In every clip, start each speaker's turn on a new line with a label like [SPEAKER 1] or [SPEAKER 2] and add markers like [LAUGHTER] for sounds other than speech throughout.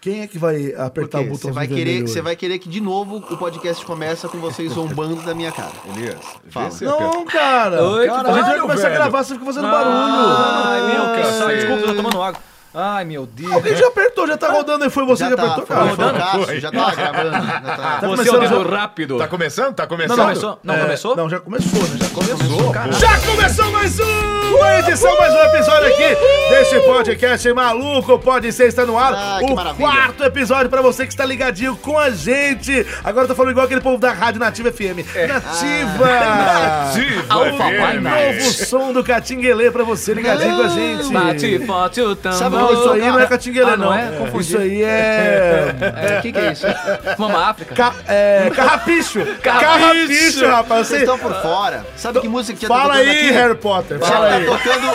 [SPEAKER 1] Quem é que vai apertar o
[SPEAKER 2] Porque
[SPEAKER 1] botão
[SPEAKER 2] você vai querer,
[SPEAKER 1] vermelho?
[SPEAKER 2] Você vai querer que de novo o podcast começa com vocês zombando da minha cara.
[SPEAKER 3] Elias,
[SPEAKER 2] Fala.
[SPEAKER 3] vê se é aperta.
[SPEAKER 1] Não, cara!
[SPEAKER 4] Oi, que
[SPEAKER 1] Caralho, a gente vai
[SPEAKER 4] barulho, Ah.
[SPEAKER 1] começar a
[SPEAKER 3] velho.
[SPEAKER 1] gravar, você fica fazendo
[SPEAKER 4] Ai,
[SPEAKER 1] barulho.
[SPEAKER 4] meu, que
[SPEAKER 3] Cacete.
[SPEAKER 4] saco. Desculpa, eu tô tomando água. Ai, meu Deus.
[SPEAKER 1] Alguém já apertou, já tá rodando e foi você,
[SPEAKER 2] Ah.
[SPEAKER 1] já
[SPEAKER 2] já tá,
[SPEAKER 1] apertou,
[SPEAKER 2] foi,
[SPEAKER 1] cara.
[SPEAKER 2] foi o
[SPEAKER 3] Foi.
[SPEAKER 2] Cássio, já tá gravando. Já
[SPEAKER 1] [LAUGHS]
[SPEAKER 2] tá.
[SPEAKER 1] Tá
[SPEAKER 4] Você é o
[SPEAKER 1] começando
[SPEAKER 4] dedo
[SPEAKER 1] já-
[SPEAKER 4] rápido.
[SPEAKER 3] Tá começando? Tá começando?
[SPEAKER 4] Não começou? Não
[SPEAKER 1] É,
[SPEAKER 4] começou?
[SPEAKER 1] Não, já começou, né? Já começou.
[SPEAKER 3] Começou,
[SPEAKER 1] cara.
[SPEAKER 3] pô.
[SPEAKER 1] Já começou mais um! Uma edição, mais um episódio aqui desse podcast maluco. Pode ser, está no ar.
[SPEAKER 2] Ah, que
[SPEAKER 1] o
[SPEAKER 2] maravilha.
[SPEAKER 1] quarto episódio pra você que está ligadinho com a gente. Agora eu tô falando igual aquele povo da Rádio Nativa FM.
[SPEAKER 4] É.
[SPEAKER 1] Nativa!
[SPEAKER 2] Ah,
[SPEAKER 3] Ativa,
[SPEAKER 4] Alfa,
[SPEAKER 3] FM.
[SPEAKER 4] vai,
[SPEAKER 3] Tá
[SPEAKER 1] Novo som do Catinguelê pra você ligadinho com a gente.
[SPEAKER 4] Bate, fote, o tambor.
[SPEAKER 2] Sabe
[SPEAKER 1] Não, isso aí não é
[SPEAKER 2] cara.
[SPEAKER 1] Catinguelê,
[SPEAKER 4] Ah, não
[SPEAKER 1] não.
[SPEAKER 4] é? Confundi.
[SPEAKER 1] Isso aí
[SPEAKER 4] [LAUGHS]
[SPEAKER 1] é...
[SPEAKER 4] É, o que que
[SPEAKER 1] [LAUGHS]
[SPEAKER 4] é isso? Mama África.
[SPEAKER 1] Ca- é, Carrapicho! Carrapicho, rapaz!
[SPEAKER 2] Vocês estão por fora. Sabe que música que já tá
[SPEAKER 1] Então, Fala
[SPEAKER 2] tocando
[SPEAKER 1] aí,
[SPEAKER 2] aqui?
[SPEAKER 1] Harry Potter!
[SPEAKER 2] Já
[SPEAKER 1] Fala
[SPEAKER 2] tá
[SPEAKER 1] aí!
[SPEAKER 2] tocando.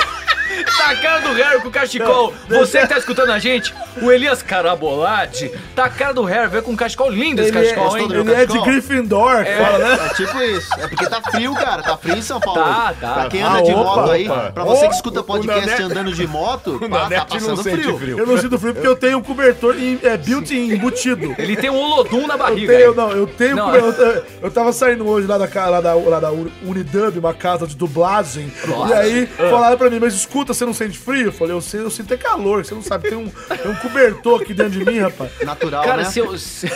[SPEAKER 4] Tá a cara do Harry com o cachecol. Você que tá escutando a gente, o Elias Carabolade, tá a cara do Harry, veio com um cachecol lindo esse
[SPEAKER 1] Ele é,
[SPEAKER 4] cachecol, hein?
[SPEAKER 2] estou-
[SPEAKER 1] ele é de Gryffindor, fala, né?
[SPEAKER 2] É tipo isso. É porque tá frio, cara. Tá frio em São Paulo.
[SPEAKER 4] Tá,
[SPEAKER 2] hoje.
[SPEAKER 4] tá.
[SPEAKER 2] Pra quem anda
[SPEAKER 1] Ah,
[SPEAKER 2] de
[SPEAKER 1] opa,
[SPEAKER 2] moto aí,
[SPEAKER 1] opa.
[SPEAKER 2] pra você
[SPEAKER 1] Ô,
[SPEAKER 2] que escuta
[SPEAKER 3] o
[SPEAKER 2] podcast
[SPEAKER 3] Nanete-
[SPEAKER 2] andando de moto,
[SPEAKER 3] O
[SPEAKER 2] pá, tá
[SPEAKER 3] Nanete não
[SPEAKER 2] passando
[SPEAKER 3] sente
[SPEAKER 2] frio.
[SPEAKER 3] frio.
[SPEAKER 1] Eu não sinto frio porque eu tenho um cobertor em- é, built-in, embutido.
[SPEAKER 4] Ele tem um olodum na
[SPEAKER 1] Eu
[SPEAKER 4] barriga.
[SPEAKER 1] tenho, não, eu tenho.
[SPEAKER 4] Não,
[SPEAKER 1] cober- eu, eu tava saindo hoje lá da, ca- lá da, lá da Uni- Unidub, uma casa de dublagem. E aí falaram pra mim, mas escuta, você não sente frio? Eu falei, eu, sei, eu sinto é calor, você não sabe, tem um, tem um cobertor aqui dentro de mim, rapaz.
[SPEAKER 2] Natural,
[SPEAKER 4] Cara,
[SPEAKER 2] né?
[SPEAKER 4] se eu. [LAUGHS] Se, se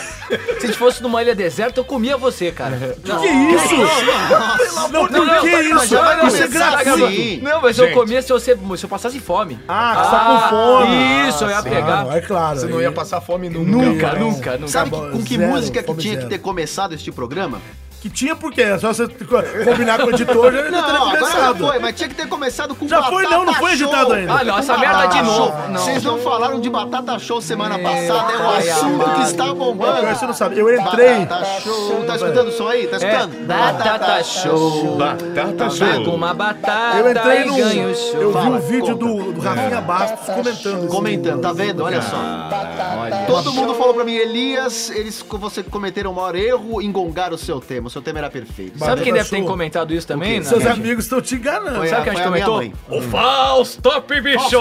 [SPEAKER 4] a gente fosse numa ilha deserta, eu comia você, cara.
[SPEAKER 1] Que que é isso? Não, por que
[SPEAKER 4] tá-
[SPEAKER 1] isso?
[SPEAKER 4] já vai
[SPEAKER 1] Isso é
[SPEAKER 4] começar,
[SPEAKER 1] gratuito.
[SPEAKER 4] tá gravando. Não, mas eu
[SPEAKER 3] Gente.
[SPEAKER 4] comia se, você, se eu passasse fome.
[SPEAKER 1] Ah, que tá com fome.
[SPEAKER 4] Isso, eu ia
[SPEAKER 1] Ah,
[SPEAKER 4] pegar.
[SPEAKER 1] não, é claro.
[SPEAKER 3] Você não
[SPEAKER 1] aí-
[SPEAKER 3] ia passar fome nunca.
[SPEAKER 4] Nunca,
[SPEAKER 1] Não.
[SPEAKER 4] nunca, nunca.
[SPEAKER 2] Sabe
[SPEAKER 1] Acabou,
[SPEAKER 2] que- com que
[SPEAKER 1] Tá zero,
[SPEAKER 2] música que
[SPEAKER 1] fome
[SPEAKER 2] tinha que
[SPEAKER 1] zero.
[SPEAKER 2] ter começado este programa?
[SPEAKER 1] Que tinha por quê? É só você co- combinar com o editor, já, já teria
[SPEAKER 2] Não, agora já
[SPEAKER 1] começado.
[SPEAKER 2] foi, mas tinha que ter começado com
[SPEAKER 1] Já
[SPEAKER 2] batata
[SPEAKER 1] foi, não, não foi
[SPEAKER 2] show.
[SPEAKER 1] editado ainda.
[SPEAKER 4] Ah, não, essa
[SPEAKER 2] Com
[SPEAKER 4] merda
[SPEAKER 2] batata
[SPEAKER 4] de novo.
[SPEAKER 2] show.
[SPEAKER 4] Não.
[SPEAKER 2] Vocês não falaram de batata show semana
[SPEAKER 4] Meu
[SPEAKER 2] passada, é o
[SPEAKER 4] pai
[SPEAKER 2] assunto
[SPEAKER 4] amado.
[SPEAKER 2] que está bombando.
[SPEAKER 1] Agora você não sabe. Eu entrei.
[SPEAKER 2] Batata show. Tá escutando o som aí?
[SPEAKER 4] É,
[SPEAKER 2] Tá escutando?
[SPEAKER 4] batata show.
[SPEAKER 3] Batata
[SPEAKER 4] Pago
[SPEAKER 3] Tá, show.
[SPEAKER 4] uma batata
[SPEAKER 1] Eu entrei
[SPEAKER 4] e
[SPEAKER 1] num.
[SPEAKER 4] ganho show.
[SPEAKER 1] Eu vi
[SPEAKER 2] Fala,
[SPEAKER 1] um vídeo
[SPEAKER 2] conta.
[SPEAKER 1] do, do Rafinha Bastos É. comentando. assim, isso.
[SPEAKER 2] Comentando, tá vendo? Olha só. Todo mundo falou pra mim, Elias, eles, você cometeram o maior erro em gongar o seu tema. O seu tema era perfeito.
[SPEAKER 4] Sabe quem
[SPEAKER 1] batata
[SPEAKER 4] deve ter
[SPEAKER 1] show.
[SPEAKER 4] comentado isso também? né?
[SPEAKER 1] Seus amigos estão te enganando.
[SPEAKER 2] Foi
[SPEAKER 4] Sabe o que a gente
[SPEAKER 2] Foi a minha
[SPEAKER 4] comentou?
[SPEAKER 2] mãe.
[SPEAKER 4] O
[SPEAKER 1] Hum.
[SPEAKER 4] Faustop, bicho!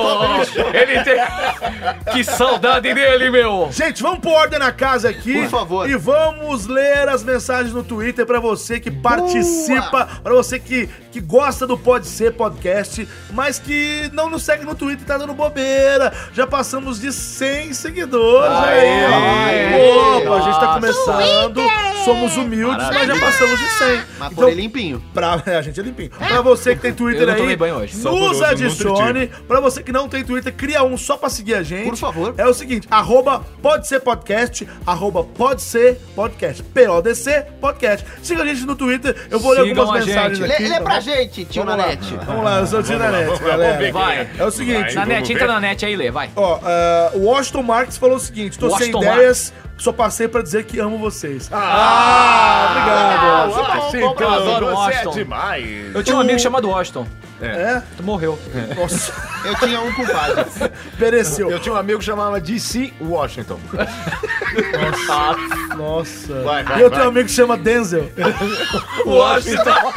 [SPEAKER 4] Ele tem... [LAUGHS] que saudade dele, meu!
[SPEAKER 1] Gente, vamos pôr ordem na casa aqui.
[SPEAKER 2] Por favor.
[SPEAKER 1] E vamos ler as mensagens no Twitter pra você que participa, pra você que, que gosta do Pode Ser Podcast, mas que não nos segue no Twitter, tá dando bobeira. Já passamos de 100 seguidores
[SPEAKER 4] Aê!
[SPEAKER 1] aí. Opa, a gente tá
[SPEAKER 4] Nossa.
[SPEAKER 1] começando. Somos humildes, mas já passamos de 100.
[SPEAKER 2] Mas por
[SPEAKER 1] Então,
[SPEAKER 2] ele limpinho.
[SPEAKER 1] Pra, [LAUGHS] é, a gente é limpinho. Pra você que tem Twitter
[SPEAKER 4] Eu não
[SPEAKER 1] aí,
[SPEAKER 4] tomei banho hoje.
[SPEAKER 1] nos
[SPEAKER 3] Saboroso,
[SPEAKER 1] adicione. Pra você que não tem Twitter, cria um só pra seguir a gente.
[SPEAKER 2] Por favor.
[SPEAKER 1] É o seguinte, arroba pode ser podcast, arroba pode ser podcast, P-O-D-C podcast. Siga a gente no Twitter, eu vou ler
[SPEAKER 4] Sigam
[SPEAKER 1] algumas
[SPEAKER 4] a
[SPEAKER 1] mensagens
[SPEAKER 4] gente.
[SPEAKER 1] aqui.
[SPEAKER 2] Lê, lê
[SPEAKER 1] então,
[SPEAKER 2] pra
[SPEAKER 1] vamos-
[SPEAKER 2] gente, tio
[SPEAKER 1] vamos lá.
[SPEAKER 2] Nanete.
[SPEAKER 1] Vamos lá, eu sou o Tio Nanete, galera.
[SPEAKER 4] Vai.
[SPEAKER 1] É o seguinte,
[SPEAKER 4] Na
[SPEAKER 3] Vai,
[SPEAKER 4] net,
[SPEAKER 3] vamos
[SPEAKER 4] entra
[SPEAKER 3] ver.
[SPEAKER 4] na net aí, Lê, vai.
[SPEAKER 1] ó, ah, o Washington Marques falou o seguinte, tô sem
[SPEAKER 4] Washington
[SPEAKER 1] ideias, só passei pra dizer que amo vocês.
[SPEAKER 3] Ah,
[SPEAKER 1] Ah,
[SPEAKER 3] obrigado.
[SPEAKER 4] ah,
[SPEAKER 3] Você, tá
[SPEAKER 4] bom, bom, eu adoro
[SPEAKER 3] então, você é
[SPEAKER 4] Washington.
[SPEAKER 3] demais.
[SPEAKER 4] Eu tinha um amigo chamado Washington.
[SPEAKER 1] É?
[SPEAKER 4] Tu morreu.
[SPEAKER 1] Nossa, [LAUGHS]
[SPEAKER 2] Eu tinha um culpado.
[SPEAKER 1] pereceu.
[SPEAKER 3] Eu tinha um amigo que chamava DC Washington.
[SPEAKER 1] Nossa.
[SPEAKER 3] Vai, vai,
[SPEAKER 1] e eu
[SPEAKER 3] vai.
[SPEAKER 1] tenho um amigo que chama Denzel. [LAUGHS]
[SPEAKER 4] Washington!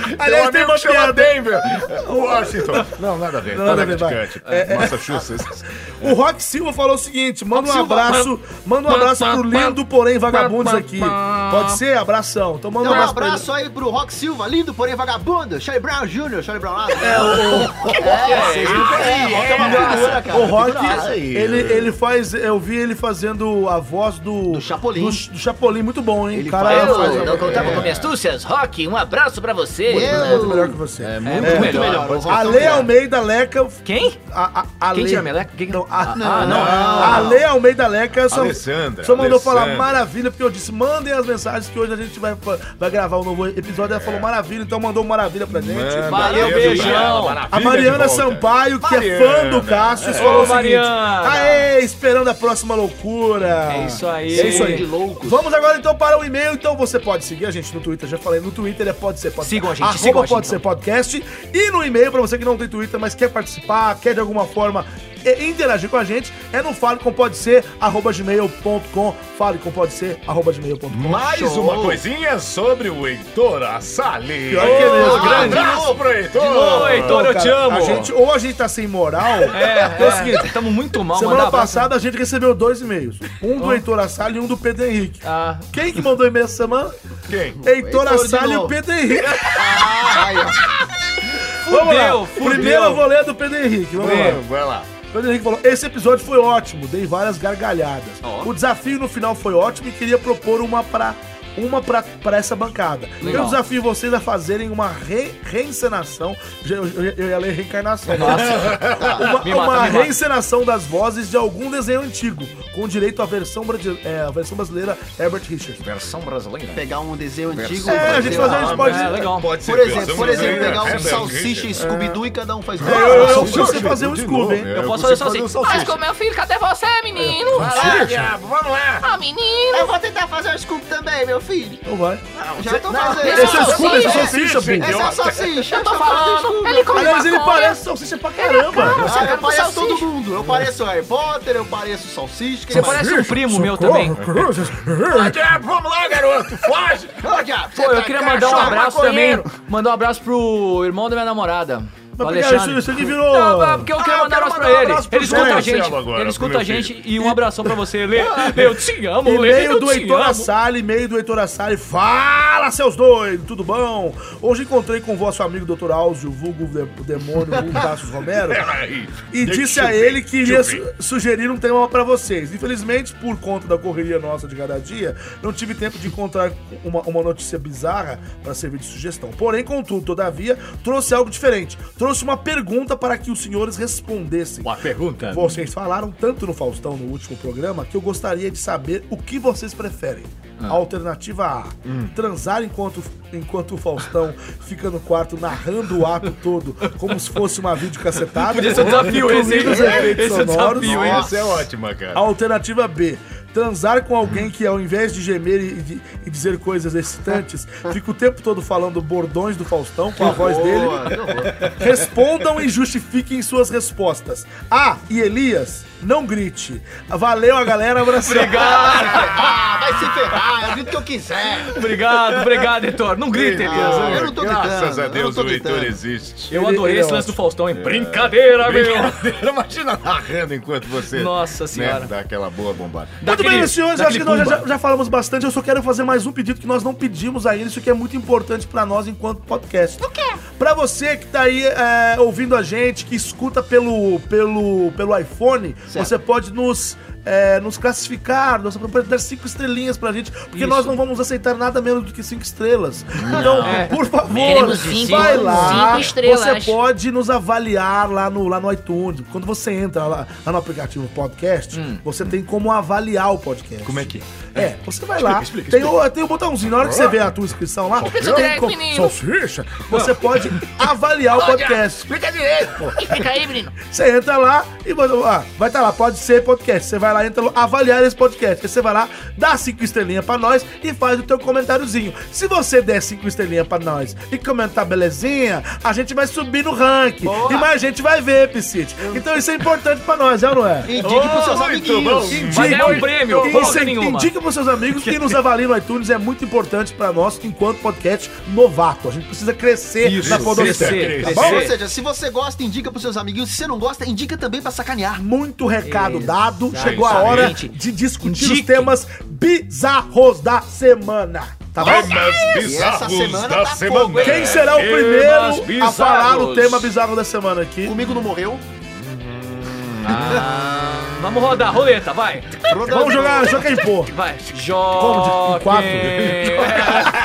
[SPEAKER 3] Aliás,
[SPEAKER 1] Aliás,
[SPEAKER 3] um
[SPEAKER 1] tem
[SPEAKER 3] amigo
[SPEAKER 1] uma
[SPEAKER 3] que
[SPEAKER 1] piada.
[SPEAKER 3] chama Denver. Washington. Não, nada a ver. É.
[SPEAKER 1] Não, nada a
[SPEAKER 3] Nada
[SPEAKER 1] ver, vai.
[SPEAKER 3] Massachusetts.
[SPEAKER 1] O Rock Silva falou o seguinte: manda um
[SPEAKER 2] Rock Silva,
[SPEAKER 1] abraço, manda um abraço pro lindo, porém vagabundos
[SPEAKER 4] pam,
[SPEAKER 1] aqui.
[SPEAKER 4] pam.
[SPEAKER 1] Pode ser? Abração. Então manda
[SPEAKER 2] Então,
[SPEAKER 1] um
[SPEAKER 2] um
[SPEAKER 1] abraço. pra
[SPEAKER 2] abraço aí pro Rock Silva, lindo, porém vagabundo. Charlie Brown Jr., Charlie Brown lá.
[SPEAKER 1] ele. É, o-
[SPEAKER 2] É, vocês não é, Rock é uma figura, cara.
[SPEAKER 1] o, o Rock,
[SPEAKER 2] Figuraça.
[SPEAKER 1] ele, ele faz. Eu vi ele fazendo a voz do.
[SPEAKER 2] Do Chapolin.
[SPEAKER 1] Do, do Chapolin, muito bom, hein? O cara
[SPEAKER 2] faz-
[SPEAKER 1] faz-
[SPEAKER 2] Eu não contava com minhas
[SPEAKER 4] astúcias, Rock, um abraço pra você.
[SPEAKER 1] é muito melhor que você.
[SPEAKER 4] É
[SPEAKER 2] Muito
[SPEAKER 4] muito melhor.
[SPEAKER 2] melhor. o Rock
[SPEAKER 1] A
[SPEAKER 2] Silva.
[SPEAKER 1] Lei Almeida Leca.
[SPEAKER 4] Quem?
[SPEAKER 1] A, a, a
[SPEAKER 4] Quem
[SPEAKER 1] Lei-
[SPEAKER 4] tira a meleca? Quem que- Ah,
[SPEAKER 1] Não, a,
[SPEAKER 2] não,
[SPEAKER 1] não. A Lei Almeida Leca só,
[SPEAKER 3] Alessandra,
[SPEAKER 1] só mandou
[SPEAKER 3] Alessandra.
[SPEAKER 1] falar maravilha, porque eu disse: mandem as mensagens que hoje a gente vai, fa- vai gravar um novo episódio. Ela falou maravilha, então mandou um maravilha pra gente.
[SPEAKER 3] É. Manda
[SPEAKER 4] Valeu,
[SPEAKER 3] beijo pra ela,
[SPEAKER 4] beijão.
[SPEAKER 3] maravilha
[SPEAKER 1] A
[SPEAKER 3] de
[SPEAKER 1] Mariana
[SPEAKER 3] volta.
[SPEAKER 1] Sampaio, que é fã
[SPEAKER 3] Mariana.
[SPEAKER 1] do Cassius,
[SPEAKER 4] Ô,
[SPEAKER 1] falou o seguinte:
[SPEAKER 4] Mariana.
[SPEAKER 1] Aê, esperando a próxima loucura.
[SPEAKER 4] É isso aí.
[SPEAKER 1] É isso aí.
[SPEAKER 2] De loucos.
[SPEAKER 1] Vamos agora então para o e-mail. Então você pode seguir a gente no Twitter, já falei. No Twitter é pode ser podcast.
[SPEAKER 4] Sigam a gente,
[SPEAKER 1] Arroba
[SPEAKER 4] sigam a gente,
[SPEAKER 1] pode ser podcast. E no e-mail, para você que não tem Twitter, mas quer participar, quer de alguma forma e interagir com a gente é no falecompodc.gmail.com falecompodc.gmail.com
[SPEAKER 3] Mais
[SPEAKER 2] Show.
[SPEAKER 3] uma coisinha sobre o Heitor Assali.
[SPEAKER 1] Pior que ele é
[SPEAKER 3] Um
[SPEAKER 1] grande.
[SPEAKER 3] abraço pro Heitor.
[SPEAKER 4] De novo, Heitor, eu te amo.
[SPEAKER 1] A gente, ou a gente tá sem moral...
[SPEAKER 4] É, é o seguinte, estamos muito mal, mandar
[SPEAKER 1] Semana
[SPEAKER 4] abraço-
[SPEAKER 1] passada a gente recebeu dois e-mails. Um do Heitor Assal e um do Pedro Henrique.
[SPEAKER 4] Ah,
[SPEAKER 1] Quem que mandou e-mail essa semana?
[SPEAKER 3] Quem?
[SPEAKER 1] Heitor
[SPEAKER 2] de
[SPEAKER 1] Assal e o
[SPEAKER 2] novo.
[SPEAKER 1] Pedro Henrique.
[SPEAKER 2] Ah, aí, ó.
[SPEAKER 1] Vamos lá.
[SPEAKER 4] É, Fudeu, fudeu.
[SPEAKER 1] Primeiro eu vou ler do Pedro Henrique. Vamos lá.
[SPEAKER 3] Vamos, Vai lá.
[SPEAKER 1] O Pedro Henrique falou: Esse episódio foi ótimo, dei várias gargalhadas.
[SPEAKER 4] Ó.
[SPEAKER 1] O desafio no final foi ótimo e queria propor uma pra. Uma pra, pra essa bancada.
[SPEAKER 4] Legal.
[SPEAKER 1] Eu desafio vocês a fazerem uma re, reencenação. Eu, eu- eu ia ler reencarnação. uma
[SPEAKER 4] Me
[SPEAKER 1] uma
[SPEAKER 4] mata, me mata.
[SPEAKER 1] reencenação das vozes de algum desenho antigo, com direito à versão, brasi- é, a versão brasileira Herbert Richards.
[SPEAKER 3] Versão brasileira.
[SPEAKER 2] Pegar um desenho antigo.
[SPEAKER 3] É,
[SPEAKER 2] e
[SPEAKER 1] a gente fazer um
[SPEAKER 2] uma-
[SPEAKER 1] esporte- pode-
[SPEAKER 4] é, legal.
[SPEAKER 3] Pode
[SPEAKER 2] Por exemplo, por exemplo, pegar um salsicha e Scooby-Doo e cada um faz um.
[SPEAKER 1] eu- eu- eu- sei fazer um Scooby, hein?
[SPEAKER 4] Eu posso fazer só
[SPEAKER 1] um
[SPEAKER 4] assim.
[SPEAKER 5] Mas com meu filho, cadê você, menino?
[SPEAKER 3] Ah, diabo, vamos lá.
[SPEAKER 5] Ah, menino!
[SPEAKER 2] Eu vou tentar fazer um Scooby também, meu filho.
[SPEAKER 1] Então vai.
[SPEAKER 2] Já tô fazendo.
[SPEAKER 5] esse é
[SPEAKER 1] Esse é o Scooby, esse é o
[SPEAKER 5] Salsicha.
[SPEAKER 1] Salsicha, Bim.
[SPEAKER 2] Essa é a salsicha.
[SPEAKER 5] Eu tô falando! Ele comeu
[SPEAKER 1] Aliás, ele
[SPEAKER 5] maconha.
[SPEAKER 1] parece salsicha pra caramba.
[SPEAKER 2] Ah, eu
[SPEAKER 5] Cara,
[SPEAKER 2] pareço
[SPEAKER 5] salsicha.
[SPEAKER 2] todo mundo. Eu pareço Harry Potter, eu pareço salsicha. quem
[SPEAKER 4] Você
[SPEAKER 2] mais?
[SPEAKER 4] parece um primo meu também.
[SPEAKER 3] Ah, diabo, vamos lá, garoto. Foge.
[SPEAKER 2] Ô, diabo,
[SPEAKER 4] Pô,
[SPEAKER 2] você
[SPEAKER 4] eu
[SPEAKER 2] tá
[SPEAKER 4] queria mandar um
[SPEAKER 2] cachorro
[SPEAKER 4] abraço também.
[SPEAKER 2] maconheiro.
[SPEAKER 4] Mandar um abraço pro irmão da minha namorada. o
[SPEAKER 1] Mas por que isso,
[SPEAKER 4] Alexandre.
[SPEAKER 1] isso aqui virou.
[SPEAKER 4] Não, é porque eu quero
[SPEAKER 3] Ah, eu
[SPEAKER 4] mandar um
[SPEAKER 3] quero mandar
[SPEAKER 4] abraço pra
[SPEAKER 3] um
[SPEAKER 4] ele.
[SPEAKER 3] abraço pro
[SPEAKER 4] ele escuta
[SPEAKER 3] Marcelo
[SPEAKER 4] a gente.
[SPEAKER 3] agora,
[SPEAKER 4] ele
[SPEAKER 3] pro
[SPEAKER 4] escuta
[SPEAKER 3] meu
[SPEAKER 4] a gente e um abração pra você, Lê. Lê, eu te amo, Lê.
[SPEAKER 1] E-mail
[SPEAKER 4] Eu
[SPEAKER 1] Ah, do
[SPEAKER 4] te
[SPEAKER 1] Heitor
[SPEAKER 4] amo.
[SPEAKER 1] Assale, e-mail do Heitor Assale. Fala, seus doidos, tudo bom? Hoje encontrei com o vosso amigo Dr. Áuzio, vulgo de- o demônio,
[SPEAKER 3] [LAUGHS]
[SPEAKER 1] vulgo Tassos Romero.
[SPEAKER 3] Peraí.
[SPEAKER 1] E
[SPEAKER 3] É, Deixa
[SPEAKER 1] disse
[SPEAKER 3] eu
[SPEAKER 1] a
[SPEAKER 3] ver,
[SPEAKER 1] ele que
[SPEAKER 3] deixa
[SPEAKER 1] iria
[SPEAKER 3] eu ver.
[SPEAKER 1] su- sugerir um tema pra vocês. Infelizmente, por conta da correria nossa de cada dia, não tive tempo de encontrar uma, uma notícia bizarra pra servir de sugestão. Porém, contudo, todavia, trouxe algo diferente. Trouxe uma pergunta para que os senhores respondessem.
[SPEAKER 4] Uma pergunta.
[SPEAKER 1] Vocês falaram tanto no Faustão no último programa que eu gostaria de saber o que vocês preferem. Alternativa A: transar enquanto, enquanto o Faustão fica no quarto narrando o ato todo como se fosse uma videocassetada.
[SPEAKER 4] Podia ser um desafio esse, hein?
[SPEAKER 1] incluindo os efeitos
[SPEAKER 4] Esse é um
[SPEAKER 1] sonoros.
[SPEAKER 4] desafio, hein?
[SPEAKER 3] Essa é ótima, cara.
[SPEAKER 1] Alternativa B. Transar com alguém que, ao invés de gemer e, de- e dizer coisas
[SPEAKER 4] [LAUGHS]
[SPEAKER 1] excitantes, fica o tempo todo falando bordões do Faustão com a voz dele. é Respondam e justifiquem suas respostas. Ah, e Elias, não grite. Valeu a galera, abraço.
[SPEAKER 4] Obrigado,
[SPEAKER 2] [LAUGHS] Ah, vai se ferrar, eu grito o que eu quiser.
[SPEAKER 4] obrigado, obrigado, Heitor. Não
[SPEAKER 1] Ah.
[SPEAKER 4] grita, Elias.
[SPEAKER 2] eu não tô
[SPEAKER 3] Graças
[SPEAKER 2] gritando,
[SPEAKER 3] a
[SPEAKER 2] eu
[SPEAKER 3] Deus
[SPEAKER 2] não
[SPEAKER 3] o
[SPEAKER 2] tô
[SPEAKER 3] Heitor
[SPEAKER 2] gritando.
[SPEAKER 3] existe.
[SPEAKER 4] Eu
[SPEAKER 1] Ele-
[SPEAKER 4] adorei
[SPEAKER 1] ele é
[SPEAKER 4] esse lance do
[SPEAKER 1] ótimo.
[SPEAKER 4] Faustão, hein? Brincadeira, meu.
[SPEAKER 3] Brincadeira, imagina narrando enquanto você.
[SPEAKER 4] Tá Nossa senhora.
[SPEAKER 3] Dá aquela boa bombada.
[SPEAKER 1] Muito bem, meus senhores, eu acho que
[SPEAKER 4] daquele
[SPEAKER 1] nós já,
[SPEAKER 4] pumba.
[SPEAKER 1] já falamos bastante. Eu só quero fazer mais um pedido que nós não pedimos ainda. Isso que é muito importante pra nós enquanto podcast. O quê? Pra você que tá aí é, ouvindo a gente, que escuta pelo, pelo, pelo iPhone,
[SPEAKER 2] Certo.
[SPEAKER 1] você pode nos, é, nos classificar, nos pode dar cinco estrelinhas pra gente, porque
[SPEAKER 4] Isso.
[SPEAKER 1] nós não vamos aceitar nada menos do que cinco estrelas. Então,
[SPEAKER 4] É.
[SPEAKER 1] por favor,
[SPEAKER 5] Menos cinco,
[SPEAKER 1] vai lá.
[SPEAKER 5] cinco estrelas.
[SPEAKER 1] Você pode pode nos avaliar lá no, lá no iTunes. Quando você entra lá, lá no aplicativo podcast, você tem como avaliar o podcast.
[SPEAKER 3] Hum. Como é que é?
[SPEAKER 1] É, você vai lá, tem, o, tem o botãozinho, na hora que você vê a tua inscrição lá,
[SPEAKER 5] Isso
[SPEAKER 1] tem
[SPEAKER 5] é
[SPEAKER 1] como-
[SPEAKER 5] menino.
[SPEAKER 1] salsicha, você pode
[SPEAKER 3] [LAUGHS]
[SPEAKER 1] avaliar o podcast.
[SPEAKER 3] Explica direito, pô.
[SPEAKER 5] E fica aí, menino.
[SPEAKER 1] Você entra lá e manda, ah, vai estar lá, pode ser podcast. Você vai lá, entra lá, avaliar esse podcast. Aí Você vai lá, dá cinco estrelinhas pra nós e faz o teu comentáriozinho. Se você der cinco estrelinhas pra nós e comentar belezinha, a gente vai subir no ranking. E mais gente vai ver, Piscite. Então isso é importante pra nós, já não é?
[SPEAKER 2] Indique pros seus
[SPEAKER 3] Ô, muito
[SPEAKER 2] amiguinhos.
[SPEAKER 3] bom.
[SPEAKER 4] Mas
[SPEAKER 1] Indique-
[SPEAKER 4] é um prêmio,
[SPEAKER 1] Indique-
[SPEAKER 4] falta nenhuma.
[SPEAKER 1] Indique pros seus amigos que nos avaliem no iTunes, é muito importante pra nós enquanto podcast novato. A gente precisa crescer
[SPEAKER 4] Isso,
[SPEAKER 1] na podosfera.
[SPEAKER 4] crescer,
[SPEAKER 1] tá bom?
[SPEAKER 4] crescer.
[SPEAKER 2] Ou seja, se você gosta, indica pros seus amiguinhos. Se você não gosta, indica também pra sacanear.
[SPEAKER 1] Muito recado dado.
[SPEAKER 4] Exatamente.
[SPEAKER 1] Chegou a hora de discutir os
[SPEAKER 4] Indique.
[SPEAKER 1] temas bizarros da semana. Tá bom?
[SPEAKER 3] Temas
[SPEAKER 2] essa
[SPEAKER 3] bizarros
[SPEAKER 2] semana
[SPEAKER 3] da
[SPEAKER 2] tá
[SPEAKER 3] semana.
[SPEAKER 2] fogo, hein?
[SPEAKER 1] Quem será o
[SPEAKER 4] Temas
[SPEAKER 1] primeiro a
[SPEAKER 4] bizarros.
[SPEAKER 1] falar o tema bizarro da semana aqui?
[SPEAKER 2] Comigo não morreu.
[SPEAKER 4] Vamos rodar a roleta, vai.
[SPEAKER 1] Vamos jogar Joquem Pô.
[SPEAKER 4] Vai.
[SPEAKER 1] Como de-
[SPEAKER 4] Joque.
[SPEAKER 1] em
[SPEAKER 4] [LAUGHS]
[SPEAKER 1] quatro?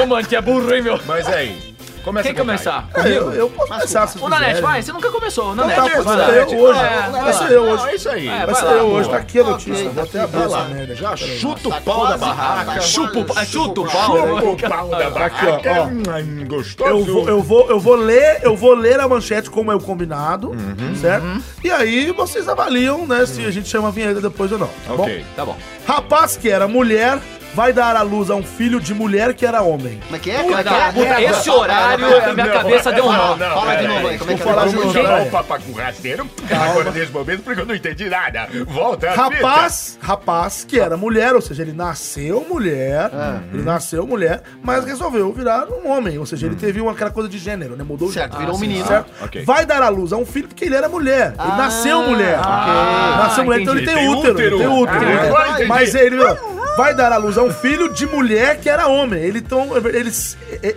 [SPEAKER 4] Como a gente é burro, hein, meu?
[SPEAKER 3] Mas aí, começa
[SPEAKER 4] Quem
[SPEAKER 3] com o Caio.
[SPEAKER 4] começar?
[SPEAKER 1] Eu, eu posso começar se
[SPEAKER 4] O Nanete,
[SPEAKER 1] quiserem.
[SPEAKER 4] vai. Você nunca começou. O Nanete,
[SPEAKER 1] Tá,
[SPEAKER 4] vai
[SPEAKER 1] vai
[SPEAKER 4] lá.
[SPEAKER 1] ser eu hoje.
[SPEAKER 4] É,
[SPEAKER 1] Vai ser eu hoje.
[SPEAKER 3] É isso aí.
[SPEAKER 4] É,
[SPEAKER 1] Vai
[SPEAKER 4] vai
[SPEAKER 1] ser
[SPEAKER 4] lá,
[SPEAKER 1] eu
[SPEAKER 4] boa.
[SPEAKER 1] hoje. Tá aqui a notícia.
[SPEAKER 2] Ok,
[SPEAKER 1] Vou até abrir essa merda. aqui,
[SPEAKER 3] Já
[SPEAKER 1] peraí.
[SPEAKER 3] chuta o pau da barraca.
[SPEAKER 4] Chupa o pau- chuta o pau. né?
[SPEAKER 3] Chupa o pau da
[SPEAKER 1] Aqui,
[SPEAKER 3] barraca.
[SPEAKER 1] ó, ó.
[SPEAKER 3] Hum, Gostoso.
[SPEAKER 1] Eu vou, eu, vou, eu vou ler, eu vou ler a manchete como é o combinado,
[SPEAKER 4] Uhum.
[SPEAKER 1] certo? E aí vocês avaliam, né, se a gente chama a vinheta depois ou não, tá bom?
[SPEAKER 3] Ok.
[SPEAKER 4] Tá bom.
[SPEAKER 1] Rapaz que era mulher vai dar à luz a um filho de mulher que era homem.
[SPEAKER 2] Como é que é? Como é que
[SPEAKER 4] Cara,
[SPEAKER 2] é? Puta,
[SPEAKER 4] esse
[SPEAKER 2] fala,
[SPEAKER 4] horário,
[SPEAKER 2] fala, fala.
[SPEAKER 4] a minha cabeça deu um nó.
[SPEAKER 2] Fala de novo aí, como é que é?
[SPEAKER 1] falar de
[SPEAKER 3] Vamos
[SPEAKER 1] novo,
[SPEAKER 3] tirar
[SPEAKER 1] vai.
[SPEAKER 3] o papaco rasteiro agora nesse momento, porque eu não entendi nada. Volta a
[SPEAKER 1] Rapaz, rapaz que era mulher, ou seja, ele nasceu mulher,
[SPEAKER 2] É. Uhum.
[SPEAKER 1] ele nasceu mulher, mas resolveu virar um homem, ou seja, ele teve uma, aquela coisa de gênero, né? Mudou o
[SPEAKER 2] Certo,
[SPEAKER 1] gênero.
[SPEAKER 2] virou um menino.
[SPEAKER 1] Certo?
[SPEAKER 3] ok.
[SPEAKER 1] Vai dar à luz a um filho porque ele era mulher. Ele
[SPEAKER 2] Ah,
[SPEAKER 1] nasceu mulher. nasceu mulher, então ele
[SPEAKER 3] entendi.
[SPEAKER 1] tem,
[SPEAKER 3] Tem
[SPEAKER 1] útero,
[SPEAKER 3] útero.
[SPEAKER 1] Tem útero.
[SPEAKER 3] Ah,
[SPEAKER 1] é.
[SPEAKER 3] agora entendi.
[SPEAKER 1] Mas ele virou. Vai dar à luz a um filho de mulher que era homem. Ele, então, ele,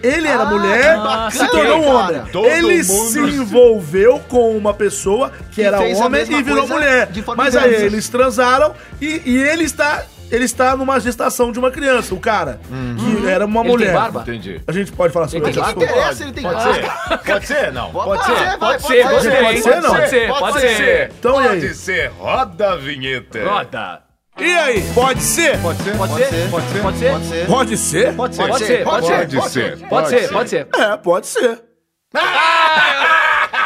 [SPEAKER 1] ele era
[SPEAKER 2] Ah,
[SPEAKER 1] mulher,
[SPEAKER 2] que bacana,
[SPEAKER 1] se tornou
[SPEAKER 2] cara.
[SPEAKER 1] homem.
[SPEAKER 3] Todo
[SPEAKER 1] ele
[SPEAKER 3] mundo
[SPEAKER 1] se
[SPEAKER 3] se-
[SPEAKER 1] envolveu com uma pessoa que, era
[SPEAKER 2] fez a
[SPEAKER 1] homem
[SPEAKER 2] mesma
[SPEAKER 1] e virou
[SPEAKER 2] coisa
[SPEAKER 1] mulher.
[SPEAKER 2] de forma
[SPEAKER 1] Mas aí
[SPEAKER 2] inversa.
[SPEAKER 1] eles transaram e, e ele está. Ele está numa gestação de uma criança, o cara, que era uma
[SPEAKER 4] Ele tem
[SPEAKER 1] mulher.
[SPEAKER 4] barba?
[SPEAKER 3] Entendi.
[SPEAKER 1] A gente pode falar sobre
[SPEAKER 4] Ele
[SPEAKER 1] isso?
[SPEAKER 4] tem
[SPEAKER 2] Não
[SPEAKER 1] desculpa.
[SPEAKER 2] interessa, ele tem
[SPEAKER 3] Pode ser? Pode ser? Não.
[SPEAKER 4] Pode ser,
[SPEAKER 2] vai,
[SPEAKER 4] pode ser, gostei.
[SPEAKER 1] Pode ser, não?
[SPEAKER 4] Pode ser, pode ser.
[SPEAKER 1] Então, e aí?
[SPEAKER 3] Pode ser. Roda a vinheta.
[SPEAKER 4] Roda.
[SPEAKER 1] E aí? Pode ser?
[SPEAKER 4] Pode ser?
[SPEAKER 2] Pode ser,
[SPEAKER 4] Pode ser?
[SPEAKER 2] pode ser, pode ser.
[SPEAKER 1] Pode ser?
[SPEAKER 2] Pode
[SPEAKER 4] ser, pode
[SPEAKER 3] Pode
[SPEAKER 4] ser, pode ser.
[SPEAKER 3] ser.
[SPEAKER 4] Pode ser, pode ser.
[SPEAKER 1] É, pode ser.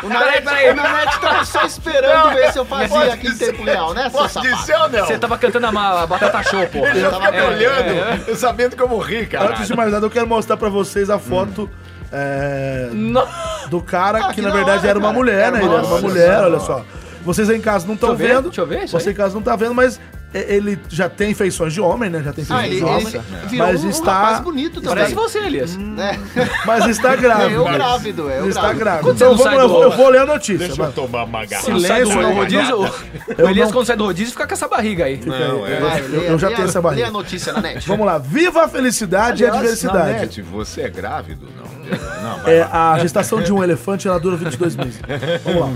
[SPEAKER 2] O Nanete,
[SPEAKER 4] Peraí, peraí.
[SPEAKER 2] o Nanete tava só esperando ver se eu fazia aqui em tempo real, né, seu
[SPEAKER 3] Pode
[SPEAKER 2] safado?
[SPEAKER 3] ser ou não?
[SPEAKER 4] Você tava cantando a ma- a batata show, pô.
[SPEAKER 3] Ele já fica me
[SPEAKER 4] É,
[SPEAKER 3] olhando,
[SPEAKER 4] é,
[SPEAKER 3] eu sabendo que eu morri, cara.
[SPEAKER 1] Antes de mais nada, eu quero mostrar pra vocês a foto é,
[SPEAKER 4] Não.
[SPEAKER 1] do cara
[SPEAKER 2] Ah,
[SPEAKER 1] que,
[SPEAKER 2] que
[SPEAKER 1] na
[SPEAKER 2] da
[SPEAKER 1] verdade
[SPEAKER 2] hora,
[SPEAKER 1] era uma
[SPEAKER 2] cara.
[SPEAKER 1] mulher, né? Ele era uma
[SPEAKER 2] Nossa
[SPEAKER 1] mulher, olha só. Vocês aí em casa não estão
[SPEAKER 4] Deixa eu ver,
[SPEAKER 1] vendo.
[SPEAKER 4] deixa eu ver isso
[SPEAKER 1] Você
[SPEAKER 4] aí.
[SPEAKER 1] em casa não tá vendo, mas e- ele já tem feições de homem, né? Já tem feições
[SPEAKER 2] Ah, ele,
[SPEAKER 1] de
[SPEAKER 2] ele
[SPEAKER 1] homem.
[SPEAKER 2] virou
[SPEAKER 1] mas
[SPEAKER 2] um
[SPEAKER 1] está. É.
[SPEAKER 2] rapaz bonito também.
[SPEAKER 4] Parece você, Elias.
[SPEAKER 1] Hum,
[SPEAKER 2] né?
[SPEAKER 1] Mas está grávido.
[SPEAKER 2] Eu grávido, É, eu
[SPEAKER 1] Ele está
[SPEAKER 2] grávido.
[SPEAKER 1] grávido.
[SPEAKER 4] Quando você
[SPEAKER 1] Então
[SPEAKER 4] não
[SPEAKER 1] vamos,
[SPEAKER 4] sai
[SPEAKER 1] eu,
[SPEAKER 4] do
[SPEAKER 1] vou, eu
[SPEAKER 4] ar?
[SPEAKER 1] vou ler a notícia.
[SPEAKER 3] Deixa
[SPEAKER 1] vai.
[SPEAKER 3] eu tomar uma garrafa.
[SPEAKER 4] Quando sai do
[SPEAKER 1] Silêncio, né? não.
[SPEAKER 4] rodízio,
[SPEAKER 1] Eu
[SPEAKER 4] o Elias,
[SPEAKER 1] não-
[SPEAKER 4] quando sai do rodízio, fica com essa barriga aí.
[SPEAKER 3] Não, é.
[SPEAKER 2] Vai,
[SPEAKER 1] Eu-
[SPEAKER 2] lê-
[SPEAKER 1] eu já
[SPEAKER 2] lê
[SPEAKER 1] tenho
[SPEAKER 2] a-
[SPEAKER 1] essa barriga.
[SPEAKER 2] Lê a notícia, Nanete.
[SPEAKER 1] Vamos lá. Viva a felicidade e a
[SPEAKER 3] Aliás,
[SPEAKER 1] diversidade.
[SPEAKER 2] né,
[SPEAKER 3] Nanete, você é grávido? Não. Não,
[SPEAKER 1] [LAUGHS]
[SPEAKER 3] vai
[SPEAKER 1] É,
[SPEAKER 3] lá.
[SPEAKER 1] a gestação de um elefante ela dura 22 meses. Vamos lá.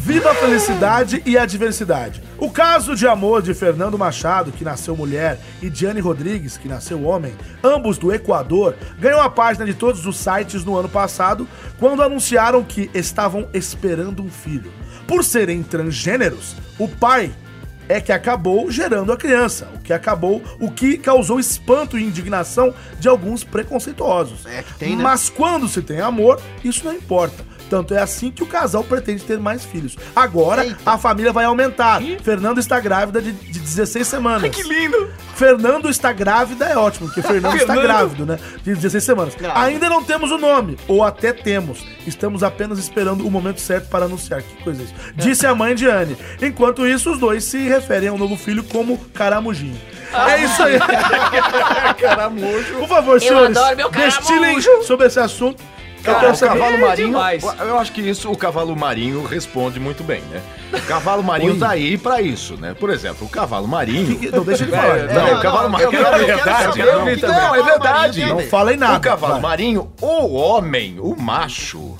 [SPEAKER 1] Viva a felicidade e a diversidade. O caso de amor de Fernando Machado, que nasceu mulher, e Diane Rodrigues, que nasceu homem, ambos do Equador, ganhou a página de todos os sites no ano passado, quando anunciaram que estavam esperando um filho. Por serem transgêneros, o pai é que acabou gerando a criança, o que acabou, o que causou espanto e indignação de alguns preconceituosos.
[SPEAKER 2] É que tem, né?
[SPEAKER 1] Mas quando se tem amor, isso não importa. Tanto é assim que o casal pretende ter mais filhos. Agora
[SPEAKER 2] Eita.
[SPEAKER 1] a família vai aumentar. Fernando está grávida de, de 16 semanas.
[SPEAKER 4] Que lindo!
[SPEAKER 1] Fernando está grávida é ótimo, porque Fernando, está
[SPEAKER 4] Fernando.
[SPEAKER 1] grávido, né? De 16 semanas.
[SPEAKER 2] Grávida.
[SPEAKER 1] Ainda não temos o nome, ou até temos. Estamos apenas esperando o momento certo para anunciar. Que coisa é isso? Disse a mãe de Anne. Enquanto isso, os dois se referem ao novo filho como caramujinho. É isso aí. caramujo. Por favor, senhores,
[SPEAKER 5] adoro meu
[SPEAKER 1] destilem
[SPEAKER 5] caramujo.
[SPEAKER 1] sobre esse assunto. eu
[SPEAKER 4] Cara,
[SPEAKER 1] quero
[SPEAKER 4] o
[SPEAKER 1] saber.
[SPEAKER 4] cavalo marinho- demais.
[SPEAKER 3] é Eu acho que isso o cavalo marinho responde muito bem, né? O cavalo marinho
[SPEAKER 1] Ui.
[SPEAKER 3] tá aí pra isso, né? Por exemplo, o cavalo marinho. É,
[SPEAKER 1] Não, deixa ele falar.
[SPEAKER 3] Não, o cavalo marinho
[SPEAKER 2] eu quero-
[SPEAKER 3] é
[SPEAKER 2] eu quero
[SPEAKER 3] verdade.
[SPEAKER 2] saber o
[SPEAKER 3] não.
[SPEAKER 2] que que
[SPEAKER 3] Não,
[SPEAKER 2] o cavalo
[SPEAKER 3] é verdade.
[SPEAKER 2] marinho
[SPEAKER 1] Não
[SPEAKER 2] tem.
[SPEAKER 1] falem nada.
[SPEAKER 3] o cavalo
[SPEAKER 1] vai.
[SPEAKER 3] marinho, o homem, o macho,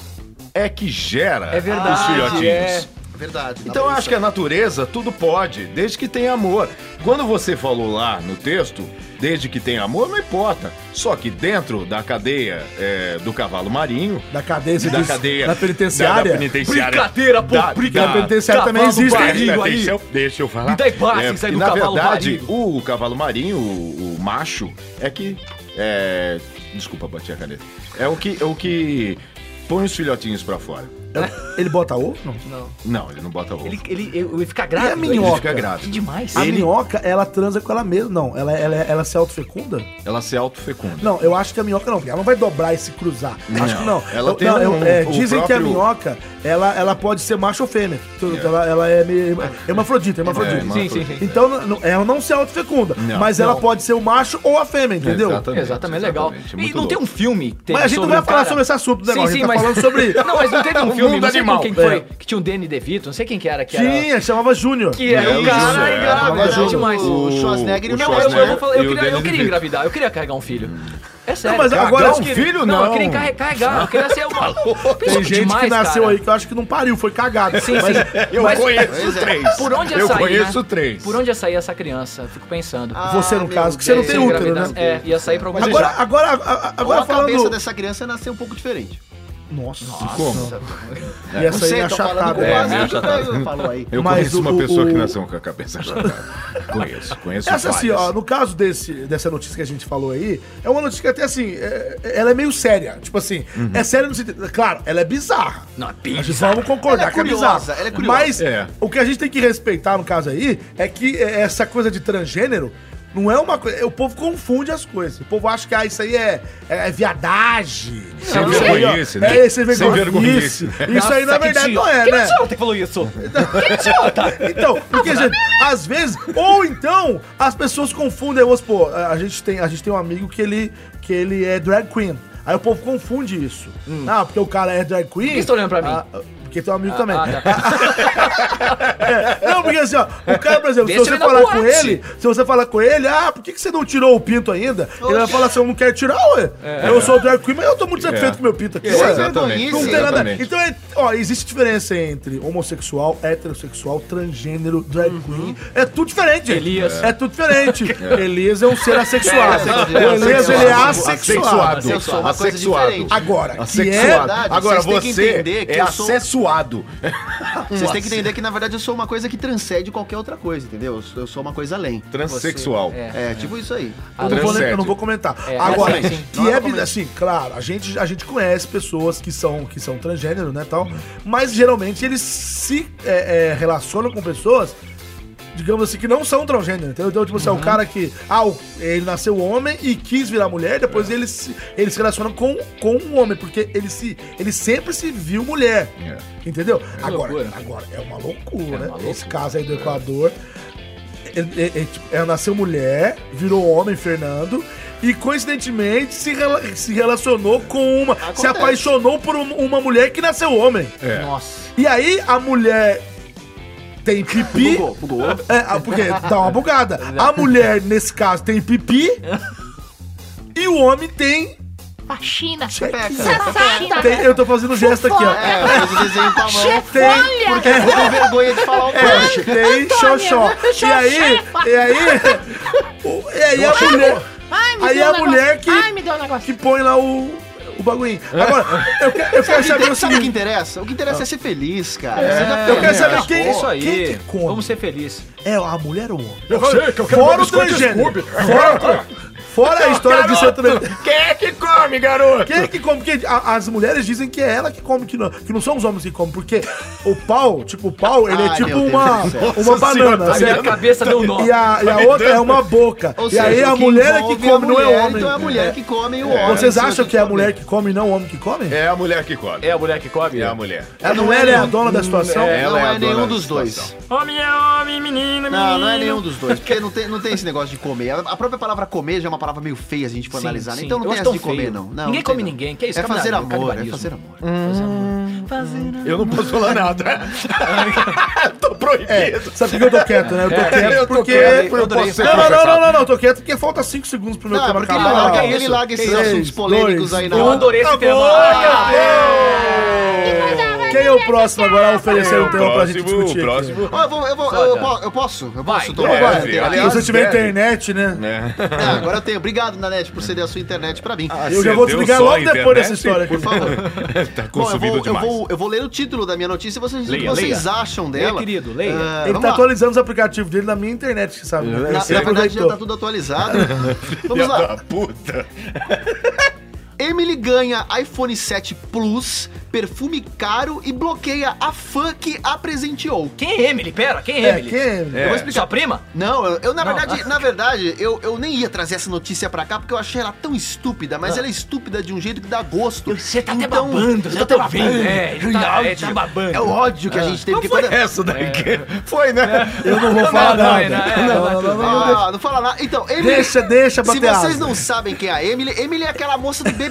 [SPEAKER 3] é que gera
[SPEAKER 4] É verdade,
[SPEAKER 3] os filhotinhos.
[SPEAKER 4] é.
[SPEAKER 2] Verdade. tá
[SPEAKER 3] Então eu acho que a natureza tudo pode, desde que tenha amor. Quando você falou lá no texto, desde que tenha amor, não importa. Só que dentro da cadeia é, do cavalo marinho,
[SPEAKER 1] Da cadeia, você
[SPEAKER 3] da
[SPEAKER 1] diz,
[SPEAKER 3] cadeia
[SPEAKER 1] Da penitenciária.
[SPEAKER 3] da, da penitenciária, Tá.
[SPEAKER 4] Brincadeira, pô,
[SPEAKER 3] da-
[SPEAKER 1] Da
[SPEAKER 3] da-
[SPEAKER 1] penitenciária também
[SPEAKER 4] Cavalo
[SPEAKER 1] existe.
[SPEAKER 4] marinho.
[SPEAKER 3] Presta
[SPEAKER 4] Perigo é aí.
[SPEAKER 3] atenção, deixa eu falar. É,
[SPEAKER 4] Me dá passe, isso aí do
[SPEAKER 3] na
[SPEAKER 4] cavalo
[SPEAKER 3] verdade,
[SPEAKER 4] marinho.
[SPEAKER 3] o, cavalo marinho, o, o macho, é que. É, desculpa, bati a caneta. É o que, é o que põe os filhotinhos pra fora.
[SPEAKER 1] Ele bota ovo? Não.
[SPEAKER 4] Não.
[SPEAKER 3] Não, ele não bota ovo.
[SPEAKER 4] Ele, ele, ele, ele fica grávido.
[SPEAKER 1] E a
[SPEAKER 4] ele
[SPEAKER 1] minhoca?
[SPEAKER 3] fica
[SPEAKER 4] Que
[SPEAKER 3] grávido.
[SPEAKER 4] demais.
[SPEAKER 1] A minhoca, ela transa com ela mesma. Não, ela, ela, ela se autofecunda?
[SPEAKER 3] Ela se autofecunda.
[SPEAKER 1] Não, eu acho que a minhoca não, porque ela não vai dobrar e se cruzar.
[SPEAKER 3] Não,
[SPEAKER 1] acho que não.
[SPEAKER 3] ela
[SPEAKER 1] Eu-
[SPEAKER 3] tem
[SPEAKER 1] não,
[SPEAKER 3] um-
[SPEAKER 1] eu- é,
[SPEAKER 3] o
[SPEAKER 1] dizem que a
[SPEAKER 3] próprio-
[SPEAKER 1] minhoca, ela, ela pode ser macho ou fêmea. Tu- Ela, ela é meio. É hermafrodita, é hermafrodita.
[SPEAKER 3] É,
[SPEAKER 4] Sim, sim, sim.
[SPEAKER 1] Então, n- n- ela não se autofecunda,
[SPEAKER 3] Não.
[SPEAKER 1] mas ela
[SPEAKER 3] Não.
[SPEAKER 1] pode ser o macho ou a fêmea, entendeu?
[SPEAKER 4] Exatamente, legal.
[SPEAKER 3] exatamente,
[SPEAKER 4] E não
[SPEAKER 3] muito
[SPEAKER 4] tem um
[SPEAKER 3] louco.
[SPEAKER 4] filme que tem
[SPEAKER 1] Mas a gente não
[SPEAKER 4] sobre
[SPEAKER 1] vai
[SPEAKER 4] um
[SPEAKER 1] falar
[SPEAKER 4] cara-
[SPEAKER 1] sobre esse assunto, né,
[SPEAKER 4] Sim,
[SPEAKER 1] Mauro? A
[SPEAKER 4] sim,
[SPEAKER 1] gente tá
[SPEAKER 4] mas-
[SPEAKER 1] falando sobre.
[SPEAKER 4] [LAUGHS] Não, mas
[SPEAKER 1] [LAUGHS]
[SPEAKER 4] não teve um
[SPEAKER 3] O
[SPEAKER 4] filme,
[SPEAKER 3] mundo
[SPEAKER 4] não sei com
[SPEAKER 3] animal.
[SPEAKER 4] quem que foi,
[SPEAKER 1] É.
[SPEAKER 4] que tinha um Danny DeVito, não sei quem que era que era...
[SPEAKER 1] Tinha, chamava Júnior.
[SPEAKER 4] Que era
[SPEAKER 3] É,
[SPEAKER 4] o
[SPEAKER 3] o
[SPEAKER 4] cara
[SPEAKER 3] Júnior, é,
[SPEAKER 4] engravidado
[SPEAKER 3] tava
[SPEAKER 2] verdade,
[SPEAKER 4] demais.
[SPEAKER 2] o- Schwarzenegger é e o
[SPEAKER 1] é
[SPEAKER 4] Não,
[SPEAKER 1] um
[SPEAKER 4] eu, eu,
[SPEAKER 2] Schwarzenegger
[SPEAKER 4] vou falar,
[SPEAKER 3] e
[SPEAKER 4] eu,
[SPEAKER 3] o
[SPEAKER 4] queria, eu
[SPEAKER 3] Danny
[SPEAKER 4] queria
[SPEAKER 3] DeVito.
[SPEAKER 4] engravidar, eu queria carregar um filho. É sério.
[SPEAKER 1] mas
[SPEAKER 4] cara.
[SPEAKER 1] agora-
[SPEAKER 4] Eu
[SPEAKER 1] um
[SPEAKER 4] queria-
[SPEAKER 3] filho,
[SPEAKER 4] Não, eu
[SPEAKER 3] não.
[SPEAKER 4] queria encarre- carregar, eu queria ser uma...
[SPEAKER 1] Tem gente que nasceu aí que eu acho que não pariu, foi cagado.
[SPEAKER 4] Sim,
[SPEAKER 1] Mas- [LAUGHS] é.
[SPEAKER 4] sim.
[SPEAKER 3] Eu
[SPEAKER 4] Mas
[SPEAKER 3] conheço três.
[SPEAKER 4] Por onde ia
[SPEAKER 3] Eu
[SPEAKER 4] sair,
[SPEAKER 3] conheço
[SPEAKER 4] né?
[SPEAKER 3] três.
[SPEAKER 4] Por onde ia sair essa criança? Eu Fico pensando.
[SPEAKER 2] Ah,
[SPEAKER 1] Você, no
[SPEAKER 2] meu
[SPEAKER 1] caso, que você não
[SPEAKER 2] Deus.
[SPEAKER 1] tem útero,
[SPEAKER 4] engravidar-
[SPEAKER 1] né?
[SPEAKER 4] É, ia sair pra alguma
[SPEAKER 1] Agora, agora, a- a-
[SPEAKER 2] Agora
[SPEAKER 1] agora
[SPEAKER 2] a cabeça
[SPEAKER 1] falando.
[SPEAKER 2] dessa criança nasceu um pouco diferente.
[SPEAKER 1] Nossa,
[SPEAKER 3] Como?
[SPEAKER 1] e essa aí é
[SPEAKER 2] tô falando
[SPEAKER 1] achatada.
[SPEAKER 2] com o
[SPEAKER 3] É,
[SPEAKER 2] Vasco,
[SPEAKER 3] meio
[SPEAKER 2] que
[SPEAKER 1] [LAUGHS]
[SPEAKER 2] falou aí.
[SPEAKER 3] Eu
[SPEAKER 1] Mas
[SPEAKER 3] conheço
[SPEAKER 1] o-
[SPEAKER 3] uma pessoa
[SPEAKER 1] o-
[SPEAKER 3] que nasceu com a cabeça achatada. conheço, conheço
[SPEAKER 1] Essa assim, ó,
[SPEAKER 3] várias.
[SPEAKER 1] no caso desse, dessa notícia que a gente falou aí, é uma notícia que até assim, é- ela é meio séria. Tipo assim, é séria no sentido. Claro, ela é bizarra.
[SPEAKER 4] Não, é
[SPEAKER 1] A gente vamos concordar
[SPEAKER 2] Ela é
[SPEAKER 1] que é
[SPEAKER 2] curiosa,
[SPEAKER 1] bizarra.
[SPEAKER 2] ela é curiosa.
[SPEAKER 1] Mas
[SPEAKER 3] É.
[SPEAKER 1] o que a gente tem que respeitar no caso aí é que é, essa coisa de transgênero Não é uma coisa. O povo confunde as coisas. O povo acha que ah, isso aí é, é, é viadagem.
[SPEAKER 3] Sem
[SPEAKER 1] Isso aí, ó,
[SPEAKER 3] vergonhice, né?
[SPEAKER 1] É, isso é
[SPEAKER 3] Sem
[SPEAKER 1] vergonhice.
[SPEAKER 3] vergonhice.
[SPEAKER 1] Isso aí, na
[SPEAKER 4] né? Nossa, que
[SPEAKER 1] verdade,
[SPEAKER 4] idiota.
[SPEAKER 1] não é,
[SPEAKER 4] Que
[SPEAKER 1] né?
[SPEAKER 4] idiota que falou isso? Que idiota!
[SPEAKER 1] Então, porque, gente, às vezes, ou então, as pessoas confundem. Vamos supor, a gente tem, a gente tem um amigo que ele, que ele é drag queen. Aí o povo confunde isso. Ah, porque o cara é drag queen. Por
[SPEAKER 4] que você Hum. tá olhando pra mim?
[SPEAKER 1] porque tem um amigo também.
[SPEAKER 4] Ah, tá.
[SPEAKER 1] Não, porque assim, ó, o cara, por exemplo, se
[SPEAKER 4] Deixa
[SPEAKER 1] você
[SPEAKER 4] ele na
[SPEAKER 1] falar com
[SPEAKER 4] boate.
[SPEAKER 1] ele, se você falar com ele, ah, por que, que você não tirou o pinto ainda? Ele vai falar assim, eu não quero tirar, ué.
[SPEAKER 4] É.
[SPEAKER 1] Eu sou drag queen, mas eu tô muito satisfeito
[SPEAKER 3] É.
[SPEAKER 1] com meu pinto aqui.
[SPEAKER 2] Isso
[SPEAKER 1] ué.
[SPEAKER 2] é vergonhice.
[SPEAKER 1] Não tem nada.
[SPEAKER 3] exatamente.
[SPEAKER 1] Então, é- ó, existe diferença entre homossexual, heterossexual, transgênero, drag queen. É tudo diferente.
[SPEAKER 4] Elias.
[SPEAKER 1] É tudo diferente. Elias [LAUGHS] é um ser assexuado.
[SPEAKER 2] É,
[SPEAKER 1] o Elias, ele é assexuado.
[SPEAKER 3] Assexuado.
[SPEAKER 2] Eu sou uma coisa
[SPEAKER 3] Assexuado.
[SPEAKER 2] diferente.
[SPEAKER 1] Agora, que é...
[SPEAKER 3] Assexuado.
[SPEAKER 2] verdade,
[SPEAKER 3] Agora
[SPEAKER 2] vocês têm que
[SPEAKER 3] você
[SPEAKER 2] entender que
[SPEAKER 3] é
[SPEAKER 2] eu sou-
[SPEAKER 3] acessuado.
[SPEAKER 2] Vocês têm que entender que, na verdade, eu sou uma coisa que transcende qualquer outra coisa, entendeu? Eu sou- Eu sou uma coisa além.
[SPEAKER 3] Transsexual.
[SPEAKER 4] É.
[SPEAKER 2] É, tipo isso aí.
[SPEAKER 1] Eu não, vou,
[SPEAKER 3] Transcende.
[SPEAKER 1] eu não vou comentar.
[SPEAKER 4] É,
[SPEAKER 1] Agora,
[SPEAKER 4] assim, sim.
[SPEAKER 1] que
[SPEAKER 2] Não, eu
[SPEAKER 1] é
[SPEAKER 2] não comento.
[SPEAKER 1] assim, claro, a gente, a gente conhece pessoas que são, que são transgênero, né, tal, mas geralmente eles se é, é, relacionam com pessoas, digamos assim, que não são transgênero, entendeu? Então, tipo assim, é
[SPEAKER 4] Uhum.
[SPEAKER 1] o cara que, ah, o- ele nasceu homem e quis virar mulher,
[SPEAKER 4] É.
[SPEAKER 1] depois ele, se, ele se relaciona com, com um homem, porque ele, se, ele sempre se viu mulher,
[SPEAKER 3] É.
[SPEAKER 1] entendeu? Agora,
[SPEAKER 4] loucura. né?
[SPEAKER 1] agora, é uma loucura,
[SPEAKER 4] uma
[SPEAKER 1] né?
[SPEAKER 4] loucura.
[SPEAKER 1] Esse caso aí do Equador, é, ele- ele- ele- tipo, ela nasceu mulher, virou homem, Fernando, e coincidentemente se, rela- se relacionou com uma. Se apaixonou por um- uma mulher que nasceu homem.
[SPEAKER 3] É.
[SPEAKER 4] Nossa.
[SPEAKER 1] E aí a mulher tem pipi.
[SPEAKER 2] Bugou, bugou.
[SPEAKER 1] É, ah, porque dá uma
[SPEAKER 4] [LAUGHS]
[SPEAKER 1] bugada. A mulher, nesse caso, tem pipi. E o homem tem.
[SPEAKER 5] Faxina.
[SPEAKER 2] é Pepeca.
[SPEAKER 5] Safada.
[SPEAKER 1] tem- eu tô fazendo gesto aqui, ó.
[SPEAKER 2] É, eu fiz o desenho com a mão.
[SPEAKER 1] Tem.
[SPEAKER 2] Porque eu tô com vergonha de falar o
[SPEAKER 1] É,
[SPEAKER 2] peixe.
[SPEAKER 1] tem xoxó. E aí. E aí. o- E aí a mulher.
[SPEAKER 5] Ai,
[SPEAKER 2] [LAUGHS]
[SPEAKER 5] me
[SPEAKER 1] Aí
[SPEAKER 5] deu
[SPEAKER 1] a
[SPEAKER 5] um negócio.
[SPEAKER 1] mulher que-
[SPEAKER 5] Ai, me deu um negócio.
[SPEAKER 1] que põe lá o, o bagulho. Agora, eu, É. que- eu quero saber o
[SPEAKER 2] Sabe o que
[SPEAKER 1] seguinte.
[SPEAKER 2] interessa? O que interessa é ser feliz, cara. Você já
[SPEAKER 1] Eu quero
[SPEAKER 2] fez,
[SPEAKER 1] saber
[SPEAKER 2] cara.
[SPEAKER 1] quem,
[SPEAKER 4] É isso aí.
[SPEAKER 1] quem que come.
[SPEAKER 4] Vamos ser felizes.
[SPEAKER 1] É a mulher ou o homem?
[SPEAKER 3] Eu sei que eu quero
[SPEAKER 1] Fora o
[SPEAKER 3] meu biscoito
[SPEAKER 1] transgênero.
[SPEAKER 3] Scooby.
[SPEAKER 1] [LAUGHS] Fora, fora a história de ser transgênero.
[SPEAKER 3] Quem é que come, garoto?
[SPEAKER 1] Quem é que come? Porque a- as mulheres dizem que é ela que come, que não, que não são os homens que comem. Porque o pau, tipo, o pau, ele é
[SPEAKER 2] Ai,
[SPEAKER 1] tipo
[SPEAKER 2] meu Deus
[SPEAKER 1] uma,
[SPEAKER 2] do céu.
[SPEAKER 1] uma
[SPEAKER 3] Nossa
[SPEAKER 1] banana.
[SPEAKER 3] senhora, tá
[SPEAKER 4] A minha
[SPEAKER 1] certo?
[SPEAKER 4] cabeça deu um nó.
[SPEAKER 1] E a, e a outra é uma boca.
[SPEAKER 2] Ou
[SPEAKER 1] e
[SPEAKER 2] seja,
[SPEAKER 1] aí a
[SPEAKER 2] o que
[SPEAKER 1] mulher é que
[SPEAKER 2] envolve
[SPEAKER 1] come, não é
[SPEAKER 2] mulher,
[SPEAKER 1] o homem.
[SPEAKER 2] Então é a mulher que come e o homem.
[SPEAKER 1] Vocês
[SPEAKER 2] Isso
[SPEAKER 1] acham que é a mulher
[SPEAKER 2] come.
[SPEAKER 1] que come e não o homem que come?
[SPEAKER 3] É a mulher que come.
[SPEAKER 4] É a mulher que come?
[SPEAKER 3] É a mulher.
[SPEAKER 1] Ela não é, ela é a dona da situação?
[SPEAKER 3] é.
[SPEAKER 2] Não
[SPEAKER 3] Ela a
[SPEAKER 2] é
[SPEAKER 3] dona
[SPEAKER 2] nenhum
[SPEAKER 3] da
[SPEAKER 2] dos dois.
[SPEAKER 3] situação.
[SPEAKER 4] Homem é homem, menino, menino.
[SPEAKER 2] Não, não é nenhum dos dois. Porque não tem, não tem esse negócio de comer. A a própria palavra comer já é uma palavra meio feia se a gente for
[SPEAKER 4] Sim,
[SPEAKER 2] analisar. né?
[SPEAKER 4] sim.
[SPEAKER 2] Então não
[SPEAKER 4] Eu
[SPEAKER 2] tem
[SPEAKER 4] acho
[SPEAKER 2] essa
[SPEAKER 4] tão
[SPEAKER 2] de comer,
[SPEAKER 4] feio.
[SPEAKER 2] não. não
[SPEAKER 4] Ninguém
[SPEAKER 2] não tem,
[SPEAKER 4] come
[SPEAKER 2] não.
[SPEAKER 4] ninguém, que isso,
[SPEAKER 2] É fazer
[SPEAKER 4] canibalismo,
[SPEAKER 2] amor, é
[SPEAKER 4] canibalismo.
[SPEAKER 2] fazer amor.
[SPEAKER 1] Hum.
[SPEAKER 3] Eu não posso falar nada. [LAUGHS] É, Tô proibido.
[SPEAKER 1] Sabe por que eu tô quieto, né? Eu tô
[SPEAKER 4] É,
[SPEAKER 1] quieto
[SPEAKER 3] eu tô
[SPEAKER 1] porque.
[SPEAKER 3] quieto, eu
[SPEAKER 1] eu
[SPEAKER 3] posso ser
[SPEAKER 1] não, não, não,
[SPEAKER 3] processado.
[SPEAKER 1] não, não, não, eu tô quieto porque falta 5 segundos pro meu
[SPEAKER 2] Não, é
[SPEAKER 1] tema
[SPEAKER 2] porque ele
[SPEAKER 1] acabar.
[SPEAKER 2] larga,
[SPEAKER 4] que
[SPEAKER 2] ele
[SPEAKER 4] isso?
[SPEAKER 2] larga esses
[SPEAKER 1] Três,
[SPEAKER 2] assuntos polêmicos
[SPEAKER 1] dois,
[SPEAKER 2] aí
[SPEAKER 4] Eu
[SPEAKER 2] na hora.
[SPEAKER 4] adorei esse
[SPEAKER 1] Acabou,
[SPEAKER 4] tema.
[SPEAKER 1] acabou.
[SPEAKER 5] Ai,
[SPEAKER 1] Quem é o próximo agora a
[SPEAKER 3] é
[SPEAKER 1] oferecer um tema pra gente
[SPEAKER 3] Próximo,
[SPEAKER 1] discutir? aqui?
[SPEAKER 3] próximo.
[SPEAKER 2] Ó, Eu, vou, eu, vou, eu, po- eu posso? Eu
[SPEAKER 4] Vai,
[SPEAKER 2] posso?
[SPEAKER 4] então
[SPEAKER 2] vai,
[SPEAKER 3] vai,
[SPEAKER 2] vai.
[SPEAKER 3] aliás,
[SPEAKER 1] Se você tiver
[SPEAKER 3] deve.
[SPEAKER 1] internet, né?
[SPEAKER 3] É. [LAUGHS]
[SPEAKER 2] Ah, agora eu tenho. Obrigado, Nanete, por ceder a sua internet pra mim.
[SPEAKER 4] Ah,
[SPEAKER 1] Eu já
[SPEAKER 3] Você
[SPEAKER 1] vou
[SPEAKER 3] deu
[SPEAKER 1] desligar
[SPEAKER 3] só
[SPEAKER 1] logo
[SPEAKER 3] a internet?
[SPEAKER 1] depois dessa história aqui.
[SPEAKER 2] por favor.
[SPEAKER 3] Tá
[SPEAKER 2] Bom, eu
[SPEAKER 3] consumido
[SPEAKER 2] vou, eu,
[SPEAKER 3] demais.
[SPEAKER 2] vou, eu vou ler o título da minha notícia e vocês dizem o que
[SPEAKER 4] Leia,
[SPEAKER 2] vocês
[SPEAKER 4] leia.
[SPEAKER 2] acham
[SPEAKER 4] Leia,
[SPEAKER 2] dela.
[SPEAKER 4] querido, leia.
[SPEAKER 2] Ah,
[SPEAKER 1] Ele
[SPEAKER 2] vamos
[SPEAKER 1] tá
[SPEAKER 2] lá.
[SPEAKER 1] atualizando os aplicativos dele na minha internet, que sabe?
[SPEAKER 2] Na, na
[SPEAKER 1] Você
[SPEAKER 2] verdade, já
[SPEAKER 1] aproveitou.
[SPEAKER 2] tá tudo atualizado.
[SPEAKER 3] Filha
[SPEAKER 2] Vamos lá.
[SPEAKER 3] da puta.
[SPEAKER 2] Emily ganha iPhone 7 Plus, perfume caro e bloqueia a fã que a presenteou.
[SPEAKER 4] Quem é Emily? Pera, quem
[SPEAKER 1] É,
[SPEAKER 4] é Emily?
[SPEAKER 1] quem é ele?
[SPEAKER 3] É.
[SPEAKER 4] Eu vou explicar. Sua prima?
[SPEAKER 2] Não, eu, eu, na
[SPEAKER 4] Não.
[SPEAKER 2] verdade, na verdade, eu, eu nem ia trazer essa notícia pra cá porque eu achei ela tão estúpida, mas ela é estúpida de um jeito que dá gosto.
[SPEAKER 4] Você tá até
[SPEAKER 2] Então,
[SPEAKER 4] babando, você
[SPEAKER 2] eu
[SPEAKER 4] tá
[SPEAKER 2] tô
[SPEAKER 4] babando. Ah. É, ele tá, é, tá babando.
[SPEAKER 2] É o ódio que a gente teve. porque quando-
[SPEAKER 3] Essa daí que- Foi, né?
[SPEAKER 1] Eu não vou falar
[SPEAKER 4] não,
[SPEAKER 1] nada.
[SPEAKER 4] não, é,
[SPEAKER 1] Não,
[SPEAKER 4] vai
[SPEAKER 1] não,
[SPEAKER 4] tudo.
[SPEAKER 1] não, não,
[SPEAKER 2] Ah, não fala nada. Então, Emily.
[SPEAKER 1] Deixa, deixa
[SPEAKER 2] Se
[SPEAKER 1] bater
[SPEAKER 2] vocês
[SPEAKER 1] asa.
[SPEAKER 2] não sabem quem é a Emily, Emily é aquela moça do BBB.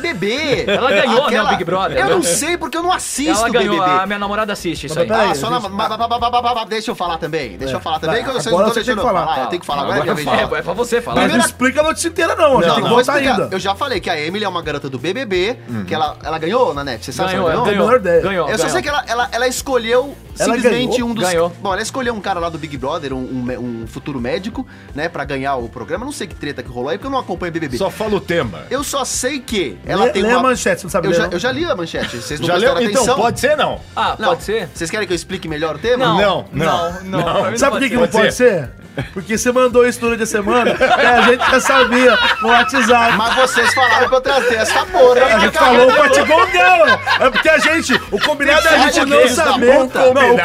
[SPEAKER 4] Ela ganhou, né, o Big Brother,
[SPEAKER 2] Eu
[SPEAKER 4] né?
[SPEAKER 2] não sei porque eu não assisto
[SPEAKER 4] Ela
[SPEAKER 2] o
[SPEAKER 4] ganhou,
[SPEAKER 2] BBB.
[SPEAKER 4] a minha namorada assiste isso
[SPEAKER 1] Mas
[SPEAKER 4] aí.
[SPEAKER 1] peraí.
[SPEAKER 2] Ah, só na. ba- ba- ba- ba- ba- ba- ba- Deixa eu falar também. Deixa eu falar também.
[SPEAKER 1] vai.
[SPEAKER 2] que vocês
[SPEAKER 1] Agora
[SPEAKER 2] não
[SPEAKER 1] você tem
[SPEAKER 2] estão
[SPEAKER 1] que
[SPEAKER 2] deixando eu
[SPEAKER 1] falar.
[SPEAKER 2] falar. Eu tenho que falar agora.
[SPEAKER 4] Agora
[SPEAKER 2] minha vez de falar.
[SPEAKER 4] fala. É, é pra você falar.
[SPEAKER 1] Mas não
[SPEAKER 2] Primeira-
[SPEAKER 1] explica a notícia inteira, não. A gente
[SPEAKER 2] Não,
[SPEAKER 1] tem que
[SPEAKER 2] não vou
[SPEAKER 1] voltar
[SPEAKER 2] explicar.
[SPEAKER 1] ainda.
[SPEAKER 2] Eu já falei que a Emily é uma garota do BBB, que ela, ela ganhou na net. Você sabe se
[SPEAKER 4] Hum. Ganhou,
[SPEAKER 2] ela
[SPEAKER 4] ganhou,
[SPEAKER 1] tenho a
[SPEAKER 4] ganhou.
[SPEAKER 1] menor ideia.
[SPEAKER 4] ganhou.
[SPEAKER 2] Eu só sei que ela, ela, ela escolheu
[SPEAKER 1] Ela
[SPEAKER 2] simplesmente
[SPEAKER 1] ganhou?
[SPEAKER 2] um dos.
[SPEAKER 4] Ganhou.
[SPEAKER 2] Bom, ela escolheu um cara lá do Big Brother, um, um mé- um futuro médico, né, pra ganhar o programa. Não sei que treta que rolou aí, porque eu não acompanho BBB.
[SPEAKER 3] Só fala o tema.
[SPEAKER 2] Eu só sei que ela
[SPEAKER 1] Lê-
[SPEAKER 2] tem
[SPEAKER 1] lê
[SPEAKER 2] uma.
[SPEAKER 1] a manchete, você não sabe
[SPEAKER 2] eu,
[SPEAKER 1] ler,
[SPEAKER 2] já,
[SPEAKER 1] não?
[SPEAKER 2] eu já li a manchete. Vocês não
[SPEAKER 3] Já leu?
[SPEAKER 2] prestaram
[SPEAKER 3] Então,
[SPEAKER 2] atenção?
[SPEAKER 3] pode ser não?
[SPEAKER 4] Ah,
[SPEAKER 2] Não.
[SPEAKER 4] pode ser?
[SPEAKER 2] Vocês querem que eu explique melhor o tema?
[SPEAKER 3] Não, não,
[SPEAKER 4] não. não, pra mim
[SPEAKER 1] Sabe por que
[SPEAKER 4] não pode
[SPEAKER 1] que
[SPEAKER 4] ser.
[SPEAKER 1] não
[SPEAKER 3] Pode
[SPEAKER 1] pode ser? Porque você mandou isso durante a semana e a gente já sabia no WhatsApp.
[SPEAKER 2] Mas vocês falaram pra eu trazer essa porra.
[SPEAKER 1] A gente falou pra te não. É porque a gente, o combinado é a gente não saber. Não, o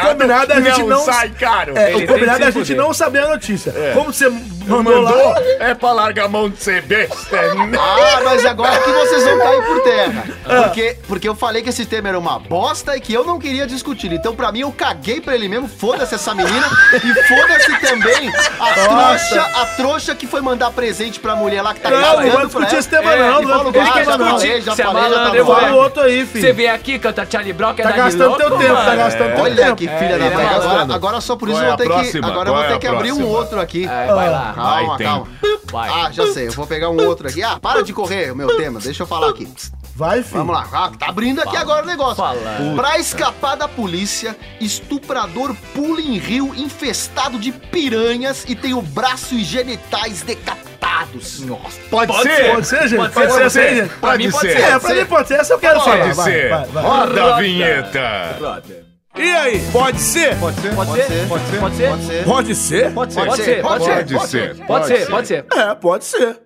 [SPEAKER 1] combinado é a gente não.
[SPEAKER 3] sai caro.
[SPEAKER 1] É,
[SPEAKER 4] Ele
[SPEAKER 1] o combinado
[SPEAKER 4] tem
[SPEAKER 1] é a
[SPEAKER 4] que se
[SPEAKER 1] gente
[SPEAKER 4] fuder.
[SPEAKER 1] não saber a notícia. Como você
[SPEAKER 3] Não
[SPEAKER 1] mandou,
[SPEAKER 3] mandou?
[SPEAKER 1] lá. tá
[SPEAKER 3] É pra largar a mão de ser besta. é, né?
[SPEAKER 2] Ah, mas agora que vocês vão cair por terra. Porque, porque eu falei que esse tema era uma bosta e que eu não queria discutir. Então, pra mim, eu caguei pra ele mesmo. Foda-se essa menina. E foda-se também a trouxa, a trouxa que foi mandar presente pra mulher lá que tá
[SPEAKER 1] Não, não vai
[SPEAKER 2] trabalhando pra
[SPEAKER 1] discutir
[SPEAKER 2] ela.
[SPEAKER 1] esse tema,
[SPEAKER 2] É,
[SPEAKER 1] não,
[SPEAKER 2] e
[SPEAKER 1] não
[SPEAKER 2] Paulo
[SPEAKER 1] vai discutir
[SPEAKER 2] Gás,
[SPEAKER 1] esse
[SPEAKER 2] já
[SPEAKER 1] tema, não.
[SPEAKER 2] falei, já
[SPEAKER 4] Você é
[SPEAKER 2] falei, já
[SPEAKER 4] malandro,
[SPEAKER 2] tá
[SPEAKER 4] eu vou-
[SPEAKER 1] Fala
[SPEAKER 2] bom.
[SPEAKER 1] o outro aí, filho.
[SPEAKER 4] Você vem aqui, canta Charlie Brown, que é
[SPEAKER 1] Tá
[SPEAKER 4] dar de
[SPEAKER 1] gastando
[SPEAKER 4] louco,
[SPEAKER 1] teu tempo, tá
[SPEAKER 4] mano.
[SPEAKER 1] gastando teu
[SPEAKER 2] Olha
[SPEAKER 1] tempo. tá
[SPEAKER 2] que filha da
[SPEAKER 4] ele é
[SPEAKER 2] mãe. Agora,
[SPEAKER 3] malandro.
[SPEAKER 2] agora só por isso
[SPEAKER 3] Qual
[SPEAKER 2] eu
[SPEAKER 3] é
[SPEAKER 2] vou
[SPEAKER 3] a
[SPEAKER 2] ter que,
[SPEAKER 3] próxima?
[SPEAKER 2] agora eu vou
[SPEAKER 3] Qual é
[SPEAKER 2] ter
[SPEAKER 3] a
[SPEAKER 2] que abrir um
[SPEAKER 3] próxima?
[SPEAKER 2] outro aqui.
[SPEAKER 4] É, vai lá.
[SPEAKER 2] Calma,
[SPEAKER 3] Ai, tem.
[SPEAKER 2] calma.
[SPEAKER 4] Vai.
[SPEAKER 2] Ah, já sei, eu vou pegar um outro aqui. Ah, para de correr o meu tema, deixa eu falar aqui.
[SPEAKER 1] Vai, filho.
[SPEAKER 2] Vamos lá, ah, tá abrindo aqui agora o negócio.
[SPEAKER 4] Fala.
[SPEAKER 2] Pra escapar da polícia, estuprador pula em rio infestado de piranhas e tem o braço e genitais decapitados. Nossa.
[SPEAKER 3] Pode,
[SPEAKER 1] Pode ser, gente?
[SPEAKER 4] Pode ser, pode ser.
[SPEAKER 1] gente?
[SPEAKER 4] Pra mim
[SPEAKER 3] Pode
[SPEAKER 4] pode
[SPEAKER 3] ser.
[SPEAKER 1] É,
[SPEAKER 4] ser.
[SPEAKER 1] pra mim pode ser. Essa eu quero falar.
[SPEAKER 3] Pode ser.
[SPEAKER 1] Vai, vai, vai.
[SPEAKER 3] Roda a vinheta.
[SPEAKER 4] Brother.
[SPEAKER 1] E aí, pode ser?
[SPEAKER 3] Pode ser?
[SPEAKER 4] Pode ser?
[SPEAKER 3] Pode ser?
[SPEAKER 4] Pode ser?
[SPEAKER 2] Pode ser.
[SPEAKER 1] Pode ser?
[SPEAKER 4] Pode ser, pode ser, pode ser.
[SPEAKER 3] Pode ser.
[SPEAKER 4] Pode ser, pode ser.
[SPEAKER 1] É, pode ser.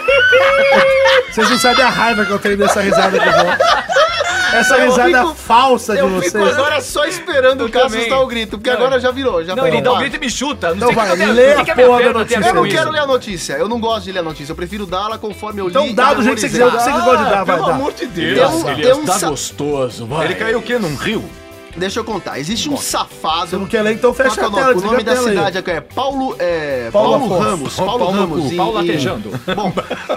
[SPEAKER 1] [LAUGHS] Vocês não sabem a raiva que eu tenho dessa risada de vó. Essa
[SPEAKER 2] Eu
[SPEAKER 1] risada
[SPEAKER 2] fico-
[SPEAKER 1] falsa de
[SPEAKER 2] Eu fico
[SPEAKER 1] vocês.
[SPEAKER 2] agora só esperando o
[SPEAKER 4] Eu
[SPEAKER 2] Cassius
[SPEAKER 4] também.
[SPEAKER 2] dar o grito, porque
[SPEAKER 4] Não,
[SPEAKER 2] agora já virou, já
[SPEAKER 4] Não,
[SPEAKER 2] foi
[SPEAKER 4] ele dá um
[SPEAKER 2] roubado.
[SPEAKER 4] grito e me chuta.
[SPEAKER 1] Então
[SPEAKER 4] Não sei o que
[SPEAKER 1] vai,
[SPEAKER 4] eu tenho.
[SPEAKER 1] lê
[SPEAKER 4] o que
[SPEAKER 1] a
[SPEAKER 4] que a
[SPEAKER 1] porra
[SPEAKER 4] minha
[SPEAKER 1] da
[SPEAKER 4] perna tem
[SPEAKER 1] notícia.
[SPEAKER 4] a ver
[SPEAKER 2] Eu não
[SPEAKER 4] com
[SPEAKER 2] quero
[SPEAKER 4] isso?
[SPEAKER 2] ler a notícia, eu não gosto de ler a notícia, eu prefiro dá-la conforme eu li.
[SPEAKER 1] Então dá do jeito que você quiser,
[SPEAKER 2] memorizar.
[SPEAKER 1] eu sei que pode dar, vai
[SPEAKER 3] Pelo
[SPEAKER 1] dar.
[SPEAKER 3] amor de
[SPEAKER 2] Tem
[SPEAKER 3] Deus.
[SPEAKER 2] um-
[SPEAKER 3] cara.
[SPEAKER 2] tem um sa-
[SPEAKER 4] gostoso, vai.
[SPEAKER 3] Ele caiu o quê? Num rio?
[SPEAKER 2] Deixa eu contar, existe um
[SPEAKER 1] Você não
[SPEAKER 2] safado...
[SPEAKER 1] quer ler, então
[SPEAKER 2] Qual
[SPEAKER 1] fecha
[SPEAKER 2] que é
[SPEAKER 1] a
[SPEAKER 2] o nome,
[SPEAKER 1] tela.
[SPEAKER 2] o nome
[SPEAKER 1] desliga a
[SPEAKER 2] da
[SPEAKER 1] tela aí.
[SPEAKER 2] cidade aqui é Paulo, é,
[SPEAKER 1] Paulo
[SPEAKER 2] Paulo,
[SPEAKER 1] Afonso.
[SPEAKER 2] Ramos. Paulo,
[SPEAKER 3] Paulo
[SPEAKER 2] Ramos.
[SPEAKER 3] Cu,
[SPEAKER 2] em-
[SPEAKER 4] Paulo
[SPEAKER 2] em-
[SPEAKER 4] latejando.
[SPEAKER 1] [LAUGHS]
[SPEAKER 2] Bom,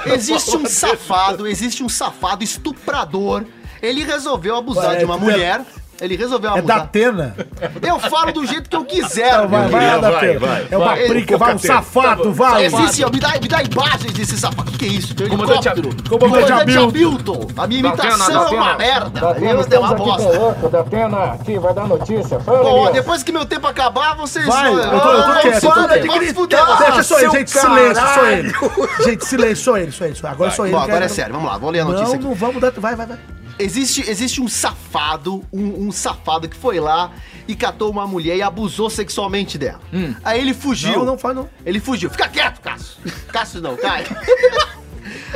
[SPEAKER 2] existe um safado, existe um safado estuprador. Ele resolveu abusar
[SPEAKER 1] Ué,
[SPEAKER 2] de uma
[SPEAKER 1] é-
[SPEAKER 2] mulher. Ele resolveu
[SPEAKER 1] É da
[SPEAKER 2] abusar.
[SPEAKER 1] Atena.
[SPEAKER 2] Eu falo do
[SPEAKER 1] [LAUGHS]
[SPEAKER 2] jeito que eu quiser.
[SPEAKER 1] Então vai,
[SPEAKER 2] meu
[SPEAKER 1] vai,
[SPEAKER 3] Deus,
[SPEAKER 1] da
[SPEAKER 3] vai,
[SPEAKER 1] Atena.
[SPEAKER 3] vai,
[SPEAKER 1] É uma
[SPEAKER 2] vai.
[SPEAKER 1] briga, vai, um
[SPEAKER 3] Pouca tela.
[SPEAKER 1] safado, vai.
[SPEAKER 2] Ah, Existe, ó, me, dá, me dá imagens desse safado. O que, que é isso? Tem um
[SPEAKER 4] Comandante
[SPEAKER 2] helicóptero.
[SPEAKER 4] Ab-
[SPEAKER 1] Comandante
[SPEAKER 2] Hamilton. A minha imitação é uma merda. Eu dei uma bosta.
[SPEAKER 6] louco, da pena aqui, vai dar notícia. Fala,
[SPEAKER 2] Bom, depois que meu tempo acabar, vocês...
[SPEAKER 1] Vai, eu tô, eu tô
[SPEAKER 2] Ah,
[SPEAKER 1] quieto, eu tô
[SPEAKER 2] para de
[SPEAKER 1] quieto.
[SPEAKER 2] gritar.
[SPEAKER 1] Deixa só ele,
[SPEAKER 3] seu
[SPEAKER 1] gente, silêncio, só ele. Gente, silêncio, só ele, só ele. só- Agora só ele.
[SPEAKER 2] Bom,
[SPEAKER 1] cara.
[SPEAKER 2] agora é sério, vamos lá, vou ler a notícia
[SPEAKER 1] Não,
[SPEAKER 2] aqui.
[SPEAKER 1] não vamos dar... Vai, vai, vai.
[SPEAKER 2] Existe, existe um safado, um, um safado que foi lá e catou uma mulher e abusou sexualmente dela. Aí ele fugiu.
[SPEAKER 1] Hum. Não, não faz não.
[SPEAKER 2] Ele fugiu. Fica quieto, Cássio. Cássio não,
[SPEAKER 1] [LAUGHS]
[SPEAKER 2] cai.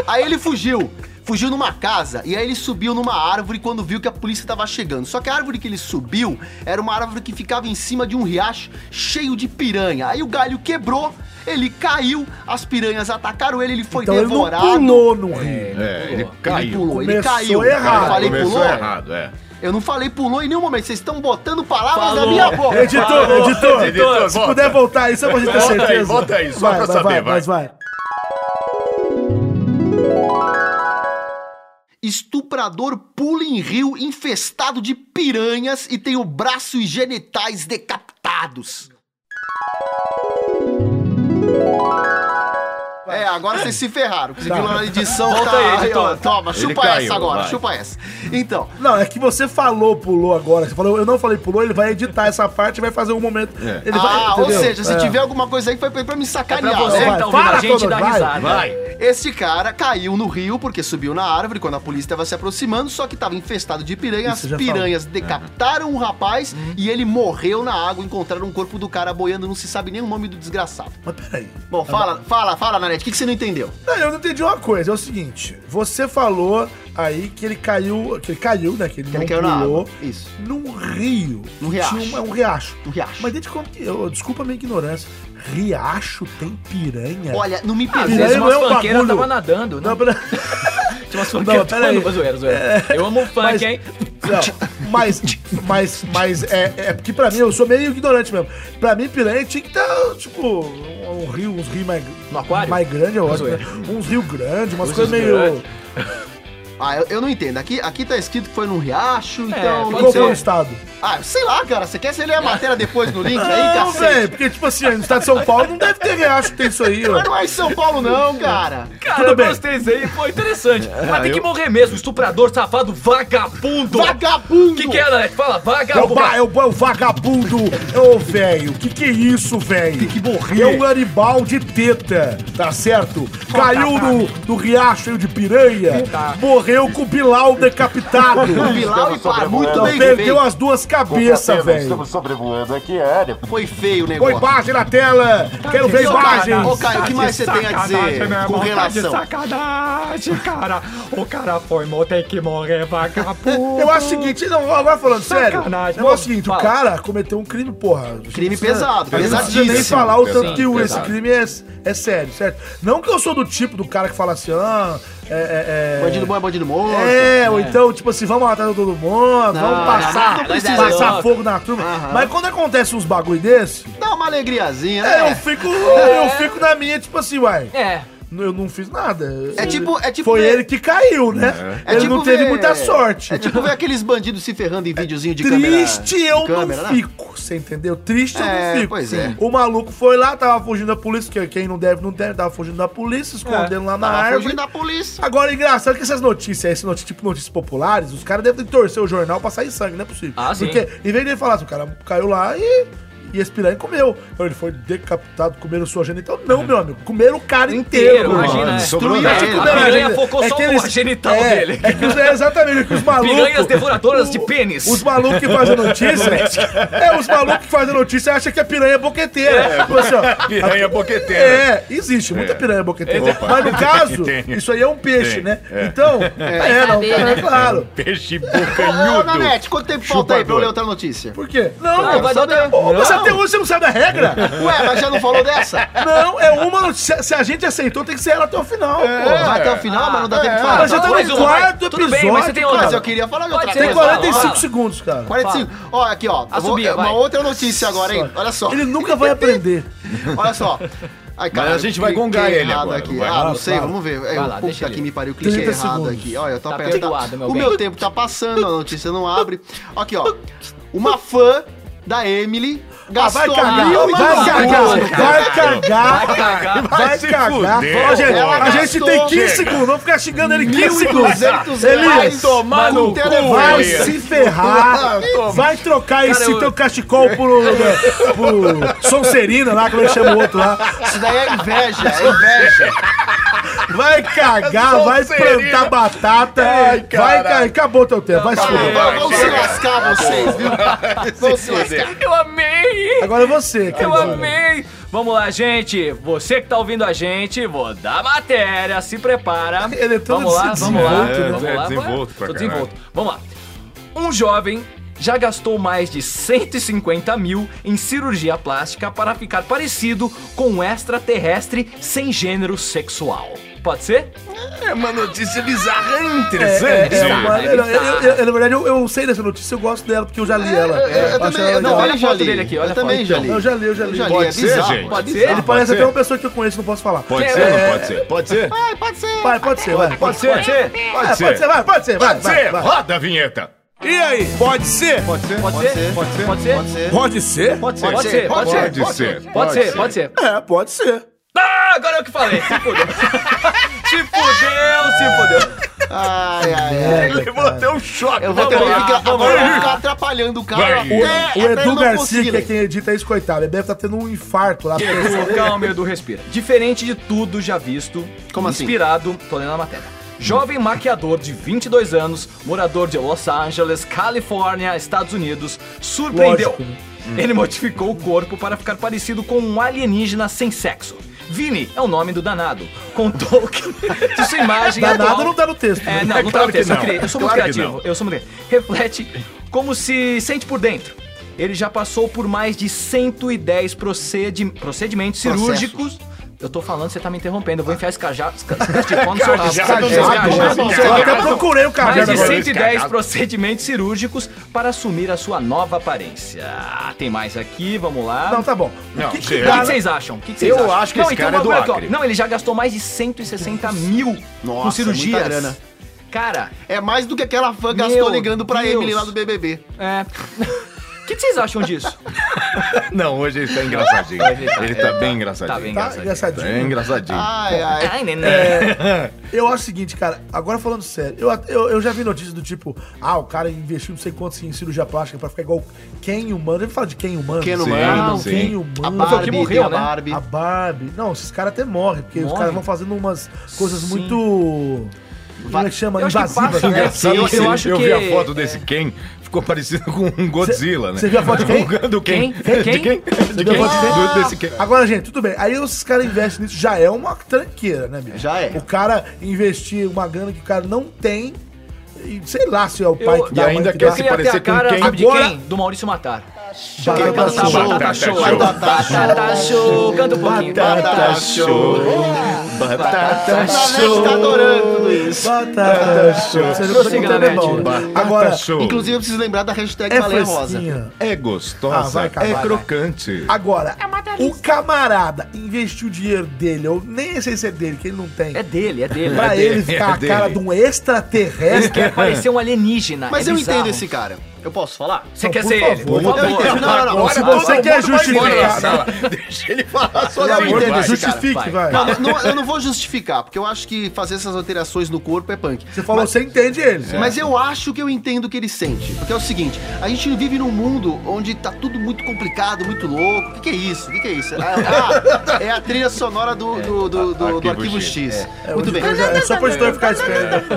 [SPEAKER 2] aí ele fugiu. Fugiu numa casa e aí ele subiu numa árvore quando viu que a polícia estava chegando. Só que a árvore que ele subiu era uma árvore que ficava em cima de um riacho cheio de piranha. Aí o galho quebrou, ele caiu, as piranhas atacaram ele, ele foi
[SPEAKER 1] Então ele não
[SPEAKER 2] devorado.
[SPEAKER 1] pulou no rio.
[SPEAKER 3] É, ele
[SPEAKER 2] Ele
[SPEAKER 3] caiu.
[SPEAKER 2] pulou, ele
[SPEAKER 1] Começou
[SPEAKER 2] caiu.
[SPEAKER 1] errado.
[SPEAKER 2] Eu falei
[SPEAKER 3] Começou
[SPEAKER 2] pulou.
[SPEAKER 3] errado, é.
[SPEAKER 2] Eu não falei pulou em nenhum momento. Vocês estão botando palavras na
[SPEAKER 4] Falou.
[SPEAKER 2] minha boca.
[SPEAKER 1] Editor,
[SPEAKER 3] Falou.
[SPEAKER 1] editor,
[SPEAKER 3] Editor,
[SPEAKER 1] se
[SPEAKER 3] volta.
[SPEAKER 1] puder voltar aí, só pra gente ter
[SPEAKER 3] Volta aí,
[SPEAKER 1] certeza.
[SPEAKER 3] volta aí, só pra saber, vai.
[SPEAKER 1] Mas vai.
[SPEAKER 2] Estuprador pula em rio infestado de piranhas e tem o braço e genitais decapitados. É, agora vocês se ferraram. que Você
[SPEAKER 1] Tá.
[SPEAKER 2] viu lá na edição.
[SPEAKER 4] Volta aí, editor.
[SPEAKER 2] ó, Toma,
[SPEAKER 3] Ele
[SPEAKER 2] chupa
[SPEAKER 3] caiu,
[SPEAKER 2] essa agora,
[SPEAKER 3] vai.
[SPEAKER 2] chupa essa. Então,
[SPEAKER 1] Não, é que você falou pulou agora. Você falou, eu não falei pulou, ele vai editar essa parte e vai fazer um momento.
[SPEAKER 3] É.
[SPEAKER 1] Ele vai,
[SPEAKER 2] ah, ou
[SPEAKER 1] entendeu?
[SPEAKER 2] seja, se
[SPEAKER 1] É.
[SPEAKER 2] tiver alguma coisa aí, foi pra pra me
[SPEAKER 4] É pra
[SPEAKER 2] sacanear.
[SPEAKER 4] você
[SPEAKER 2] né?
[SPEAKER 4] que
[SPEAKER 1] vai.
[SPEAKER 4] tá ouvindo
[SPEAKER 1] Para,
[SPEAKER 4] a gente
[SPEAKER 1] Todos,
[SPEAKER 4] dar
[SPEAKER 1] vai,
[SPEAKER 4] risada.
[SPEAKER 3] Vai.
[SPEAKER 2] Este cara caiu no rio porque subiu na árvore quando a polícia estava se aproximando, só que estava infestado de piranhas.
[SPEAKER 1] Isso, já Uhum.
[SPEAKER 2] As piranhas decapitaram o rapaz e ele morreu na água. Encontraram o corpo do cara boiando, não se sabe nem o nome do desgraçado.
[SPEAKER 1] Mas peraí.
[SPEAKER 2] Bom, fala, fala, fala, Nanete, o que, que você não entendeu?
[SPEAKER 1] Não, eu não entendi uma coisa, é o seguinte. Você falou aí que ele caiu, que ele caiu, né? Que ele não
[SPEAKER 2] ele caiu na
[SPEAKER 1] pulou.
[SPEAKER 2] água. Isso.
[SPEAKER 1] Num rio.
[SPEAKER 2] Num riacho.
[SPEAKER 1] Tinha uma- um riacho.
[SPEAKER 2] Um riacho.
[SPEAKER 1] Mas desde quando que. Eu, desculpa a minha ignorância. Riacho tem piranha?
[SPEAKER 2] Olha, não me
[SPEAKER 4] Às
[SPEAKER 1] Piranha
[SPEAKER 2] pergunte.
[SPEAKER 4] vezes
[SPEAKER 1] não
[SPEAKER 4] umas
[SPEAKER 1] é um
[SPEAKER 4] funkeiras
[SPEAKER 1] bagulho.
[SPEAKER 4] tava nadando,
[SPEAKER 1] Não,
[SPEAKER 4] né?
[SPEAKER 1] pera-
[SPEAKER 4] Tinha umas
[SPEAKER 1] Não,
[SPEAKER 4] funkeiras
[SPEAKER 1] pera aí.
[SPEAKER 4] tava- zoeira, zoeira. Eu amo
[SPEAKER 1] Mas-
[SPEAKER 4] funk, hein?
[SPEAKER 1] Não, mas, mas, mas é, é porque pra mim, eu sou meio ignorante mesmo. Pra mim, piranha tinha que estar, tipo, um, um rio, uns rios mais,
[SPEAKER 4] No aquário? Tá
[SPEAKER 1] mais grande, eu acho. né? Uns rios grandes, umas coisas meio.
[SPEAKER 4] grandes.
[SPEAKER 2] Ah, eu, eu não entendo. Aqui, aqui tá escrito que foi num riacho, então.
[SPEAKER 4] pode
[SPEAKER 1] Qual
[SPEAKER 2] Não
[SPEAKER 1] É, foi o
[SPEAKER 2] sei.
[SPEAKER 1] estado?
[SPEAKER 2] Ah, sei lá, cara. Você quer você ler a matéria depois no
[SPEAKER 1] [LAUGHS]
[SPEAKER 2] link aí,
[SPEAKER 1] Não, velho,
[SPEAKER 2] cacete?
[SPEAKER 1] porque, tipo assim, no estado de São Paulo não deve ter riacho que tem isso aí, ó.
[SPEAKER 2] Mas não é em São Paulo, não, cara.
[SPEAKER 4] Cara,
[SPEAKER 1] Tudo
[SPEAKER 4] eu
[SPEAKER 1] bem.
[SPEAKER 4] gostei disso aí, foi interessante. Mas tem que morrer mesmo, estuprador, safado, vagabundo.
[SPEAKER 2] Vagabundo!
[SPEAKER 4] O que que é, Nanete? Fala,
[SPEAKER 1] É o,
[SPEAKER 4] vagabundo.
[SPEAKER 1] ba- é o, ba- é o vagabundo, é o velho. Que que é isso, velho? Tem
[SPEAKER 2] que morrer. Tá,
[SPEAKER 1] É um animal de teta, tá certo? Caiu no, no riacho cheio de piranha, morreu morreu com o Bilal
[SPEAKER 2] [LAUGHS]
[SPEAKER 1] decapitado.
[SPEAKER 2] Bilal e Par, muito bem
[SPEAKER 1] Perdeu
[SPEAKER 2] feito.
[SPEAKER 1] as duas cabeças,
[SPEAKER 2] tá
[SPEAKER 1] velho.
[SPEAKER 6] sobrevoando aqui a área.
[SPEAKER 2] Foi feio o
[SPEAKER 1] Põe
[SPEAKER 2] negócio.
[SPEAKER 1] imagem na tela. Quero ver
[SPEAKER 2] Ô, Caio, Ô,
[SPEAKER 1] imagens.
[SPEAKER 2] Caio, o que mais você tem a dizer com
[SPEAKER 4] Tá
[SPEAKER 2] relação?
[SPEAKER 7] sacanagem, cara. O cara foi, mo- tem que morrer, vagabundo.
[SPEAKER 1] Eu acho o seguinte, não, agora falando sério,
[SPEAKER 7] Sacanagem.
[SPEAKER 1] eu acho o seguinte, o
[SPEAKER 4] Fala.
[SPEAKER 1] cara cometeu um crime, porra. a gente
[SPEAKER 2] né, Crime
[SPEAKER 1] não precisa-
[SPEAKER 2] pesado,
[SPEAKER 1] a gente Não precisa nem
[SPEAKER 2] pesadíssimo.
[SPEAKER 1] falar o
[SPEAKER 3] Pesado,
[SPEAKER 1] tanto que o- esse
[SPEAKER 3] pesado.
[SPEAKER 1] crime é, é sério, certo? Não que eu sou do tipo do cara que fala assim, ah, é... é, é
[SPEAKER 2] Bandido bom é bandido morto.
[SPEAKER 1] É, ou então, tipo assim, vamos matar todo mundo, vamos
[SPEAKER 2] não,
[SPEAKER 1] passar,
[SPEAKER 2] não
[SPEAKER 4] precisa.
[SPEAKER 1] passar
[SPEAKER 4] Não.
[SPEAKER 1] fogo na turma.
[SPEAKER 2] Aham.
[SPEAKER 1] Mas quando acontece uns bagulho desse,
[SPEAKER 2] Dá uma alegriazinha,
[SPEAKER 1] é, eu
[SPEAKER 2] né?
[SPEAKER 1] fico. Eu fico na minha, tipo assim, uai.
[SPEAKER 4] É.
[SPEAKER 1] Eu não fiz nada.
[SPEAKER 2] É tipo- é tipo
[SPEAKER 1] Foi
[SPEAKER 2] ver-
[SPEAKER 1] ele que caiu, né?
[SPEAKER 2] É
[SPEAKER 1] Ele
[SPEAKER 2] tipo
[SPEAKER 1] não teve
[SPEAKER 2] ver-
[SPEAKER 1] muita sorte. É
[SPEAKER 2] É tipo ver aqueles bandidos se ferrando em videozinho de câmera.
[SPEAKER 1] Triste
[SPEAKER 2] de
[SPEAKER 1] eu
[SPEAKER 2] câmera,
[SPEAKER 1] não
[SPEAKER 2] né?
[SPEAKER 1] fico, você entendeu? Triste eu
[SPEAKER 2] É,
[SPEAKER 1] não fico.
[SPEAKER 2] pois é.
[SPEAKER 1] O maluco foi lá, tava fugindo da polícia, que quem não deve, não deve, tava fugindo da polícia,
[SPEAKER 4] É,
[SPEAKER 1] escondendo lá na
[SPEAKER 2] Tava
[SPEAKER 1] árvore.
[SPEAKER 2] fugindo da polícia.
[SPEAKER 1] Agora, engraçado que essas notícias, esse noti- tipo notícias populares, os caras devem torcer o jornal pra sair sangue, não é possível.
[SPEAKER 4] Ah, sim.
[SPEAKER 1] Porque em vez de ele falar assim, o cara caiu lá e. E esse piranha comeu. Então ele foi decapitado, comeram sua genital. Não, meu amigo. Comeram o cara inteiro.
[SPEAKER 4] Uhum. Inteiro,
[SPEAKER 1] mano.
[SPEAKER 4] imagina, é.
[SPEAKER 3] Sobrou
[SPEAKER 1] Destruíram
[SPEAKER 3] nada.
[SPEAKER 1] a
[SPEAKER 4] A
[SPEAKER 1] piranha.
[SPEAKER 4] piranha focou
[SPEAKER 1] É
[SPEAKER 4] só
[SPEAKER 1] que
[SPEAKER 4] no genital
[SPEAKER 1] é,
[SPEAKER 4] dele.
[SPEAKER 1] É que os, é exatamente, é que os malucos...
[SPEAKER 4] Piranhas devoradoras de
[SPEAKER 1] o-
[SPEAKER 4] pênis.
[SPEAKER 1] Os malucos que fazem notícia... é, os malucos que fazem notícia acham que a piranha é boqueteira. Tipo assim, ó,
[SPEAKER 3] Piranha boqueteira.
[SPEAKER 1] é, existe muita
[SPEAKER 3] É.
[SPEAKER 1] piranha boqueteira.
[SPEAKER 3] Opa.
[SPEAKER 1] Mas no caso,
[SPEAKER 3] Tem.
[SPEAKER 1] isso aí é um peixe,
[SPEAKER 3] Tem.
[SPEAKER 1] né?
[SPEAKER 3] É.
[SPEAKER 1] Então, é, não,
[SPEAKER 5] saber,
[SPEAKER 1] cara, é claro.
[SPEAKER 3] [LAUGHS] Peixe
[SPEAKER 2] Ô, ô,
[SPEAKER 3] bocanhudo.
[SPEAKER 2] Nanete, quanto tempo falta aí pra eu
[SPEAKER 3] Chupador.
[SPEAKER 2] ler outra notícia?
[SPEAKER 1] Por quê? Não,
[SPEAKER 4] Ah, vai dar outra-
[SPEAKER 1] Ô, Você
[SPEAKER 2] Não.
[SPEAKER 1] até hoje você não sabe a regra?
[SPEAKER 2] Ué, mas já não falou dessa?
[SPEAKER 1] Não, é uma notícia. Se a gente aceitou, tem que ser ela até o final.
[SPEAKER 2] Pô,
[SPEAKER 1] pô.
[SPEAKER 2] vai até o final, mas não
[SPEAKER 4] É,
[SPEAKER 2] dá tempo de
[SPEAKER 1] Mas já
[SPEAKER 2] falar.
[SPEAKER 1] tá
[SPEAKER 4] Mais
[SPEAKER 1] no
[SPEAKER 4] uma, vai.
[SPEAKER 1] quarto
[SPEAKER 4] Tudo bem,
[SPEAKER 1] episódio,
[SPEAKER 4] mas você tem outra.
[SPEAKER 2] Mas eu queria falar de outra
[SPEAKER 4] Pode ser,
[SPEAKER 1] Tem
[SPEAKER 2] coisa.
[SPEAKER 4] vai.
[SPEAKER 1] 45
[SPEAKER 4] Fala.
[SPEAKER 1] segundos, cara.
[SPEAKER 2] 45. Ó, aqui, ó. Eu vou, é
[SPEAKER 4] Assobia,
[SPEAKER 2] uma
[SPEAKER 4] vai.
[SPEAKER 2] outra notícia agora, hein? Olha só.
[SPEAKER 1] Ele nunca
[SPEAKER 2] [LAUGHS]
[SPEAKER 1] vai aprender.
[SPEAKER 2] Olha só. Ai,
[SPEAKER 3] a gente vai
[SPEAKER 2] eu cliquei
[SPEAKER 3] gongar ele
[SPEAKER 2] errado
[SPEAKER 3] agora,
[SPEAKER 2] Aqui.
[SPEAKER 3] vai.
[SPEAKER 2] Ah, não
[SPEAKER 1] Vai,
[SPEAKER 2] sei,
[SPEAKER 1] vai.
[SPEAKER 2] vamos ver. É,
[SPEAKER 4] Vai lá,
[SPEAKER 2] puta
[SPEAKER 4] deixa ele.
[SPEAKER 2] que me pariu, eu cliquei
[SPEAKER 1] 30
[SPEAKER 2] errado
[SPEAKER 1] segundos.
[SPEAKER 2] aqui. Olha, eu tô
[SPEAKER 4] Tá
[SPEAKER 2] apertando.
[SPEAKER 4] perdoado, meu
[SPEAKER 2] o
[SPEAKER 4] bem.
[SPEAKER 2] meu tempo tá passando, a notícia não abre. Aqui, ó. Uma fã da Emily gastou
[SPEAKER 1] Ah, Vai cagar,
[SPEAKER 2] mil e
[SPEAKER 1] vai
[SPEAKER 2] duzentos.
[SPEAKER 1] cagar, vai cagar.
[SPEAKER 4] Vai cagar.
[SPEAKER 1] Vai
[SPEAKER 3] se
[SPEAKER 1] cagar.
[SPEAKER 3] fuder,
[SPEAKER 1] Ó, gente,
[SPEAKER 2] ela
[SPEAKER 1] a gente tem
[SPEAKER 2] gastou,
[SPEAKER 1] 15
[SPEAKER 3] chega.
[SPEAKER 1] segundos. Vamos ficar xingando ele 15 segundos.
[SPEAKER 2] 1.200
[SPEAKER 1] Elias,
[SPEAKER 2] reais
[SPEAKER 3] tomar
[SPEAKER 2] com
[SPEAKER 3] no cu,
[SPEAKER 2] telefone.
[SPEAKER 1] Vai
[SPEAKER 3] Elias.
[SPEAKER 1] se ferrar, vai trocar esse
[SPEAKER 4] eu-
[SPEAKER 1] teu cachecol por, por Sonserina lá, como ele chama o outro lá.
[SPEAKER 2] Isso daí é inveja, é inveja.
[SPEAKER 1] Vai cagar, vai
[SPEAKER 3] Sonserina.
[SPEAKER 1] plantar batata,
[SPEAKER 3] Ai,
[SPEAKER 1] vai
[SPEAKER 3] caralho.
[SPEAKER 1] cair, acabou teu tempo, vai se
[SPEAKER 2] Vamos
[SPEAKER 1] ferrar.
[SPEAKER 2] vamos se lascar vocês, viu? Vamos se lascar.
[SPEAKER 4] Eu amei!
[SPEAKER 1] Agora é você,
[SPEAKER 4] Eu
[SPEAKER 1] cara.
[SPEAKER 4] amei! Vamos lá, gente. Você que tá ouvindo a gente, vou dar matéria, se prepara.
[SPEAKER 1] Ele é todo
[SPEAKER 4] vamos lá, vamos lá,
[SPEAKER 1] desenvolto,
[SPEAKER 3] né?
[SPEAKER 4] vamos
[SPEAKER 3] É,
[SPEAKER 4] lá.
[SPEAKER 3] desenvolto pra
[SPEAKER 4] Tô
[SPEAKER 3] caralho.
[SPEAKER 4] desenvolto. Vamos lá. Um jovem já gastou mais de 150 mil em cirurgia plástica para ficar parecido com um extraterrestre sem gênero sexual. Pode ser?
[SPEAKER 3] É uma notícia bizarra,
[SPEAKER 1] É, é,
[SPEAKER 3] interessante.
[SPEAKER 1] é uma-
[SPEAKER 4] Deve
[SPEAKER 1] eu-
[SPEAKER 4] estar.
[SPEAKER 1] eu- eu- Na verdade, eu, eu sei dessa notícia, eu gosto dela, porque eu já li ela.
[SPEAKER 2] Eu, eu
[SPEAKER 1] acho
[SPEAKER 2] também,
[SPEAKER 1] É, ela
[SPEAKER 2] eu, não,
[SPEAKER 1] legal.
[SPEAKER 2] olha a
[SPEAKER 4] a foto
[SPEAKER 2] foto
[SPEAKER 4] dele aqui, olha
[SPEAKER 2] eu
[SPEAKER 4] a
[SPEAKER 2] também
[SPEAKER 4] foto.
[SPEAKER 2] já li.
[SPEAKER 1] Eu já li, eu já li.
[SPEAKER 2] Já li,
[SPEAKER 3] Pode
[SPEAKER 2] é
[SPEAKER 3] ser,
[SPEAKER 2] bizarro.
[SPEAKER 3] gente?
[SPEAKER 4] Pode
[SPEAKER 2] é
[SPEAKER 4] ser?
[SPEAKER 1] Ele
[SPEAKER 2] bizarro.
[SPEAKER 1] parece
[SPEAKER 3] ser?
[SPEAKER 1] até uma pessoa que eu conheço, não posso falar.
[SPEAKER 3] Pode
[SPEAKER 4] É,
[SPEAKER 3] ser,
[SPEAKER 4] é,
[SPEAKER 3] não pode ser? Pode ser?
[SPEAKER 2] Ai, pode ser.
[SPEAKER 1] Vai, pode ser, vai. Pode ser,
[SPEAKER 4] Pode ser?
[SPEAKER 1] vai, pode ser, vai, pode ser, vai.
[SPEAKER 3] Pode
[SPEAKER 1] vai,
[SPEAKER 3] ser?
[SPEAKER 1] vai.
[SPEAKER 3] Roda a vinheta.
[SPEAKER 1] E aí, pode ser?
[SPEAKER 3] Pode ser?
[SPEAKER 4] Pode ser?
[SPEAKER 2] Pode ser?
[SPEAKER 4] Pode ser?
[SPEAKER 2] Pode ser.
[SPEAKER 1] Pode ser?
[SPEAKER 4] Pode ser? Pode ser? Pode ser?
[SPEAKER 3] Pode ser.
[SPEAKER 4] Pode ser? Pode ser?
[SPEAKER 1] É, pode ser.
[SPEAKER 4] Ah, agora é o que falei. Se fudeu. se fudeu, se fudeu.
[SPEAKER 2] [LAUGHS] Ai, ai, ai.
[SPEAKER 3] Levou até um choque.
[SPEAKER 2] Eu vou ter que
[SPEAKER 4] Vamos lá,
[SPEAKER 2] ficar,
[SPEAKER 4] vamos
[SPEAKER 2] agora eu vou
[SPEAKER 4] lá.
[SPEAKER 2] ficar atrapalhando o cara. É,
[SPEAKER 3] Vai.
[SPEAKER 1] O
[SPEAKER 2] até- até eu
[SPEAKER 1] Edu
[SPEAKER 2] não
[SPEAKER 1] Garcia,
[SPEAKER 2] conseguir
[SPEAKER 1] que é
[SPEAKER 2] ler.
[SPEAKER 1] quem edita isso, coitado. Ele deve estar tendo um infarto lá. porque-
[SPEAKER 4] Edu, calma, Edu, respira. Diferente de tudo já visto,
[SPEAKER 2] Como assim?
[SPEAKER 4] inspirado, tô lendo a matéria. Jovem maquiador de 22 anos, morador de Los Angeles, Califórnia, Estados Unidos, surpreendeu. Hum.
[SPEAKER 1] Lógico, né?
[SPEAKER 4] Ele modificou o corpo para ficar parecido com um alienígena sem sexo. Vini é o nome do danado. Contou que [LAUGHS] de sua imagem
[SPEAKER 1] Danado
[SPEAKER 4] atual-
[SPEAKER 1] não tá no texto. né?
[SPEAKER 4] É, não, não tá
[SPEAKER 3] claro
[SPEAKER 4] no
[SPEAKER 3] que
[SPEAKER 4] texto. Eu,
[SPEAKER 3] não.
[SPEAKER 4] criei. eu sou
[SPEAKER 3] Claro
[SPEAKER 4] muito
[SPEAKER 3] que
[SPEAKER 4] criativo. Eu sou muito criativo. Reflete como se sente por dentro. Ele já passou por mais de 110 procedi procedimentos
[SPEAKER 2] Processos.
[SPEAKER 4] cirúrgicos. Eu tô falando, você tá me interrompendo. Eu vou enfiar esse cajado, esse ca- esse cachecol no seu rabo.
[SPEAKER 3] Cajado,
[SPEAKER 4] Esse
[SPEAKER 1] Cajado,
[SPEAKER 4] cajado.
[SPEAKER 1] cajado. Eu até procurei o
[SPEAKER 4] Mais
[SPEAKER 1] cajado
[SPEAKER 4] de
[SPEAKER 1] agora.
[SPEAKER 4] 110
[SPEAKER 3] Cagado.
[SPEAKER 4] procedimentos cirúrgicos para assumir a sua nova aparência. Ah, Tem mais aqui, vamos lá.
[SPEAKER 1] Não, tá bom.
[SPEAKER 3] Não,
[SPEAKER 1] O que que
[SPEAKER 3] chega.
[SPEAKER 4] O que
[SPEAKER 1] dá,
[SPEAKER 4] que
[SPEAKER 1] né?
[SPEAKER 4] vocês acham? O que que vocês
[SPEAKER 3] Eu
[SPEAKER 4] acham? então
[SPEAKER 3] acho que esse cara é do
[SPEAKER 4] o bagulho
[SPEAKER 3] Acre.
[SPEAKER 4] Não, ele já gastou mais de 160 mil com
[SPEAKER 2] Nossa,
[SPEAKER 4] cirurgias.
[SPEAKER 2] muita grana.
[SPEAKER 4] Cara,
[SPEAKER 2] É mais do que aquela fã gastou
[SPEAKER 4] Meu
[SPEAKER 2] ligando pra
[SPEAKER 4] Deus.
[SPEAKER 2] Emily lá do BBB.
[SPEAKER 4] é. O [LAUGHS] que que vocês acham disso?
[SPEAKER 3] Não, hoje ele tá engraçadinho. Ele tá bem né? engraçadinho.
[SPEAKER 4] Tá bem
[SPEAKER 1] Tá É,
[SPEAKER 4] engraçadinho.
[SPEAKER 3] É
[SPEAKER 1] engraçadinho.
[SPEAKER 3] engraçadinho.
[SPEAKER 2] Ai, ai.
[SPEAKER 4] Ai, neném.
[SPEAKER 1] Eu acho o seguinte, cara, agora falando sério, eu, eu, eu já vi notícias do tipo, ah, o cara investiu não sei quantos em cirurgia plástica pra ficar igual quem humano. Ele fala de quem humano.
[SPEAKER 2] Ken
[SPEAKER 1] Sim,
[SPEAKER 2] humano,
[SPEAKER 1] não,
[SPEAKER 3] sim.
[SPEAKER 1] Ken
[SPEAKER 2] A
[SPEAKER 1] humano.
[SPEAKER 2] Barbie,
[SPEAKER 4] que morreu,
[SPEAKER 2] tem a
[SPEAKER 4] né?
[SPEAKER 2] Barbie.
[SPEAKER 1] A Barbie. Não, esses caras até morrem, porque os
[SPEAKER 4] Morre?
[SPEAKER 1] caras vão fazendo umas coisas
[SPEAKER 4] Sim.
[SPEAKER 1] muito. Como é que chama?
[SPEAKER 4] Eu acho que
[SPEAKER 1] Invasiva.
[SPEAKER 4] passa,
[SPEAKER 1] né?
[SPEAKER 4] né?
[SPEAKER 3] Engraçado,
[SPEAKER 4] eu-
[SPEAKER 3] que
[SPEAKER 4] eu acho
[SPEAKER 3] É, eu
[SPEAKER 4] que-
[SPEAKER 3] vi a foto desse Ken, ficou parecido com um Godzilla, né?
[SPEAKER 1] Você viu a foto de quem?
[SPEAKER 3] Do Ken.
[SPEAKER 4] Quem?
[SPEAKER 3] De quem? De
[SPEAKER 1] viu a
[SPEAKER 3] quem?
[SPEAKER 1] foto de
[SPEAKER 3] Do- Desse Ken.
[SPEAKER 1] Agora, gente, tudo bem. Aí os caras investem nisso, já é uma tranqueira, né, bicho?
[SPEAKER 2] Já é.
[SPEAKER 1] O cara investir uma grana que o cara não tem, e sei lá se é o pai
[SPEAKER 4] Eu-
[SPEAKER 1] que
[SPEAKER 4] E
[SPEAKER 1] dá, a mãe
[SPEAKER 3] ainda
[SPEAKER 1] que
[SPEAKER 3] quer
[SPEAKER 1] dá.
[SPEAKER 4] Eu
[SPEAKER 3] se
[SPEAKER 4] queria ter a
[SPEAKER 3] parecer com
[SPEAKER 4] cara,
[SPEAKER 3] quem?
[SPEAKER 4] sabe de
[SPEAKER 1] Agora- Tá
[SPEAKER 4] quem? Do Maurício Matar.
[SPEAKER 1] Batata
[SPEAKER 2] Batata
[SPEAKER 1] show. Tá,
[SPEAKER 2] show.
[SPEAKER 4] Batata show.
[SPEAKER 2] Batata show.
[SPEAKER 4] Batata show. Canta um pouquinho.
[SPEAKER 2] Batata show.
[SPEAKER 3] Batata
[SPEAKER 2] A gente tá adorando tudo isso.
[SPEAKER 1] Batata show. Você viu que
[SPEAKER 4] Prossiga
[SPEAKER 1] tá
[SPEAKER 4] na net.
[SPEAKER 1] bom, né?
[SPEAKER 3] Batata
[SPEAKER 1] Agora,
[SPEAKER 3] show.
[SPEAKER 2] Inclusive, eu preciso lembrar da hashtag
[SPEAKER 1] é
[SPEAKER 2] Baleia Rosa.
[SPEAKER 1] fresquinha.
[SPEAKER 3] É gostosa,
[SPEAKER 1] Ah, vai acabar,
[SPEAKER 3] é
[SPEAKER 1] vai.
[SPEAKER 3] crocante.
[SPEAKER 1] Agora,
[SPEAKER 5] É uma delícia.
[SPEAKER 1] o camarada investiu o dinheiro dele, ou nem sei se é dele, que ele não tem,
[SPEAKER 4] É dele, é dele.
[SPEAKER 1] pra
[SPEAKER 3] é
[SPEAKER 1] ele
[SPEAKER 3] dele,
[SPEAKER 1] ficar
[SPEAKER 3] é
[SPEAKER 1] a cara
[SPEAKER 3] dele.
[SPEAKER 1] de um
[SPEAKER 2] É
[SPEAKER 1] extraterrestre.
[SPEAKER 4] Quer
[SPEAKER 3] É.
[SPEAKER 4] parecer um alienígena.
[SPEAKER 2] Mas
[SPEAKER 4] é
[SPEAKER 2] eu
[SPEAKER 4] bizarro.
[SPEAKER 2] entendo esse cara. Eu posso falar?
[SPEAKER 4] Você
[SPEAKER 1] Não,
[SPEAKER 4] quer
[SPEAKER 1] por
[SPEAKER 4] ser ele?
[SPEAKER 1] favor,
[SPEAKER 4] Por favor.
[SPEAKER 2] eu entendo. assim, Não, não, não.
[SPEAKER 1] Se você quer justificar,
[SPEAKER 3] Deixa ele falar só
[SPEAKER 2] Eu
[SPEAKER 3] da
[SPEAKER 2] entendo
[SPEAKER 3] vontade.
[SPEAKER 2] esse cara.
[SPEAKER 1] justifique, vai.
[SPEAKER 2] Não, mas não- eu não vou justificar, porque eu acho que fazer essas alterações no corpo é punk.
[SPEAKER 1] Você falou, você entende ele.
[SPEAKER 2] É. Mas eu acho que eu entendo o que ele sente. Porque é o seguinte, a gente vive num mundo onde tá tudo muito complicado, muito louco. O que, que é isso? O que, que é isso? Ah, é a trilha sonora do, do, do, do- do
[SPEAKER 3] Arquivo
[SPEAKER 2] Arquivo
[SPEAKER 3] X.
[SPEAKER 2] X.
[SPEAKER 1] É,
[SPEAKER 2] Muito bem.
[SPEAKER 1] hoje- É só pra história ficar esperto.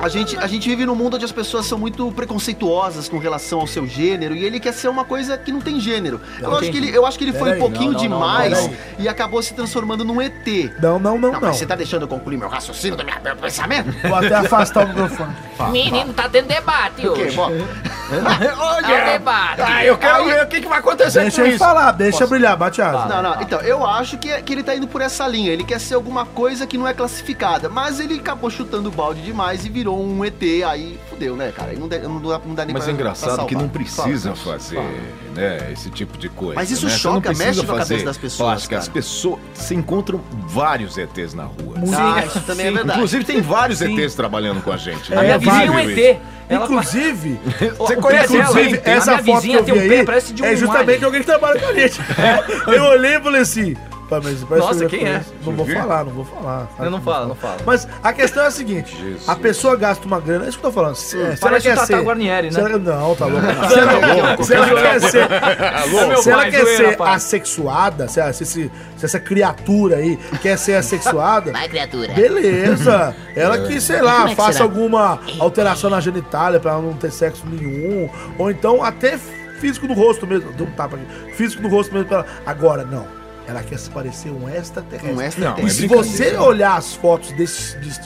[SPEAKER 2] A gente, a gente vive num mundo onde as pessoas são muito preconceituosas com relação ao seu gênero e ele quer ser uma coisa que não tem gênero. eu, acho
[SPEAKER 4] tem
[SPEAKER 2] que ele, eu acho que ele foi
[SPEAKER 1] Peraí,
[SPEAKER 2] um pouquinho
[SPEAKER 4] não, não, não,
[SPEAKER 2] demais
[SPEAKER 1] não,
[SPEAKER 2] e acabou se transformando num ET.
[SPEAKER 1] Não, não, não,
[SPEAKER 2] Não,
[SPEAKER 1] não.
[SPEAKER 2] mas você tá deixando eu concluir meu raciocínio do meu, meu pensamento?
[SPEAKER 1] Vou até afastar o microfone.
[SPEAKER 5] Menino, tá tendo debate
[SPEAKER 2] ok,
[SPEAKER 5] hoje.
[SPEAKER 2] bom.
[SPEAKER 5] Tá um debate.
[SPEAKER 3] Ah, eu quero ver o que, que vai acontecer
[SPEAKER 1] Deixa
[SPEAKER 3] com
[SPEAKER 1] ele
[SPEAKER 3] isso.
[SPEAKER 1] falar, deixa brilhar, bate
[SPEAKER 4] Ah,
[SPEAKER 1] asa.
[SPEAKER 2] Não,
[SPEAKER 4] tá.
[SPEAKER 2] não. Então, eu acho que, que ele tá indo por essa linha. Ele quer ser alguma coisa que não é classificada. Mas ele acabou chutando o balde demais e virou um ET. Aí fudeu, né, cara? Aí Não dá, não dá, não dá nem
[SPEAKER 3] Mas
[SPEAKER 2] pra-
[SPEAKER 3] é
[SPEAKER 2] pra
[SPEAKER 3] engraçado
[SPEAKER 2] salvar.
[SPEAKER 3] que não precisa
[SPEAKER 2] Fala.
[SPEAKER 3] fazer né, esse tipo de coisa.
[SPEAKER 2] Mas isso
[SPEAKER 3] né? Você não
[SPEAKER 2] choca,
[SPEAKER 3] precisa
[SPEAKER 2] mexe com a cabeça
[SPEAKER 3] fazer
[SPEAKER 2] das pessoas,
[SPEAKER 3] plástica. As
[SPEAKER 2] cara.
[SPEAKER 3] pessoas se encontram vários ETs na rua.
[SPEAKER 1] Muito.
[SPEAKER 2] Ah, isso também é verdade.
[SPEAKER 3] Inclusive tem vários
[SPEAKER 4] Sim.
[SPEAKER 3] ETs trabalhando com a gente. né?
[SPEAKER 1] É,
[SPEAKER 4] A minha vizinha é um
[SPEAKER 3] vários.
[SPEAKER 4] ET. Ela
[SPEAKER 1] Inclusive,
[SPEAKER 4] Você
[SPEAKER 1] inclusive,
[SPEAKER 4] conhece ela? é hein? a
[SPEAKER 1] essa
[SPEAKER 4] minha
[SPEAKER 1] foto que
[SPEAKER 4] vizinha
[SPEAKER 1] eu
[SPEAKER 4] tem um
[SPEAKER 1] vi
[SPEAKER 4] pé,
[SPEAKER 1] aí
[SPEAKER 4] parece de um
[SPEAKER 1] é justamente
[SPEAKER 4] alien.
[SPEAKER 1] alguém que trabalha com a
[SPEAKER 4] [LAUGHS]
[SPEAKER 1] gente. eu olhei e falei assim... Pá, mas parece
[SPEAKER 4] Nossa,
[SPEAKER 1] eu já
[SPEAKER 4] quem é?
[SPEAKER 1] conheço. Não vou
[SPEAKER 3] Deixa eu ver.
[SPEAKER 1] falar, não vou falar.
[SPEAKER 4] Eu não falo, não falo.
[SPEAKER 1] Mas a questão é a seguinte:
[SPEAKER 3] Jesus.
[SPEAKER 1] a pessoa gasta uma grana. É isso que eu tô falando. Se, será
[SPEAKER 4] parece
[SPEAKER 1] que é
[SPEAKER 4] o Tata
[SPEAKER 1] ser-
[SPEAKER 4] Guarnieri, né?
[SPEAKER 1] será que- não, tá
[SPEAKER 4] [LAUGHS]
[SPEAKER 1] louco. será, que- será que é ser.
[SPEAKER 4] É meu
[SPEAKER 1] se ela
[SPEAKER 4] pai,
[SPEAKER 1] quer
[SPEAKER 4] zoeira,
[SPEAKER 1] ser
[SPEAKER 4] pai.
[SPEAKER 1] assexuada, se, ela- se esse- se essa criatura aí quer ser assexuada.
[SPEAKER 5] Vai, criatura.
[SPEAKER 1] Beleza, ela que, sei lá,
[SPEAKER 5] Como é que
[SPEAKER 1] faça
[SPEAKER 5] será?
[SPEAKER 1] alguma alteração na genitália pra ela não ter sexo nenhum, ou então até físico no rosto mesmo. Deu um tapa aqui. Físico no rosto mesmo pra ela. Agora, não. Ela quer se parecer um extraterrestre.
[SPEAKER 2] Um extraterrestre.
[SPEAKER 3] é
[SPEAKER 1] E se você olhar as fotos desse, desse-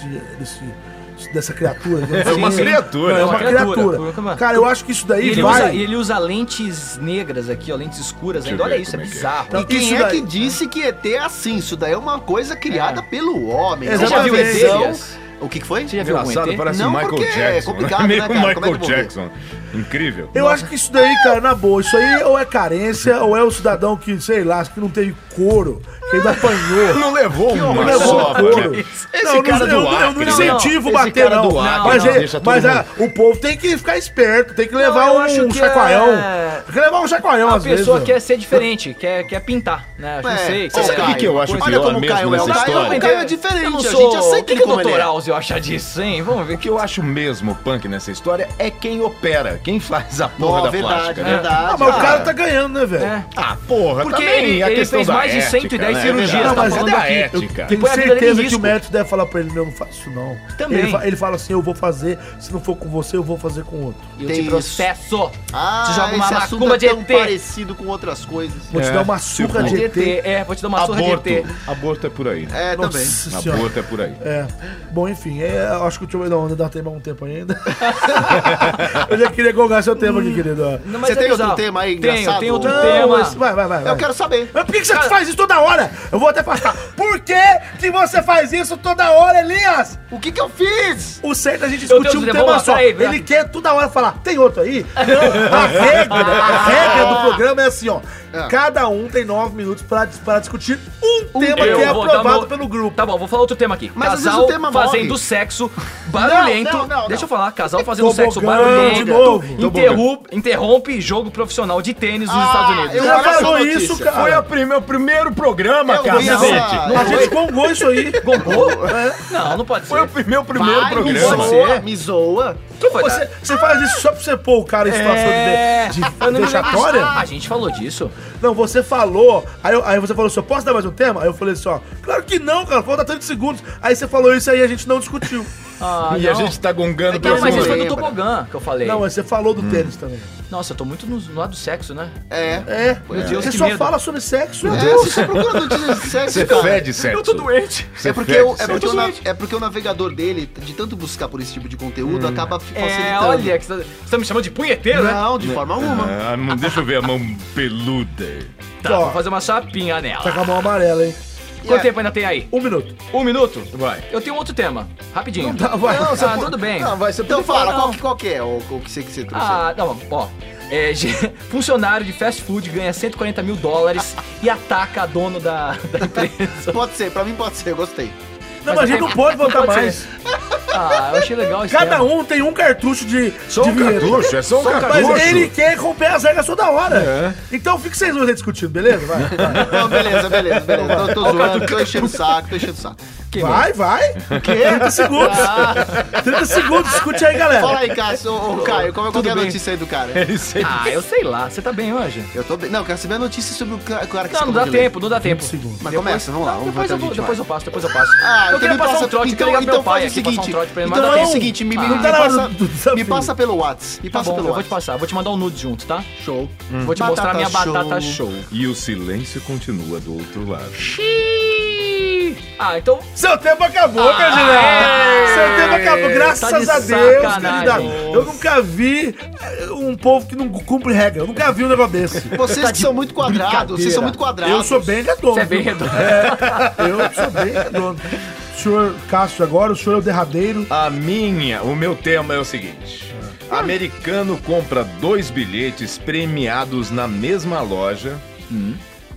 [SPEAKER 1] desse- dessa criatura,
[SPEAKER 3] É uma criatura.
[SPEAKER 1] é uma criatura.
[SPEAKER 4] criatura.
[SPEAKER 1] Cara, eu acho que isso
[SPEAKER 4] E
[SPEAKER 1] daí
[SPEAKER 4] ele,
[SPEAKER 1] vai.
[SPEAKER 4] usa, e ele usa lentes negras aqui, ó, lentes escuras
[SPEAKER 3] Deixa
[SPEAKER 4] ainda.
[SPEAKER 3] eu
[SPEAKER 4] Olha
[SPEAKER 3] ver
[SPEAKER 4] isso, é
[SPEAKER 3] como é que é.
[SPEAKER 4] bizarro.
[SPEAKER 2] E quem
[SPEAKER 1] Isso
[SPEAKER 2] é
[SPEAKER 1] daí-
[SPEAKER 2] que disse que ET é assim? Isso daí é uma coisa
[SPEAKER 4] É.
[SPEAKER 2] criada pelo homem.
[SPEAKER 1] Exatamente.
[SPEAKER 2] Não é
[SPEAKER 1] Você já viu
[SPEAKER 2] visão.
[SPEAKER 4] ET?
[SPEAKER 2] O que, que foi?
[SPEAKER 4] Você já viu algum
[SPEAKER 3] Engraçado,
[SPEAKER 4] ET?
[SPEAKER 3] parece
[SPEAKER 2] Não,
[SPEAKER 3] o Michael
[SPEAKER 2] porque é
[SPEAKER 3] Jackson. [LAUGHS]
[SPEAKER 2] complicado, né,
[SPEAKER 3] Meio
[SPEAKER 2] cara? Como é que eu
[SPEAKER 3] Michael
[SPEAKER 2] vou ver?
[SPEAKER 3] Jackson. Incrível.
[SPEAKER 1] Eu acho que isso daí, cara, na boa, isso aí ou é carência, ou é o cidadão que, sei lá, que não teve couro, que ainda apanhou.
[SPEAKER 3] Não levou
[SPEAKER 1] Não
[SPEAKER 3] uma
[SPEAKER 1] levou
[SPEAKER 3] sova,
[SPEAKER 1] couro.
[SPEAKER 3] né?
[SPEAKER 1] Esse
[SPEAKER 3] cara
[SPEAKER 1] não, eu,
[SPEAKER 3] do
[SPEAKER 1] eu, eu não
[SPEAKER 3] Acre.
[SPEAKER 1] incentivo
[SPEAKER 3] Não, não,
[SPEAKER 1] bater,
[SPEAKER 3] esse cara
[SPEAKER 1] não.
[SPEAKER 3] do Acre,
[SPEAKER 1] mas
[SPEAKER 3] não,
[SPEAKER 1] é-
[SPEAKER 3] deixa todo
[SPEAKER 1] mas é,
[SPEAKER 3] mundo.
[SPEAKER 1] o povo tem que ficar esperto, tem que levar
[SPEAKER 4] Não, eu
[SPEAKER 1] um,
[SPEAKER 4] acho que
[SPEAKER 1] chacoalhão.
[SPEAKER 4] é-
[SPEAKER 1] Tem que levar um chacoalhão,
[SPEAKER 4] A
[SPEAKER 1] às vezes.
[SPEAKER 4] pessoa é
[SPEAKER 1] ó.
[SPEAKER 4] quer ser diferente, quer, quer pintar, né? Não
[SPEAKER 2] É,
[SPEAKER 4] sei.
[SPEAKER 2] você
[SPEAKER 4] sei
[SPEAKER 3] Sabe
[SPEAKER 4] lá.
[SPEAKER 3] o
[SPEAKER 2] Caio,
[SPEAKER 3] que, que eu acho
[SPEAKER 2] olha
[SPEAKER 3] pior
[SPEAKER 2] como o
[SPEAKER 3] mesmo
[SPEAKER 2] Caio é,
[SPEAKER 3] nessa
[SPEAKER 2] o Caio
[SPEAKER 3] história?
[SPEAKER 2] é
[SPEAKER 4] Caio
[SPEAKER 2] é diferente,
[SPEAKER 4] eu não
[SPEAKER 2] a gente
[SPEAKER 4] sou...
[SPEAKER 2] aceita
[SPEAKER 4] que
[SPEAKER 2] ele
[SPEAKER 4] que
[SPEAKER 2] como ele
[SPEAKER 4] doutor
[SPEAKER 2] é.
[SPEAKER 4] Alzio acha disso, hein? Vamos ver.
[SPEAKER 3] O que eu acho mesmo punk nessa história é quem opera, quem faz a porra
[SPEAKER 2] Ó,
[SPEAKER 3] da
[SPEAKER 2] verdade,
[SPEAKER 3] plástica. né?
[SPEAKER 2] verdade.
[SPEAKER 1] Ah, mas o
[SPEAKER 2] Ah,
[SPEAKER 1] cara tá ganhando, né, velho?
[SPEAKER 4] É.
[SPEAKER 3] Ah, porra,
[SPEAKER 4] Porque
[SPEAKER 3] também,
[SPEAKER 4] ele-
[SPEAKER 3] a
[SPEAKER 4] ele
[SPEAKER 3] questão
[SPEAKER 4] fez
[SPEAKER 3] da
[SPEAKER 4] mais de
[SPEAKER 3] ética,
[SPEAKER 4] 110
[SPEAKER 3] né?
[SPEAKER 4] cirurgias,
[SPEAKER 3] É
[SPEAKER 1] Não,
[SPEAKER 3] verdade.
[SPEAKER 4] tá
[SPEAKER 1] mas
[SPEAKER 4] falando
[SPEAKER 3] É da
[SPEAKER 4] aqui.
[SPEAKER 3] ética.
[SPEAKER 1] Tenho
[SPEAKER 4] Põe a vida dele em
[SPEAKER 1] certeza que
[SPEAKER 4] risco.
[SPEAKER 1] o médico deve falar pra ele, meu, não faz isso não.
[SPEAKER 4] Também.
[SPEAKER 1] Ele, fa- ele fala assim, eu vou fazer, se não for com você, eu vou fazer com outro.
[SPEAKER 4] Eu
[SPEAKER 2] Tem
[SPEAKER 4] te
[SPEAKER 2] isso.
[SPEAKER 4] processo.
[SPEAKER 2] Ah,
[SPEAKER 4] Você joga uma
[SPEAKER 2] esse assunto
[SPEAKER 4] macumba
[SPEAKER 2] é
[SPEAKER 4] de
[SPEAKER 2] tão
[SPEAKER 4] ET.
[SPEAKER 2] parecido com outras coisas.
[SPEAKER 1] Vou te
[SPEAKER 3] É,
[SPEAKER 1] dar uma surra
[SPEAKER 3] tipo,
[SPEAKER 1] de ET.
[SPEAKER 4] É, vou te dar uma surra
[SPEAKER 3] Aborto.
[SPEAKER 4] de ET.
[SPEAKER 3] Aborto é por aí.
[SPEAKER 2] É, também.
[SPEAKER 1] Nossa senhora.
[SPEAKER 3] Aborto é por aí.
[SPEAKER 1] É. Bom, enfim, é, eu acho que o Tio da Onda dá tempo há um tempo ainda. [LAUGHS] eu já queria colgar seu tempo aqui, querido.
[SPEAKER 4] Não, é
[SPEAKER 2] Você tem outro
[SPEAKER 4] bizarro.
[SPEAKER 2] tema aí
[SPEAKER 4] Tenho,
[SPEAKER 2] engraçado?
[SPEAKER 4] tem outro
[SPEAKER 1] um
[SPEAKER 2] Não,
[SPEAKER 4] tema.
[SPEAKER 1] esse- vai, vai, vai. vai.
[SPEAKER 2] Eu quero saber.
[SPEAKER 1] Mas por que, que você faz isso toda hora? Eu vou até passar. Por que, que você faz isso toda hora, Elias?
[SPEAKER 2] O que que eu fiz?
[SPEAKER 1] O certo é a gente
[SPEAKER 4] Meu
[SPEAKER 1] discutir
[SPEAKER 4] Deus,
[SPEAKER 1] um
[SPEAKER 4] Zé,
[SPEAKER 1] tema
[SPEAKER 4] vamos
[SPEAKER 1] só.
[SPEAKER 4] lá, peraí,
[SPEAKER 1] Ele
[SPEAKER 4] peraí.
[SPEAKER 1] quer toda hora falar, tem outro [LAUGHS] aí? Não, a regra, a regra do programa é assim, ó. Cada um tem nove minutos pra, dis- pra discutir um tema
[SPEAKER 4] Eu
[SPEAKER 1] que é
[SPEAKER 4] vou dar
[SPEAKER 1] aprovado
[SPEAKER 4] meu-
[SPEAKER 1] pelo grupo.
[SPEAKER 4] Tá bom, vou falar outro tema aqui.
[SPEAKER 2] Mas às vezes
[SPEAKER 4] casal
[SPEAKER 2] o tema morre.
[SPEAKER 4] fazendo sexo barulhento.
[SPEAKER 2] [LAUGHS] Não, não, não,
[SPEAKER 4] Deixa
[SPEAKER 2] não.
[SPEAKER 4] eu falar, casal fazendo
[SPEAKER 1] Tobogã
[SPEAKER 4] sexo barulhento.
[SPEAKER 1] de novo.
[SPEAKER 4] Interru- interrompe jogo profissional de tênis nos
[SPEAKER 2] Ah,
[SPEAKER 4] Estados Unidos.
[SPEAKER 2] eu-
[SPEAKER 1] Já
[SPEAKER 2] olha essa
[SPEAKER 1] falou
[SPEAKER 2] notícia.
[SPEAKER 1] isso, cara.
[SPEAKER 3] Foi a prime- o primeiro programa,
[SPEAKER 2] Eu
[SPEAKER 3] cara.
[SPEAKER 2] vi essa-
[SPEAKER 3] gente.
[SPEAKER 1] A gente gongou isso aí.
[SPEAKER 4] Gongou? Não, não pode ser.
[SPEAKER 3] Foi o pri- meu primeiro
[SPEAKER 2] Vai, me
[SPEAKER 3] programa. é?
[SPEAKER 4] zoou.
[SPEAKER 2] zoa, me zoa.
[SPEAKER 4] que foi?
[SPEAKER 1] Você, você faz isso só pra você pôr o cara em situação
[SPEAKER 4] É,
[SPEAKER 1] de, de,
[SPEAKER 4] eu não me lembro.
[SPEAKER 1] vexatória?
[SPEAKER 4] Ah, a gente falou disso.
[SPEAKER 1] Não, você falou. Aí, eu- aí você falou assim: eu
[SPEAKER 4] [LAUGHS]
[SPEAKER 1] posso dar mais um tema? Aí eu falei assim: ó, claro que não, cara, falta 30 segundos. Aí você falou isso aí e a gente não discutiu.
[SPEAKER 4] Ah,
[SPEAKER 3] e a
[SPEAKER 4] não.
[SPEAKER 3] gente tá gongando
[SPEAKER 4] Não,
[SPEAKER 3] pelo
[SPEAKER 4] mas
[SPEAKER 2] não
[SPEAKER 4] isso foi do
[SPEAKER 2] lembra.
[SPEAKER 4] tobogã que eu falei.
[SPEAKER 1] Não, mas você falou
[SPEAKER 3] Hum.
[SPEAKER 1] do tênis também.
[SPEAKER 4] Nossa, eu tô muito no, no lado do sexo, né?
[SPEAKER 2] É.
[SPEAKER 1] É.
[SPEAKER 4] Deus,
[SPEAKER 1] você
[SPEAKER 4] que
[SPEAKER 1] só
[SPEAKER 4] medo.
[SPEAKER 1] fala sobre sexo.
[SPEAKER 2] É,
[SPEAKER 1] né?
[SPEAKER 2] se você procura notícias
[SPEAKER 3] [LAUGHS]
[SPEAKER 2] de sexo,
[SPEAKER 3] Você
[SPEAKER 2] cara.
[SPEAKER 3] fede sexo.
[SPEAKER 4] Eu tô doente.
[SPEAKER 3] Você
[SPEAKER 2] É porque,
[SPEAKER 3] fede
[SPEAKER 2] o, é,
[SPEAKER 3] sexo.
[SPEAKER 2] porque o na- é porque o navegador dele, de tanto buscar por esse tipo de conteúdo,
[SPEAKER 3] Hum.
[SPEAKER 2] acaba fi- facilitando.
[SPEAKER 4] É, olha, que você, tá, você tá me chamando de punheteiro, né?
[SPEAKER 2] Não, de forma alguma.
[SPEAKER 3] Ah, não- deixa eu ver a mão peluda.
[SPEAKER 4] Tá,
[SPEAKER 1] Ó.
[SPEAKER 4] vou fazer uma chapinha nela.
[SPEAKER 1] Tá com a mão amarela, hein?
[SPEAKER 4] Quanto tempo ainda tem aí?
[SPEAKER 1] Um minuto.
[SPEAKER 4] Um minuto?
[SPEAKER 3] Vai.
[SPEAKER 4] Eu tenho outro tema, rapidinho.
[SPEAKER 1] Tá, vai.
[SPEAKER 4] Não, tá, tudo bem.
[SPEAKER 3] Não, vai, você
[SPEAKER 2] Ah, Então
[SPEAKER 3] pode
[SPEAKER 2] fala,
[SPEAKER 3] falar.
[SPEAKER 2] qual, que- qual que é o, o que você, que você trouxe?
[SPEAKER 4] Ah, não, ó. É, [LAUGHS] ge- funcionário de fast food ganha 140 mil dólares e ataca a dono da, da
[SPEAKER 2] [LAUGHS]
[SPEAKER 4] empresa.
[SPEAKER 2] Pode ser, pra mim pode ser, eu gostei.
[SPEAKER 1] Não, mas a gente não pode voltar
[SPEAKER 4] pode
[SPEAKER 1] mais.
[SPEAKER 4] Ah, eu achei legal esse
[SPEAKER 1] Cada
[SPEAKER 4] tema.
[SPEAKER 1] um tem um cartucho de,
[SPEAKER 3] Só
[SPEAKER 1] de
[SPEAKER 3] um cartucho, é só um
[SPEAKER 4] Só um
[SPEAKER 1] Mas
[SPEAKER 3] cartucho. É.
[SPEAKER 1] ele quer romper as regras toda hora. Então fica vocês dois aí discutindo, beleza? Vai,
[SPEAKER 3] [LAUGHS]
[SPEAKER 1] vai.
[SPEAKER 2] Não, beleza, beleza, beleza. Tô, tô zoando, tô enchendo o saco, tô enchendo o saco.
[SPEAKER 4] Que merda.
[SPEAKER 1] Vai, vai. 30
[SPEAKER 3] [LAUGHS]
[SPEAKER 1] segundos. 30 segundos, discute aí, galera.
[SPEAKER 2] Fala aí, Cássio, ô, ô, Caio, qual é, qual
[SPEAKER 4] Tudo
[SPEAKER 2] que é a
[SPEAKER 4] bem.
[SPEAKER 2] notícia aí do cara?
[SPEAKER 3] Ele sempre-
[SPEAKER 4] Ah, eu sei lá. Você tá bem hoje?
[SPEAKER 2] Eu tô bem. Não, eu quero saber a notícia sobre o ca- o cara que você acabou
[SPEAKER 4] Não, não dá
[SPEAKER 2] de ler.
[SPEAKER 4] tempo, não dá tempo.
[SPEAKER 2] Mas começa, vamos lá, vamos
[SPEAKER 4] depois,
[SPEAKER 2] ver
[SPEAKER 4] eu
[SPEAKER 2] até
[SPEAKER 4] vou-
[SPEAKER 2] onde a gente
[SPEAKER 4] depois
[SPEAKER 2] vai.
[SPEAKER 4] eu passo, depois eu passo.
[SPEAKER 2] Ah,
[SPEAKER 4] eu queria
[SPEAKER 2] me
[SPEAKER 4] passar
[SPEAKER 2] passa-
[SPEAKER 4] um trote, então, queria ligar meu pai aqui, passar um trote pra ele, mas
[SPEAKER 2] então
[SPEAKER 4] não
[SPEAKER 2] é
[SPEAKER 4] dá
[SPEAKER 2] o
[SPEAKER 4] tempo.
[SPEAKER 2] seguinte, me, me
[SPEAKER 4] Ah.
[SPEAKER 1] Tá na hora
[SPEAKER 2] passa,
[SPEAKER 1] do- do desafio.
[SPEAKER 2] me passa pelo Whats. Me
[SPEAKER 4] Tá
[SPEAKER 2] passa
[SPEAKER 4] bom,
[SPEAKER 2] pelo
[SPEAKER 4] eu vou te
[SPEAKER 2] Whats.
[SPEAKER 4] passar, vou te mandar um nude junto, tá?
[SPEAKER 2] Show.
[SPEAKER 4] Vou te mostrar minha batata show.
[SPEAKER 3] E o silêncio continua do outro lado.
[SPEAKER 4] Ah, então
[SPEAKER 1] Seu tempo acabou, meu
[SPEAKER 4] é.
[SPEAKER 1] Juliano. Seu tempo acabou, graças
[SPEAKER 4] Tá de
[SPEAKER 1] a Deus,
[SPEAKER 4] sacanagem.
[SPEAKER 1] querido. Eu nunca vi eh, um povo que não cumpre regra. Eu nunca vi um negócio desse.
[SPEAKER 2] Vocês que são muito quadrados, vocês são muito quadrados.
[SPEAKER 1] Eu sou bem redondo.
[SPEAKER 4] você é bem
[SPEAKER 1] viu?
[SPEAKER 4] redondo.
[SPEAKER 1] Eu sou bem redondo. Senhor Cássio, agora o senhor é o derradeiro.
[SPEAKER 3] A minha, o meu tema é o seguinte: americano compra dois bilhetes premiados na mesma loja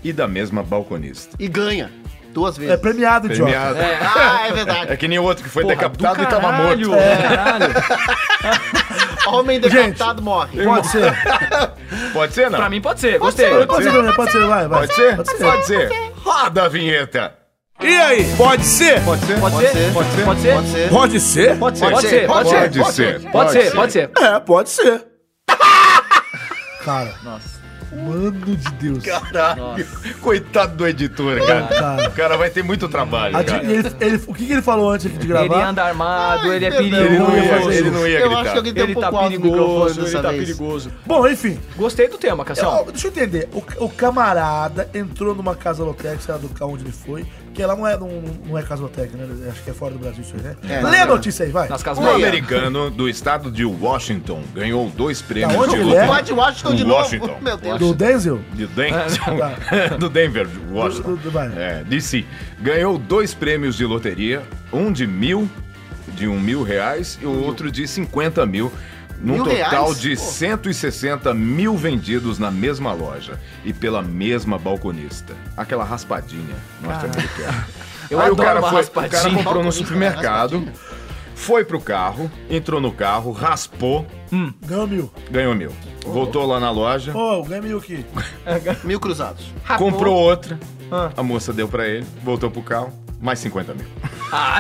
[SPEAKER 3] e da mesma balconista.
[SPEAKER 2] E ganha. Duas
[SPEAKER 1] É
[SPEAKER 2] vezes.
[SPEAKER 1] premiado, idiota.
[SPEAKER 3] Premiado. É.
[SPEAKER 2] Ah, é verdade.
[SPEAKER 3] que nem o outro que foi
[SPEAKER 4] Porra, do
[SPEAKER 3] decapitado e tava
[SPEAKER 4] caralho,
[SPEAKER 3] morto.
[SPEAKER 4] caralho.
[SPEAKER 2] Homem decapitado morre.
[SPEAKER 1] Pode ser.
[SPEAKER 3] Pode ser, não?
[SPEAKER 4] Pra mim pode ser, gostei.
[SPEAKER 1] Pode ser, também, pode ser, vai, vai.
[SPEAKER 3] Pode ser? Pode ser. Roda a vinheta.
[SPEAKER 1] E aí, pode ser?
[SPEAKER 3] Pode ser?
[SPEAKER 4] Pode ser? Pode ser? Pode ser?
[SPEAKER 2] Pode ser.
[SPEAKER 1] Pode ser?
[SPEAKER 4] Pode ser, pode
[SPEAKER 2] Pode
[SPEAKER 4] ser,
[SPEAKER 2] ser,
[SPEAKER 4] pode ser.
[SPEAKER 3] Pode ser.
[SPEAKER 4] Pode ser, pode ser.
[SPEAKER 1] É, pode ser. Cara, mano de Deus.
[SPEAKER 3] Caralho. Coitado do editor, cara. O cara vai ter muito trabalho,
[SPEAKER 1] A di-
[SPEAKER 3] cara.
[SPEAKER 1] ele- ele- o que, que ele falou antes aqui de
[SPEAKER 4] Ele
[SPEAKER 1] gravar?
[SPEAKER 4] anda armado,
[SPEAKER 2] Ai,
[SPEAKER 4] ele é
[SPEAKER 2] meu Deus.
[SPEAKER 3] Ele não ia,
[SPEAKER 4] perigoso.
[SPEAKER 3] ele não ia
[SPEAKER 2] Eu acho que
[SPEAKER 3] gritar.
[SPEAKER 2] alguém tem um
[SPEAKER 4] Ele tá
[SPEAKER 2] pouco alto no microfone
[SPEAKER 4] perigoso, ele
[SPEAKER 2] dessa
[SPEAKER 4] tá
[SPEAKER 2] vez.
[SPEAKER 4] perigoso.
[SPEAKER 1] Bom, enfim.
[SPEAKER 4] Gostei do tema,
[SPEAKER 2] Então.
[SPEAKER 4] Cassião.
[SPEAKER 1] Ó, deixa eu entender. O, o camarada entrou numa casa loteca, sei lá do ca- onde ele foi, porque lá não é, não, não é casa loteca, né? Acho que é fora do Brasil isso aí, né?
[SPEAKER 2] É,
[SPEAKER 1] Lê a
[SPEAKER 2] não, não.
[SPEAKER 1] notícia aí, vai.
[SPEAKER 4] Nas
[SPEAKER 3] Um
[SPEAKER 4] casas
[SPEAKER 2] Olha.
[SPEAKER 3] americano do estado de Washington ganhou dois prêmios
[SPEAKER 1] onde
[SPEAKER 3] de
[SPEAKER 1] ele
[SPEAKER 3] loteria.
[SPEAKER 1] é?
[SPEAKER 2] Vai de Washington de
[SPEAKER 3] Washington.
[SPEAKER 2] novo. Meu Deus.
[SPEAKER 1] Do Denzel?
[SPEAKER 3] De [LAUGHS] Denver, do Denver, Washington.
[SPEAKER 1] Do- do- do- vai.
[SPEAKER 3] é, DC. Ganhou dois prêmios de loteria, um de mil, de um mil reais e o outro de 50 mil. Num
[SPEAKER 2] Mil
[SPEAKER 3] total
[SPEAKER 2] reais?
[SPEAKER 3] de
[SPEAKER 2] Pô.
[SPEAKER 3] 160 mil vendidos na mesma loja e pela mesma balconista. Aquela raspadinha norte-americana.
[SPEAKER 4] Eu
[SPEAKER 3] Aí o
[SPEAKER 4] adoro
[SPEAKER 3] cara,
[SPEAKER 4] uma
[SPEAKER 3] foi, o cara
[SPEAKER 4] raspadinha.
[SPEAKER 3] comprou no
[SPEAKER 2] Balconista,
[SPEAKER 3] supermercado, foi pro carro, entrou no carro, raspou,
[SPEAKER 1] Ganhou mil.
[SPEAKER 3] ganhou mil. Voltou lá na loja,
[SPEAKER 1] Ô, oh, ganha mil aqui.
[SPEAKER 2] Mil cruzados.
[SPEAKER 3] comprou outra, a moça deu pra ele, voltou pro carro, mais 50 mil.
[SPEAKER 4] Ah,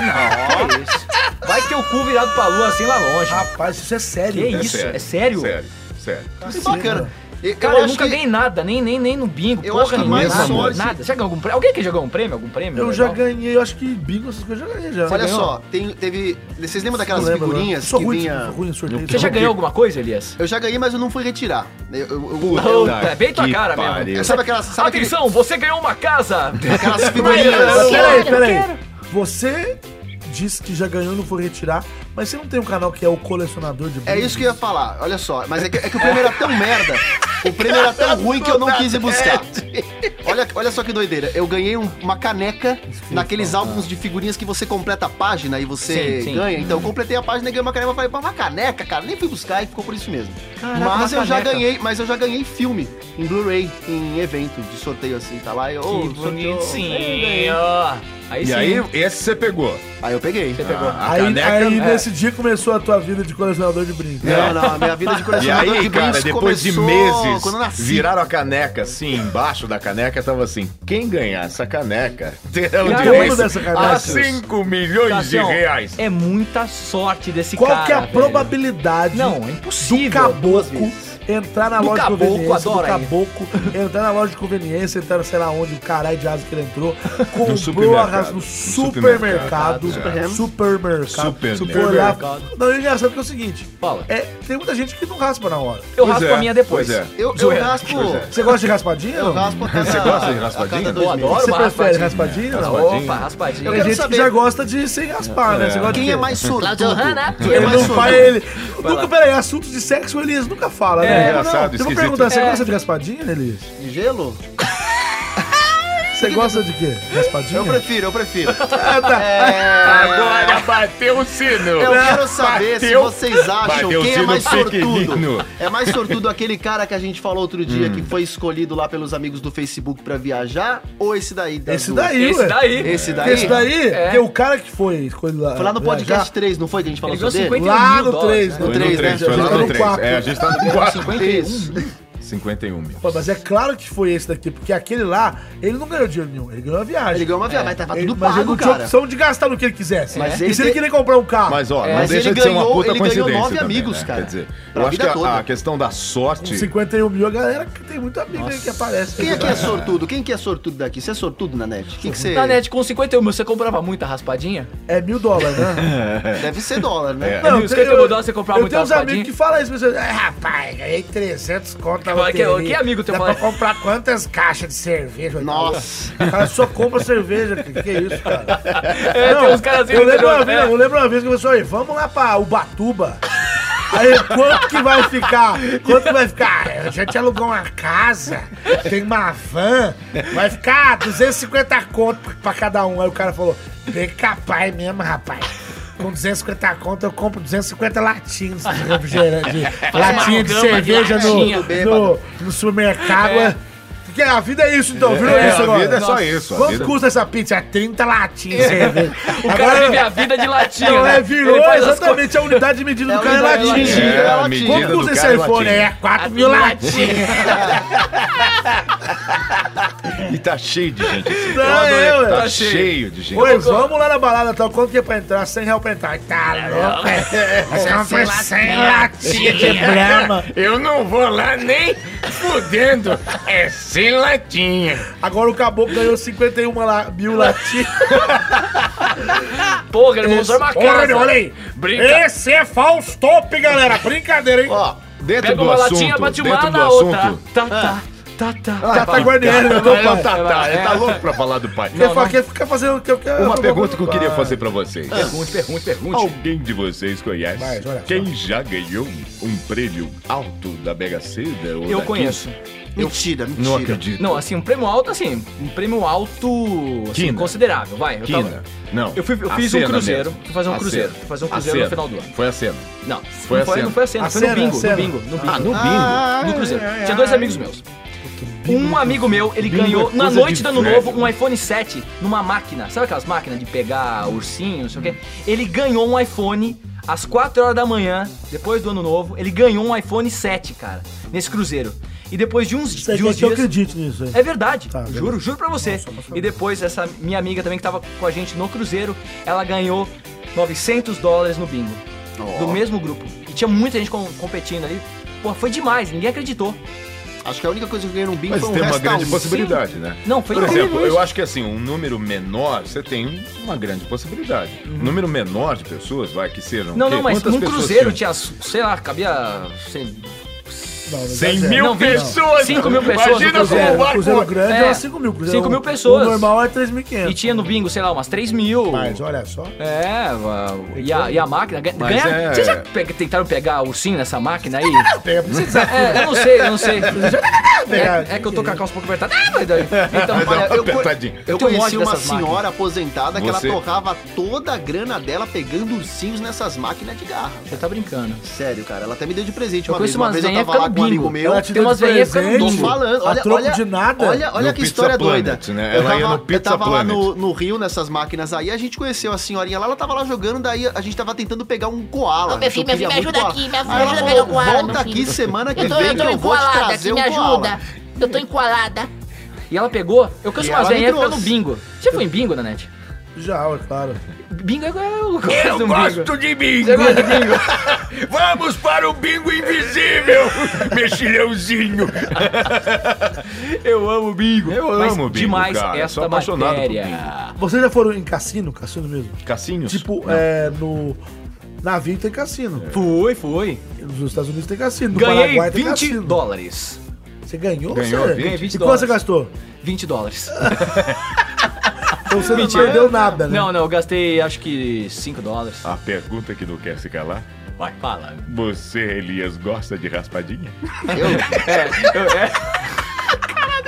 [SPEAKER 4] não. que isso. Vai ter o cu virado pra lua assim lá longe.
[SPEAKER 1] Rapaz, isso é sério.
[SPEAKER 4] Que isso? É sério? Tá
[SPEAKER 3] Sério, sério.
[SPEAKER 2] Que bacana. Eu,
[SPEAKER 4] Cara, eu,
[SPEAKER 2] acho
[SPEAKER 4] nunca
[SPEAKER 2] que-
[SPEAKER 4] ganhei nada, nem, nem, nem no bingo,
[SPEAKER 2] Eu acho
[SPEAKER 4] porra
[SPEAKER 2] que
[SPEAKER 4] nenhuma,
[SPEAKER 2] mais
[SPEAKER 4] nada,
[SPEAKER 2] sorte-
[SPEAKER 4] nada. Já ganhou algum prêmio? Alguém que já ganhou um prêmio? Algum prêmio?
[SPEAKER 1] Eu já
[SPEAKER 4] legal?
[SPEAKER 1] ganhei, eu acho que bingo, essas coisas eu já ganhei já.
[SPEAKER 2] Olha
[SPEAKER 1] Ganhou?
[SPEAKER 2] só, tem, teve. Vocês lembram daquelas
[SPEAKER 1] Não lembro, não.
[SPEAKER 2] figurinhas
[SPEAKER 1] né? Sou
[SPEAKER 2] que
[SPEAKER 1] ruim,
[SPEAKER 2] vinha.
[SPEAKER 1] sou ruim em sorteio.
[SPEAKER 4] Você já ganhou alguma coisa, Elias?
[SPEAKER 2] Eu já ganhei, mas eu não fui retirar. Eu, eu- eu-
[SPEAKER 4] Puta, é bem tua
[SPEAKER 3] que
[SPEAKER 4] cara mesmo.
[SPEAKER 3] pariu.
[SPEAKER 2] sabe aquelas. Sabe aquele-
[SPEAKER 4] Atenção, você ganhou
[SPEAKER 2] [LAUGHS]
[SPEAKER 4] uma casa!
[SPEAKER 2] aquelas figurinhas.
[SPEAKER 1] Não, Peraí,
[SPEAKER 5] quero,
[SPEAKER 1] peraí. Você disse que já ganhou e não foi retirar, mas você não tem um canal que é o colecionador de
[SPEAKER 2] É isso que eu ia falar, olha só. Mas é que, é que o prêmio era tão merda, o prêmio era tão ruim que eu não quis ir buscar. Olha, olha só que doideira. Eu ganhei um- uma caneca naqueles álbuns de figurinhas que você completa a página e você
[SPEAKER 4] Sim, sim.
[SPEAKER 2] ganha. Então eu completei a página e ganhei uma caneca. Eu falei, "Pô, uma caneca, cara. Nem fui buscar e ficou por isso mesmo.
[SPEAKER 4] Caraca,
[SPEAKER 2] mas
[SPEAKER 4] uma
[SPEAKER 2] eu já
[SPEAKER 4] caneca.
[SPEAKER 2] ganhei, mas eu já ganhei filme em Blu-ray, em evento de sorteio assim, tá lá. Eu, "Ô,
[SPEAKER 4] Que
[SPEAKER 2] sorteou."
[SPEAKER 4] bonitinho! Aí
[SPEAKER 3] E
[SPEAKER 4] sim.
[SPEAKER 3] aí, esse você pegou.
[SPEAKER 2] Aí eu peguei.
[SPEAKER 4] Você pegou.
[SPEAKER 3] A
[SPEAKER 1] Aí,
[SPEAKER 3] caneca-
[SPEAKER 1] aí
[SPEAKER 3] é.
[SPEAKER 1] nesse dia começou a tua vida de colecionador de brinco.
[SPEAKER 2] Não, não, a minha vida de
[SPEAKER 3] E
[SPEAKER 2] colecionador
[SPEAKER 3] aí,
[SPEAKER 2] de
[SPEAKER 3] cara,
[SPEAKER 2] brindes
[SPEAKER 3] depois de
[SPEAKER 2] começou
[SPEAKER 3] meses,
[SPEAKER 2] quando eu nasci.
[SPEAKER 3] viraram a caneca assim, embaixo da caneca tava assim: quem ganhar essa caneca [LAUGHS] terá o
[SPEAKER 2] é
[SPEAKER 4] Cara,
[SPEAKER 1] dono
[SPEAKER 3] direito
[SPEAKER 1] dessa
[SPEAKER 3] a
[SPEAKER 1] caneca.
[SPEAKER 3] 5 milhões de
[SPEAKER 4] Cassião,
[SPEAKER 3] reais.
[SPEAKER 4] É muita sorte desse
[SPEAKER 1] Qual
[SPEAKER 4] cara.
[SPEAKER 1] que é a
[SPEAKER 4] velho.
[SPEAKER 1] probabilidade
[SPEAKER 4] Não, é
[SPEAKER 1] do
[SPEAKER 4] impossível.
[SPEAKER 1] caboclo entrar na
[SPEAKER 4] Do
[SPEAKER 1] loja
[SPEAKER 4] caboclo,
[SPEAKER 1] de conveniência
[SPEAKER 4] adora
[SPEAKER 1] do caboclo, entrar na loja de conveniência, entrar não sei lá onde, o caralho de asa que ele entrou, comprou a
[SPEAKER 3] supermercado.
[SPEAKER 1] raça no
[SPEAKER 3] No
[SPEAKER 1] supermercado,
[SPEAKER 3] supermercado,
[SPEAKER 1] supermercado,
[SPEAKER 2] é.
[SPEAKER 1] supermercado,
[SPEAKER 3] Supermercado.
[SPEAKER 1] foi lá. Não, é engraçado porque é o seguinte,
[SPEAKER 4] Fala.
[SPEAKER 1] é, tem muita gente que não raspa na hora.
[SPEAKER 4] Eu
[SPEAKER 3] Pois
[SPEAKER 4] raspo
[SPEAKER 3] é,
[SPEAKER 4] a minha depois.
[SPEAKER 3] pois é.
[SPEAKER 2] Eu, eu
[SPEAKER 4] Zoeira.
[SPEAKER 2] raspo.
[SPEAKER 1] Você gosta de raspadinha?
[SPEAKER 2] Eu
[SPEAKER 1] não?
[SPEAKER 2] raspo a cada.
[SPEAKER 3] Você gosta de
[SPEAKER 2] a
[SPEAKER 3] raspadinha?
[SPEAKER 2] cada dois
[SPEAKER 4] Eu
[SPEAKER 2] meses.
[SPEAKER 4] adoro.
[SPEAKER 1] Você
[SPEAKER 4] Raspadinha.
[SPEAKER 1] prefere raspadinha? Não.
[SPEAKER 3] Raspadinha.
[SPEAKER 4] Opa, raspadinha.
[SPEAKER 2] Eu
[SPEAKER 1] Tem
[SPEAKER 2] quero
[SPEAKER 1] gente
[SPEAKER 2] saber.
[SPEAKER 1] que já gosta de sem raspar, né?
[SPEAKER 3] É.
[SPEAKER 1] Você gosta
[SPEAKER 2] Quem
[SPEAKER 1] de
[SPEAKER 2] é
[SPEAKER 1] quê?
[SPEAKER 2] mais sortudo?
[SPEAKER 5] Claudio Hanna.
[SPEAKER 2] Quem é
[SPEAKER 1] Ele
[SPEAKER 2] mais
[SPEAKER 1] não
[SPEAKER 2] sortudo?
[SPEAKER 1] fala, ele. Nunca, peraí, assuntos de sexo o Elias nunca fala, né?
[SPEAKER 4] É,
[SPEAKER 3] engraçado,
[SPEAKER 1] Eu vou
[SPEAKER 3] esquisito.
[SPEAKER 1] perguntar, você
[SPEAKER 4] É.
[SPEAKER 1] gosta de raspadinha, né, Elias?
[SPEAKER 2] De gelo?
[SPEAKER 1] Você gosta de quê? Raspadinha?
[SPEAKER 3] Hum.
[SPEAKER 2] Eu prefiro, eu
[SPEAKER 3] [LAUGHS]
[SPEAKER 2] prefiro. É,
[SPEAKER 1] Ah, tá.
[SPEAKER 3] Agora bateu o sino.
[SPEAKER 2] Eu quero saber se
[SPEAKER 3] Bateu.
[SPEAKER 2] vocês acham
[SPEAKER 3] Bateu o
[SPEAKER 2] quem é
[SPEAKER 3] sino
[SPEAKER 2] mais
[SPEAKER 3] pequenino. Hum.
[SPEAKER 2] sortudo. É mais sortudo aquele cara que a gente falou outro dia que foi escolhido lá pelos amigos do Facebook pra viajar ou esse daí? das
[SPEAKER 1] Esse
[SPEAKER 2] duas?
[SPEAKER 1] daí,
[SPEAKER 4] Esse
[SPEAKER 1] ué.
[SPEAKER 4] daí.
[SPEAKER 2] Esse daí?
[SPEAKER 1] Esse daí,
[SPEAKER 4] É.
[SPEAKER 1] que o cara que foi. quando lá,
[SPEAKER 2] Foi lá no podcast 3, não foi que a gente falou
[SPEAKER 4] Ele ganhou
[SPEAKER 2] sobre ele?
[SPEAKER 4] 50
[SPEAKER 1] Lá
[SPEAKER 4] mil
[SPEAKER 1] no
[SPEAKER 4] dólares,
[SPEAKER 1] 3,
[SPEAKER 4] né?
[SPEAKER 2] Foi no três, né?
[SPEAKER 3] Foi
[SPEAKER 2] A gente
[SPEAKER 3] lá
[SPEAKER 2] tá
[SPEAKER 3] no
[SPEAKER 2] no
[SPEAKER 3] 3. É, a gente tá no
[SPEAKER 4] um.
[SPEAKER 3] 4.
[SPEAKER 2] Isso.
[SPEAKER 3] 51 mil.
[SPEAKER 1] Pô, mas é claro que foi esse daqui, porque aquele lá, ele não ganhou dinheiro nenhum, ele ganhou a viagem.
[SPEAKER 2] Ele ganhou uma viagem, mas tava tudo
[SPEAKER 1] mas ele
[SPEAKER 2] pago,
[SPEAKER 1] não tinha
[SPEAKER 2] cara.
[SPEAKER 1] opção de gastar no que ele quisesse.
[SPEAKER 2] Mas
[SPEAKER 1] e
[SPEAKER 2] ele
[SPEAKER 1] se ele
[SPEAKER 2] tem-
[SPEAKER 1] queria comprar um carro?
[SPEAKER 3] Mas ó,
[SPEAKER 4] É.
[SPEAKER 3] não
[SPEAKER 4] Mas
[SPEAKER 3] deixa
[SPEAKER 2] ele
[SPEAKER 3] de ser uma
[SPEAKER 2] ganhou-
[SPEAKER 3] puta
[SPEAKER 2] ele ganhou
[SPEAKER 3] coincidência.
[SPEAKER 2] nove
[SPEAKER 3] também,
[SPEAKER 2] amigos,
[SPEAKER 3] né?
[SPEAKER 2] cara.
[SPEAKER 3] Quer dizer,
[SPEAKER 2] Pra
[SPEAKER 3] eu acho
[SPEAKER 2] vida
[SPEAKER 3] que a- a,
[SPEAKER 2] toda.
[SPEAKER 3] questão da
[SPEAKER 1] Com
[SPEAKER 3] sorte.
[SPEAKER 1] 51 mil, a galera que tem muito amigo aí que aparece.
[SPEAKER 2] Quem aqui é sortudo? Quem que é sortudo daqui? Você é sortudo, Nanete? O que que você...
[SPEAKER 4] Na net, com 51 mil, você comprava muita raspadinha?
[SPEAKER 1] É mil dólares, né?
[SPEAKER 2] Deve ser dólar, né?
[SPEAKER 3] É.
[SPEAKER 1] Não,
[SPEAKER 4] Amigo,
[SPEAKER 1] tem-
[SPEAKER 4] 51 mil dólares, você comprava
[SPEAKER 1] eu
[SPEAKER 4] muito
[SPEAKER 1] tenho uns
[SPEAKER 4] raspadinha?
[SPEAKER 1] amigos que falam isso, mas eu- ah, rapaz, ganhei 300 conto na
[SPEAKER 4] Fala é que-
[SPEAKER 1] loteria.
[SPEAKER 4] que amigo teu
[SPEAKER 1] Dá
[SPEAKER 4] fala-
[SPEAKER 1] pra comprar quantas caixas de cerveja?
[SPEAKER 2] Nossa.
[SPEAKER 1] O cara só compra cerveja, que, que é isso, cara?
[SPEAKER 4] [LAUGHS] É, tem uns caras assim
[SPEAKER 1] eu,
[SPEAKER 4] no
[SPEAKER 1] lembro uma
[SPEAKER 4] interior,
[SPEAKER 1] vez,
[SPEAKER 4] né?
[SPEAKER 1] eu lembro uma vez que eu falei, assim, "Oi, vamos lá pra Ubatuba. Aí, quanto que vai ficar? Quanto que vai ficar? Ah, A gente alugou uma casa, tem uma van, vai ficar 250 conto pra cada um. Aí o cara falou, bem capaz mesmo, rapaz. Com 250 conto, eu compro 250 latinhos de refrigerante.
[SPEAKER 4] [LAUGHS]
[SPEAKER 1] de- Latinha de
[SPEAKER 4] uma gama de
[SPEAKER 1] cerveja no,
[SPEAKER 4] latinha.
[SPEAKER 1] no, no supermercado.
[SPEAKER 4] É.
[SPEAKER 1] Porque a vida é isso, então. Virou
[SPEAKER 4] É,
[SPEAKER 1] isso
[SPEAKER 3] a
[SPEAKER 1] agora.
[SPEAKER 3] vida é só isso, a
[SPEAKER 1] Quanto
[SPEAKER 3] vida-
[SPEAKER 1] custa essa pizza? É 30 latinhas. cerveja.
[SPEAKER 4] O
[SPEAKER 1] Agora-
[SPEAKER 4] cara vive a vida de latinha.
[SPEAKER 1] Não,
[SPEAKER 4] né?
[SPEAKER 1] é, virou
[SPEAKER 4] Ele faz as
[SPEAKER 1] exatamente a unidade de medida
[SPEAKER 2] É
[SPEAKER 1] do
[SPEAKER 2] a
[SPEAKER 1] cara é
[SPEAKER 2] unidade
[SPEAKER 1] latinha.
[SPEAKER 2] de medida.
[SPEAKER 3] É, a
[SPEAKER 2] Quanto
[SPEAKER 3] medida
[SPEAKER 1] Quanto
[SPEAKER 3] do
[SPEAKER 1] custa esse
[SPEAKER 3] cara é
[SPEAKER 1] iPhone?
[SPEAKER 3] latinha.
[SPEAKER 1] É, 4 mil latinhas.
[SPEAKER 3] E tá cheio de gente. assim.
[SPEAKER 1] Não, é, ué.
[SPEAKER 3] Tá
[SPEAKER 1] Tá
[SPEAKER 3] cheio de gente.
[SPEAKER 1] Pois, vamos lá na balada, tal. Quanto que é pra entrar? 100 reais pra entrar. Tá louco, é? Você não foi 100 latinhas de brama.
[SPEAKER 8] Eu não vou lá nem fudendo. É sem latinha.
[SPEAKER 1] Agora o caboclo ganhou 51 la- mil latinhas.
[SPEAKER 4] Porra, ele montou uma casa.
[SPEAKER 1] Olha, olha aí.
[SPEAKER 8] Brinca.
[SPEAKER 1] Esse é false top, galera. Brincadeira, hein?
[SPEAKER 2] Ó,
[SPEAKER 3] Dentro
[SPEAKER 4] Pega
[SPEAKER 3] do
[SPEAKER 4] uma
[SPEAKER 3] assunto,
[SPEAKER 4] latinha, bate uma
[SPEAKER 3] dentro do
[SPEAKER 4] na
[SPEAKER 3] assunto, Ah.
[SPEAKER 4] outra. Tá, tá, tá, tá.
[SPEAKER 1] Tata Guarnieri, né, meu
[SPEAKER 3] Não,
[SPEAKER 1] pai?
[SPEAKER 3] tá, tá,
[SPEAKER 4] vai,
[SPEAKER 3] ele
[SPEAKER 4] é.
[SPEAKER 3] tá louco pra falar do pai.
[SPEAKER 1] Quer fa- Quer ficar fazendo o que eu quero?
[SPEAKER 3] Uma pergunta que eu queria fazer pra vocês.
[SPEAKER 4] Pergunte, pergunte, pergunte.
[SPEAKER 3] Alguém de vocês conhece
[SPEAKER 1] Mas, olha só.
[SPEAKER 3] quem já ganhou um prêmio alto da Mega Sena? ou
[SPEAKER 4] Eu
[SPEAKER 3] daqui?
[SPEAKER 4] conheço.
[SPEAKER 2] mentira, mentira.
[SPEAKER 3] Não acredito.
[SPEAKER 4] Não, assim, um prêmio alto, assim, um prêmio alto, assim,
[SPEAKER 3] Quina.
[SPEAKER 4] considerável, vai. Eu tava-
[SPEAKER 3] Quina. Não.
[SPEAKER 4] Eu fui- eu
[SPEAKER 3] a
[SPEAKER 4] fiz um
[SPEAKER 3] cena
[SPEAKER 4] cruzeiro.
[SPEAKER 3] mesmo.
[SPEAKER 4] Fui fazer um
[SPEAKER 3] A
[SPEAKER 4] cruzeiro.
[SPEAKER 3] cena.
[SPEAKER 4] Fui fazer um
[SPEAKER 3] A
[SPEAKER 4] cruzeiro no
[SPEAKER 3] cena.
[SPEAKER 4] final do ano.
[SPEAKER 3] Foi a cena.
[SPEAKER 4] Não,
[SPEAKER 3] Foi
[SPEAKER 4] não
[SPEAKER 3] a
[SPEAKER 4] foi,
[SPEAKER 3] cena.
[SPEAKER 4] não foi a cena,
[SPEAKER 1] A
[SPEAKER 4] foi
[SPEAKER 1] cena,
[SPEAKER 4] no bingo,
[SPEAKER 1] a cena.
[SPEAKER 4] no bingo, no bingo.
[SPEAKER 3] Ah, no bingo.
[SPEAKER 4] No Cruzeiro. Tinha dois amigos meus. Um amigo
[SPEAKER 1] assim.
[SPEAKER 4] meu, ele
[SPEAKER 3] Bingo
[SPEAKER 4] ganhou
[SPEAKER 3] é
[SPEAKER 4] na
[SPEAKER 3] coisa
[SPEAKER 4] noite
[SPEAKER 3] de
[SPEAKER 4] do ano
[SPEAKER 3] velho.
[SPEAKER 4] novo um iPhone 7 numa máquina. Sabe aquelas máquinas de pegar ursinho, não sei o quê? Ele ganhou um iPhone às 4 horas da manhã, depois do ano novo. Ele ganhou um iPhone 7, cara, nesse cruzeiro. E depois de uns,
[SPEAKER 1] Você
[SPEAKER 4] de
[SPEAKER 1] quer
[SPEAKER 4] uns
[SPEAKER 1] é que eu
[SPEAKER 4] dias.
[SPEAKER 1] acredite nisso aí?
[SPEAKER 4] É verdade,
[SPEAKER 1] Tá,
[SPEAKER 4] juro,
[SPEAKER 1] beleza.
[SPEAKER 4] juro pra você.
[SPEAKER 1] Nossa, mas foi
[SPEAKER 4] e depois, essa minha amiga também que tava com a gente no Cruzeiro, ela ganhou 900 dólares no bingo. Do mesmo grupo. E tinha muita gente com- competindo ali. Pô, foi demais, ninguém acreditou.
[SPEAKER 2] Acho que a única coisa que eu ganhei num bingo
[SPEAKER 3] Mas
[SPEAKER 2] foi um
[SPEAKER 3] tem uma grande
[SPEAKER 2] restaurante.
[SPEAKER 3] possibilidade, né?
[SPEAKER 4] Não, foi
[SPEAKER 3] Por
[SPEAKER 4] incrível
[SPEAKER 3] exemplo,
[SPEAKER 4] isso.
[SPEAKER 3] eu acho que assim, um número menor, você tem uma grande possibilidade. Um número menor de pessoas, vai, que sejam.
[SPEAKER 4] Uhum. Não,
[SPEAKER 3] o quê?
[SPEAKER 4] não, mas
[SPEAKER 3] Quantas
[SPEAKER 4] num
[SPEAKER 3] pessoas
[SPEAKER 4] cruzeiro
[SPEAKER 3] tinham?
[SPEAKER 4] tinha, sei lá, cabia. Sei,
[SPEAKER 1] Não, mas
[SPEAKER 3] 100
[SPEAKER 1] é-
[SPEAKER 8] Mil
[SPEAKER 4] Não, vinte-
[SPEAKER 8] pessoas.
[SPEAKER 4] cinco mil pessoas no
[SPEAKER 8] Imagina
[SPEAKER 4] cruzeiro.
[SPEAKER 8] como
[SPEAKER 1] O
[SPEAKER 8] vai
[SPEAKER 1] Cruzeiro
[SPEAKER 8] com...
[SPEAKER 1] grande é,
[SPEAKER 4] É,
[SPEAKER 1] umas 5 mil. Cruzeiro,
[SPEAKER 4] cinco mil
[SPEAKER 1] o-
[SPEAKER 4] pessoas.
[SPEAKER 1] O normal é
[SPEAKER 4] e
[SPEAKER 1] 3.500.
[SPEAKER 4] tinha um. no bingo, sei lá, umas 3 mil.
[SPEAKER 1] Mas olha só.
[SPEAKER 4] É, a- e a, e a máquina. ga-
[SPEAKER 3] Mas
[SPEAKER 4] Ganharam,
[SPEAKER 3] é-
[SPEAKER 4] Vocês já pe- tentaram pegar ursinho nessa máquina aí? [LAUGHS]
[SPEAKER 1] Pega pra você desafio.
[SPEAKER 4] é, eu não sei, eu não sei.
[SPEAKER 1] pegar.
[SPEAKER 4] É, é que eu tô com a calça um pouco apertada. Ah, mas daí- Então,
[SPEAKER 3] Vai dar
[SPEAKER 2] Olha,
[SPEAKER 3] é uma
[SPEAKER 2] eu, co-
[SPEAKER 3] apertadinha.
[SPEAKER 2] eu
[SPEAKER 4] Tem um
[SPEAKER 2] conheci
[SPEAKER 4] ódio
[SPEAKER 2] uma
[SPEAKER 4] dessas máquinas.
[SPEAKER 2] senhora aposentada que
[SPEAKER 3] Você-
[SPEAKER 2] ela torrava toda a grana dela pegando ursinhos nessas máquinas de garra.
[SPEAKER 4] Você tá brincando.
[SPEAKER 2] Sério, cara, ela até me deu de presente
[SPEAKER 4] Eu
[SPEAKER 2] uma vez.
[SPEAKER 4] conheço
[SPEAKER 2] Uma
[SPEAKER 4] umas
[SPEAKER 2] vez eu
[SPEAKER 4] velhinhas
[SPEAKER 2] tava lá
[SPEAKER 4] ficando
[SPEAKER 2] com um amigo
[SPEAKER 4] bingo.
[SPEAKER 2] meu.
[SPEAKER 1] Ela te
[SPEAKER 4] tem
[SPEAKER 1] deu
[SPEAKER 4] umas
[SPEAKER 1] de
[SPEAKER 4] velhinhas ficando
[SPEAKER 1] presente,
[SPEAKER 4] bingo.
[SPEAKER 2] Tô falando, olha,
[SPEAKER 1] a troco
[SPEAKER 2] olha,
[SPEAKER 1] de nada.
[SPEAKER 2] Olha, olha
[SPEAKER 3] No
[SPEAKER 2] que
[SPEAKER 3] Pizza
[SPEAKER 2] história
[SPEAKER 3] Planet,
[SPEAKER 2] doida.
[SPEAKER 3] né?
[SPEAKER 2] Eu
[SPEAKER 3] Ela
[SPEAKER 2] tava,
[SPEAKER 3] ia no
[SPEAKER 2] eu
[SPEAKER 3] Pizza
[SPEAKER 2] tava lá
[SPEAKER 3] Planet.
[SPEAKER 2] no, no Rio, nessas máquinas aí, a gente conheceu assim, a senhorinha lá, ela tava lá jogando, daí a gente tava tentando pegar um koala.
[SPEAKER 5] Ô, meu filho,
[SPEAKER 2] que eu queria
[SPEAKER 5] meu filho, me
[SPEAKER 2] muito
[SPEAKER 5] ajuda
[SPEAKER 2] koala.
[SPEAKER 5] aqui, me ajuda
[SPEAKER 2] Aí ela
[SPEAKER 5] a
[SPEAKER 2] falou,
[SPEAKER 5] pegar o koala, meu
[SPEAKER 2] Volta aqui
[SPEAKER 5] filho."
[SPEAKER 2] semana que
[SPEAKER 5] Eu tô, eu
[SPEAKER 2] vem que
[SPEAKER 5] tô
[SPEAKER 2] eu vou te
[SPEAKER 5] encoalada aqui,
[SPEAKER 2] trazer
[SPEAKER 5] me
[SPEAKER 2] um koala.
[SPEAKER 5] ajuda. Eu tô encoalada.
[SPEAKER 4] E ela pegou, eu canso
[SPEAKER 2] E
[SPEAKER 4] umas
[SPEAKER 2] ela me
[SPEAKER 4] velhinhas ficando
[SPEAKER 2] trouxe.
[SPEAKER 4] bingo. Você foi em bingo, Nanete?
[SPEAKER 1] [LAUGHS] Já, é claro.
[SPEAKER 4] Bingo é eu
[SPEAKER 3] um
[SPEAKER 8] Eu
[SPEAKER 4] gosto do
[SPEAKER 8] gosto
[SPEAKER 4] bingo.
[SPEAKER 8] de bingo!
[SPEAKER 4] Você gosta de
[SPEAKER 3] [LAUGHS]
[SPEAKER 4] bingo?
[SPEAKER 8] Vamos para o
[SPEAKER 4] [LAUGHS]
[SPEAKER 8] bingo invisível, mexilhãozinho.
[SPEAKER 4] Eu amo bingo.
[SPEAKER 3] Eu
[SPEAKER 4] Mas
[SPEAKER 3] amo bingo,
[SPEAKER 4] demais
[SPEAKER 3] cara. Eu sou
[SPEAKER 4] esta
[SPEAKER 3] apaixonado por
[SPEAKER 4] matéria.
[SPEAKER 1] Vocês já foram em cassino? Cassino mesmo?
[SPEAKER 3] Cassinhos?
[SPEAKER 1] Tipo, é, no. Na Vim tem cassino.
[SPEAKER 4] Fui, fui.
[SPEAKER 1] Nos Estados Unidos tem cassino. No
[SPEAKER 4] É. Ganhei
[SPEAKER 1] Paraguai é assim, tem
[SPEAKER 4] 20
[SPEAKER 1] cassino.
[SPEAKER 4] dólares.
[SPEAKER 1] Você ganhou?
[SPEAKER 3] Ganhou,
[SPEAKER 1] você?
[SPEAKER 3] ganhei
[SPEAKER 4] 20
[SPEAKER 1] E quanto você
[SPEAKER 4] dólares.
[SPEAKER 1] gastou?
[SPEAKER 4] 20 dólares.
[SPEAKER 1] Então você
[SPEAKER 4] Mentira.
[SPEAKER 1] não perdeu nada, né?
[SPEAKER 4] Não, não, eu gastei acho que 5 dólares.
[SPEAKER 3] A pergunta que não quer se calar.
[SPEAKER 4] Vai, fala.
[SPEAKER 3] Você, Elias, gosta de raspadinha?
[SPEAKER 4] [LAUGHS] É,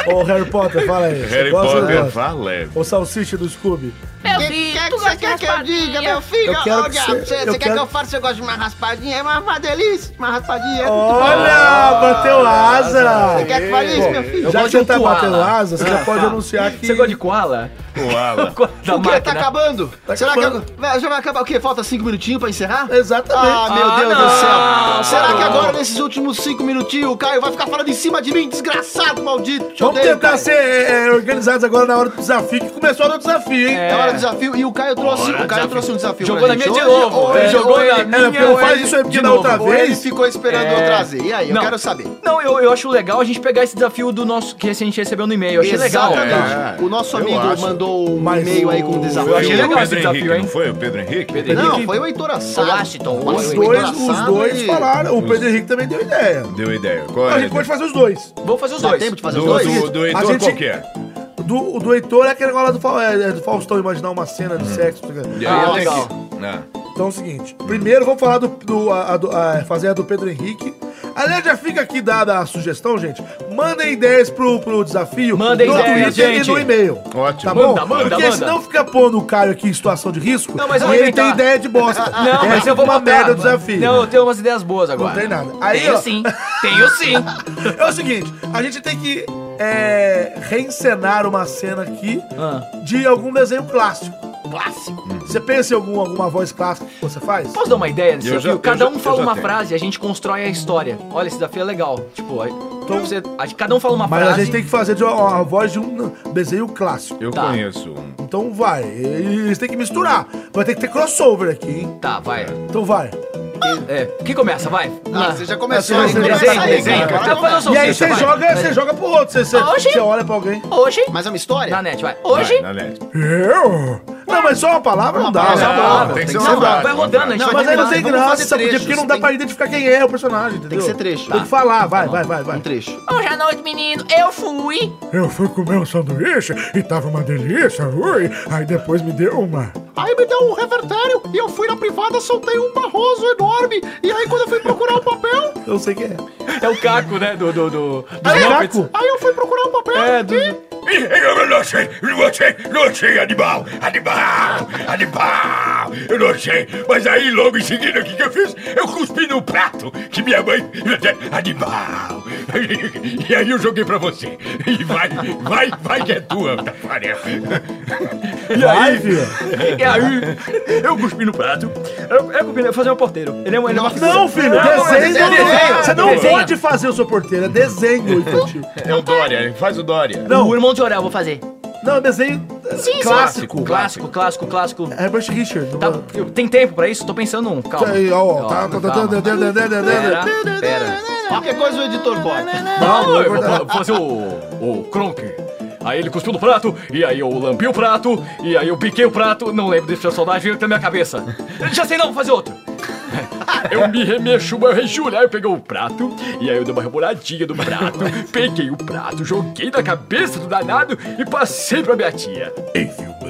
[SPEAKER 1] Ô, Harry Potter, fala aí. Você
[SPEAKER 3] Harry
[SPEAKER 1] gosta ou não
[SPEAKER 3] Potter,
[SPEAKER 1] gosta?
[SPEAKER 3] vá leve.
[SPEAKER 1] Ô, Salsicha do Scooby.
[SPEAKER 5] Meu
[SPEAKER 2] O que, é
[SPEAKER 5] filho,
[SPEAKER 2] que,
[SPEAKER 5] tu
[SPEAKER 2] você
[SPEAKER 5] gosta
[SPEAKER 2] quer
[SPEAKER 5] de
[SPEAKER 2] que eu diga, meu filho?
[SPEAKER 1] Eu quero
[SPEAKER 2] Ô,
[SPEAKER 1] que
[SPEAKER 2] diabo,
[SPEAKER 1] você-
[SPEAKER 2] você
[SPEAKER 1] eu
[SPEAKER 2] você quer
[SPEAKER 1] quero-
[SPEAKER 2] que eu faça? Você gosta de uma raspadinha? É uma, uma delícia, uma raspadinha. é
[SPEAKER 4] Ah,
[SPEAKER 1] Olha, bateu
[SPEAKER 2] Você
[SPEAKER 1] asa.
[SPEAKER 2] quer que fale isso, meu filho?
[SPEAKER 4] Eu
[SPEAKER 1] Já que
[SPEAKER 4] gosto de
[SPEAKER 1] você
[SPEAKER 4] um
[SPEAKER 1] tá
[SPEAKER 4] koala.
[SPEAKER 1] batendo asa, você já pode
[SPEAKER 4] fala.
[SPEAKER 1] anunciar que...
[SPEAKER 4] tá. Você gosta de koala?
[SPEAKER 3] Koala.
[SPEAKER 4] Da
[SPEAKER 2] o que? Tá
[SPEAKER 4] máquina.
[SPEAKER 2] acabando?
[SPEAKER 1] Tá
[SPEAKER 2] Será
[SPEAKER 1] acabando.
[SPEAKER 2] que agora- já vai acabar o quê? Falta cinco minutinhos pra encerrar? Ah,
[SPEAKER 1] Exatamente.
[SPEAKER 2] meu
[SPEAKER 4] Ah,
[SPEAKER 2] Deus
[SPEAKER 4] não.
[SPEAKER 2] do céu. Será
[SPEAKER 4] Parou.
[SPEAKER 2] que agora, nesses últimos cinco minutinhos, o Caio vai ficar falando em cima de mim? Desgraçado, maldito. Te
[SPEAKER 1] Vamos
[SPEAKER 2] odeio,
[SPEAKER 1] tentar
[SPEAKER 2] Caio.
[SPEAKER 1] ser
[SPEAKER 2] [LAUGHS]
[SPEAKER 1] é, é, organizados agora na hora do desafio, que começou a hora do desafio, hein?
[SPEAKER 2] É hora do desafio. E o Caio trouxe, o Caio trouxe um desafio
[SPEAKER 4] Jogou
[SPEAKER 2] pra
[SPEAKER 4] na
[SPEAKER 2] gente.
[SPEAKER 4] minha de
[SPEAKER 2] Hoje-
[SPEAKER 4] novo.
[SPEAKER 2] hoje-
[SPEAKER 4] Ele jogou
[SPEAKER 2] hoje-
[SPEAKER 4] na minha.
[SPEAKER 1] Não faz
[SPEAKER 4] hoje
[SPEAKER 1] isso aí, porque
[SPEAKER 4] de
[SPEAKER 1] da
[SPEAKER 4] novo.
[SPEAKER 1] outra
[SPEAKER 2] Ou ele
[SPEAKER 1] vez...
[SPEAKER 2] ficou esperando
[SPEAKER 4] É.
[SPEAKER 2] eu trazer. E aí, eu
[SPEAKER 4] Não.
[SPEAKER 2] quero saber.
[SPEAKER 4] Não, eu, eu acho legal a gente pegar esse desafio do nosso que a gente recebeu no e-mail. Eu achei legal.
[SPEAKER 2] Exatamente.
[SPEAKER 3] É,
[SPEAKER 2] o nosso
[SPEAKER 3] eu
[SPEAKER 2] amigo
[SPEAKER 3] acho.
[SPEAKER 2] mandou um
[SPEAKER 1] Mas
[SPEAKER 2] e-mail aí
[SPEAKER 1] o-
[SPEAKER 2] com um desafio.
[SPEAKER 3] Foi
[SPEAKER 4] [LAUGHS] Eu achei
[SPEAKER 3] o
[SPEAKER 4] legal
[SPEAKER 3] Pedro
[SPEAKER 4] esse desafio,
[SPEAKER 3] Henrique,
[SPEAKER 4] hein?
[SPEAKER 3] Não foi o Pedro Henrique?
[SPEAKER 4] Pedro
[SPEAKER 2] Não,
[SPEAKER 4] Henrique-
[SPEAKER 2] foi o Heitor Assado.
[SPEAKER 5] Washington,
[SPEAKER 2] Foi o
[SPEAKER 1] Os
[SPEAKER 5] Washington.
[SPEAKER 2] Heitor
[SPEAKER 1] dois,
[SPEAKER 2] Assado
[SPEAKER 1] os dois
[SPEAKER 2] e-
[SPEAKER 1] falaram. O Pedro Henrique também deu ideia.
[SPEAKER 3] Deu ideia. Qual
[SPEAKER 1] a
[SPEAKER 3] é?
[SPEAKER 1] gente pode fazer os dois.
[SPEAKER 4] Vamos fazer os
[SPEAKER 2] Dá
[SPEAKER 4] dois.
[SPEAKER 2] tempo de fazer
[SPEAKER 3] Do,
[SPEAKER 2] os dois?
[SPEAKER 3] do, do Heitor é?
[SPEAKER 1] A gente-
[SPEAKER 3] qualquer.
[SPEAKER 1] Do, o do Heitor é aquele negócio lá do, Fa- é, é do Faustão imaginar uma cena de sexo. tá ligado?
[SPEAKER 4] Ah,
[SPEAKER 3] Eu tenho
[SPEAKER 4] legal.
[SPEAKER 3] que- Ah,
[SPEAKER 1] Então é o seguinte: primeiro vamos falar do. do- a- a do- a- fazer a do Pedro Henrique. Aliás, já fica aqui dada a sugestão, gente. Mandem ideias pro, pro desafio
[SPEAKER 4] Mandem
[SPEAKER 1] no
[SPEAKER 4] ideias,
[SPEAKER 1] Twitter
[SPEAKER 4] gente.
[SPEAKER 1] e no e-mail.
[SPEAKER 3] Ótimo.
[SPEAKER 1] Tá bom?
[SPEAKER 4] Manda, manda,
[SPEAKER 1] Porque
[SPEAKER 4] manda.
[SPEAKER 1] senão fica pondo o Caio aqui em situação de risco
[SPEAKER 4] Não, mas
[SPEAKER 1] e
[SPEAKER 4] eu vou
[SPEAKER 1] ele
[SPEAKER 4] inventar.
[SPEAKER 1] tem ideia de bosta.
[SPEAKER 4] [LAUGHS] Não,
[SPEAKER 1] É
[SPEAKER 4] mas eu vou
[SPEAKER 1] uma
[SPEAKER 4] botar.
[SPEAKER 1] merda do desafio.
[SPEAKER 4] Não, eu tenho umas ideias boas agora.
[SPEAKER 1] tem nada. Aí,
[SPEAKER 4] tenho
[SPEAKER 1] ó.
[SPEAKER 4] sim. Tenho sim.
[SPEAKER 1] É o seguinte, a gente tem que é, reencenar uma cena aqui
[SPEAKER 4] Ah.
[SPEAKER 1] de algum desenho clássico.
[SPEAKER 5] Clássico.
[SPEAKER 1] Você pensa em algum, alguma voz clássica que você faz?
[SPEAKER 4] Posso dar uma ideia desse
[SPEAKER 3] Eu
[SPEAKER 4] desafio?
[SPEAKER 3] já- eu
[SPEAKER 4] cada
[SPEAKER 3] já-
[SPEAKER 4] um
[SPEAKER 3] eu
[SPEAKER 4] fala
[SPEAKER 3] já
[SPEAKER 4] uma
[SPEAKER 3] tenho.
[SPEAKER 4] frase e a gente constrói a história. Olha, esse desafio é legal. Tipo, aí- então você. a gente- cada um fala uma
[SPEAKER 1] Mas
[SPEAKER 4] frase.
[SPEAKER 1] a gente tem que fazer de uma, uma voz de um desenho clássico.
[SPEAKER 3] eu
[SPEAKER 4] Tá.
[SPEAKER 3] conheço um.
[SPEAKER 1] Então vai, e- eles têm que misturar. Vai ter que ter crossover aqui, hein?
[SPEAKER 4] Tá, vai.
[SPEAKER 1] Então vai.
[SPEAKER 4] É. Quem começa? Vai.
[SPEAKER 2] Ah, você já começou.
[SPEAKER 1] Mas
[SPEAKER 2] aí,
[SPEAKER 1] você já-
[SPEAKER 2] começa
[SPEAKER 4] Desenho,
[SPEAKER 2] aí,
[SPEAKER 4] desenho.
[SPEAKER 2] cara.
[SPEAKER 4] Então faz o
[SPEAKER 1] e aí
[SPEAKER 4] salsicha,
[SPEAKER 1] você
[SPEAKER 4] vai.
[SPEAKER 1] joga, você joga pro outro, você, você,
[SPEAKER 5] Hoje?
[SPEAKER 1] você olha pra alguém.
[SPEAKER 5] Hoje,
[SPEAKER 2] Mais uma história?
[SPEAKER 4] Na net, vai.
[SPEAKER 3] Vai,
[SPEAKER 5] hoje,
[SPEAKER 3] na net.
[SPEAKER 1] Eu? Não, mas só uma palavra não dá.
[SPEAKER 2] palavra,
[SPEAKER 1] né?
[SPEAKER 2] só uma
[SPEAKER 3] palavra. Tem que ser uma
[SPEAKER 4] Não, vai-
[SPEAKER 3] frase,
[SPEAKER 4] vai
[SPEAKER 3] uma
[SPEAKER 4] rodando, a
[SPEAKER 3] frase.
[SPEAKER 4] gente
[SPEAKER 2] Não,
[SPEAKER 4] vai
[SPEAKER 1] Mas aí não tem
[SPEAKER 4] terminar.
[SPEAKER 2] Vamos fazer
[SPEAKER 1] graça, porque
[SPEAKER 2] trechos,
[SPEAKER 1] porque não dá
[SPEAKER 2] tem-
[SPEAKER 1] pra identificar quem é o personagem, entendeu?
[SPEAKER 2] que ser trecho,
[SPEAKER 1] Tem
[SPEAKER 2] tá.
[SPEAKER 1] que falar, vai, vai, vai, vai.
[SPEAKER 2] Um trecho.
[SPEAKER 5] hoje à noite, menino, eu fui.
[SPEAKER 9] Eu fui comer um sanduíche e tava uma delícia, ui. Aí depois me deu uma.
[SPEAKER 2] Aí me deu um revertério e eu fui na privada, soltei um barroso enorme. E aí quando eu fui procurar o papel, é,
[SPEAKER 1] Eu sei quem é.
[SPEAKER 4] É o Caco, né? Do. do, do, do
[SPEAKER 1] Aí,
[SPEAKER 4] Muppets.
[SPEAKER 1] Caco?
[SPEAKER 2] aí eu fui procurar o papel.
[SPEAKER 4] É, do.
[SPEAKER 8] Eu não sei, não sei, não sei, animal, animal, animal, eu não sei. Mas aí logo em seguida, o que, que eu fiz? Eu cuspi no prato que minha mãe. Animal. [LAUGHS] E aí eu joguei pra você. E vai, vai, vai que é tua, Tafarel.
[SPEAKER 4] E
[SPEAKER 1] Vai, filho.
[SPEAKER 4] [LAUGHS] E aí, eu cuspi no prato. Eu, eu cuspi, eu vou fazer um porteiro. Ele é um. Ele é uma
[SPEAKER 1] Não, filho,
[SPEAKER 4] Não,
[SPEAKER 1] desenho,
[SPEAKER 4] desenho,
[SPEAKER 1] não-
[SPEAKER 4] desenho.
[SPEAKER 1] Você não
[SPEAKER 4] Desenho.
[SPEAKER 1] pode fazer o seu porteiro, é desenho infantil.
[SPEAKER 3] É o Dória, faz o Dória.
[SPEAKER 1] Não.
[SPEAKER 4] O irmão de Orel, eu vou fazer.
[SPEAKER 1] Não, é desenho é,
[SPEAKER 5] Sim, sim.
[SPEAKER 1] clássico.
[SPEAKER 4] Clássico, clássico, clássico.
[SPEAKER 1] Herbert Richard.
[SPEAKER 4] Tá,
[SPEAKER 1] uma-
[SPEAKER 4] eu- tem tempo pra isso? Tô pensando num. Calma.
[SPEAKER 1] Aí, ó, tá,
[SPEAKER 4] Calma,
[SPEAKER 1] tá, tá, tá, tá,
[SPEAKER 4] calma.
[SPEAKER 1] tá, tá, tá, tá, tá.
[SPEAKER 4] Pera, pera.
[SPEAKER 2] Qualquer coisa o editor bota.
[SPEAKER 4] Não, eu vou fazer o. o Kronk. Aí ele cuspiu no prato, e aí eu lampi o prato, e aí eu piquei o prato. Não lembro desse personagem, veio até minha cabeça. Já sei não, vou fazer outro. [LAUGHS] Eu me remexo, eu rejulho. Aí eu peguei o prato, e aí eu dei uma reboladinha do prato, peguei o prato, joguei na cabeça do danado e passei pra minha tia.
[SPEAKER 1] Ei, Vilma.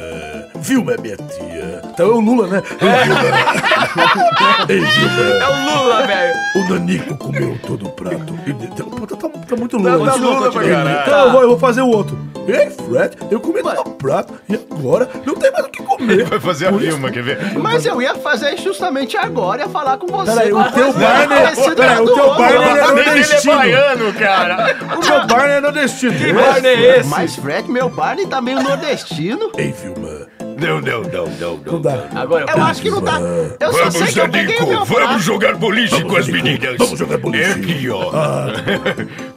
[SPEAKER 1] Vilma é minha tia. Então é o Lula, né? Ei, Vilma. Ei, Vilma.
[SPEAKER 4] É o Lula, velho.
[SPEAKER 1] O Nanico comeu todo o prato. E de- tá- Puta, tá, tá muito
[SPEAKER 3] Tá
[SPEAKER 1] Lula. né?
[SPEAKER 3] Lula pra caralho.
[SPEAKER 1] Então eu vou, eu vou fazer o outro. Ei, Fred, eu comi todo o prato e agora não tem mais o que comer.
[SPEAKER 3] Vai fazer a
[SPEAKER 1] Por isso-
[SPEAKER 3] Vilma, quer ver?
[SPEAKER 2] Mas eu ia fazer justamente agora, ia falar com você.
[SPEAKER 1] Peraí, o teu Barney.
[SPEAKER 2] Parecido
[SPEAKER 1] Peraí, o
[SPEAKER 2] do
[SPEAKER 1] teu
[SPEAKER 2] outro.
[SPEAKER 1] Barney ele é
[SPEAKER 3] Nem ele é
[SPEAKER 1] nordestino.
[SPEAKER 3] baiano, cara.
[SPEAKER 1] O meu Barney é nordestino.
[SPEAKER 4] Barney é esse?
[SPEAKER 2] Mas Fred, meu Barney tá meio nordestino.
[SPEAKER 1] Ei, Vilma,
[SPEAKER 10] Não, não, não, não, não.
[SPEAKER 8] Não dá.
[SPEAKER 4] Agora
[SPEAKER 2] Eu acho que não dá. Eu só sei
[SPEAKER 10] Vamos,
[SPEAKER 2] que eu peguei o
[SPEAKER 10] Janico,
[SPEAKER 2] meu
[SPEAKER 10] vamos
[SPEAKER 2] prato.
[SPEAKER 10] jogar boliche
[SPEAKER 8] Vamos,
[SPEAKER 10] com as
[SPEAKER 8] Janico,
[SPEAKER 10] meninas.
[SPEAKER 8] vamos jogar boliche.
[SPEAKER 10] É aqui, ó.
[SPEAKER 3] Ah.
[SPEAKER 8] [LAUGHS]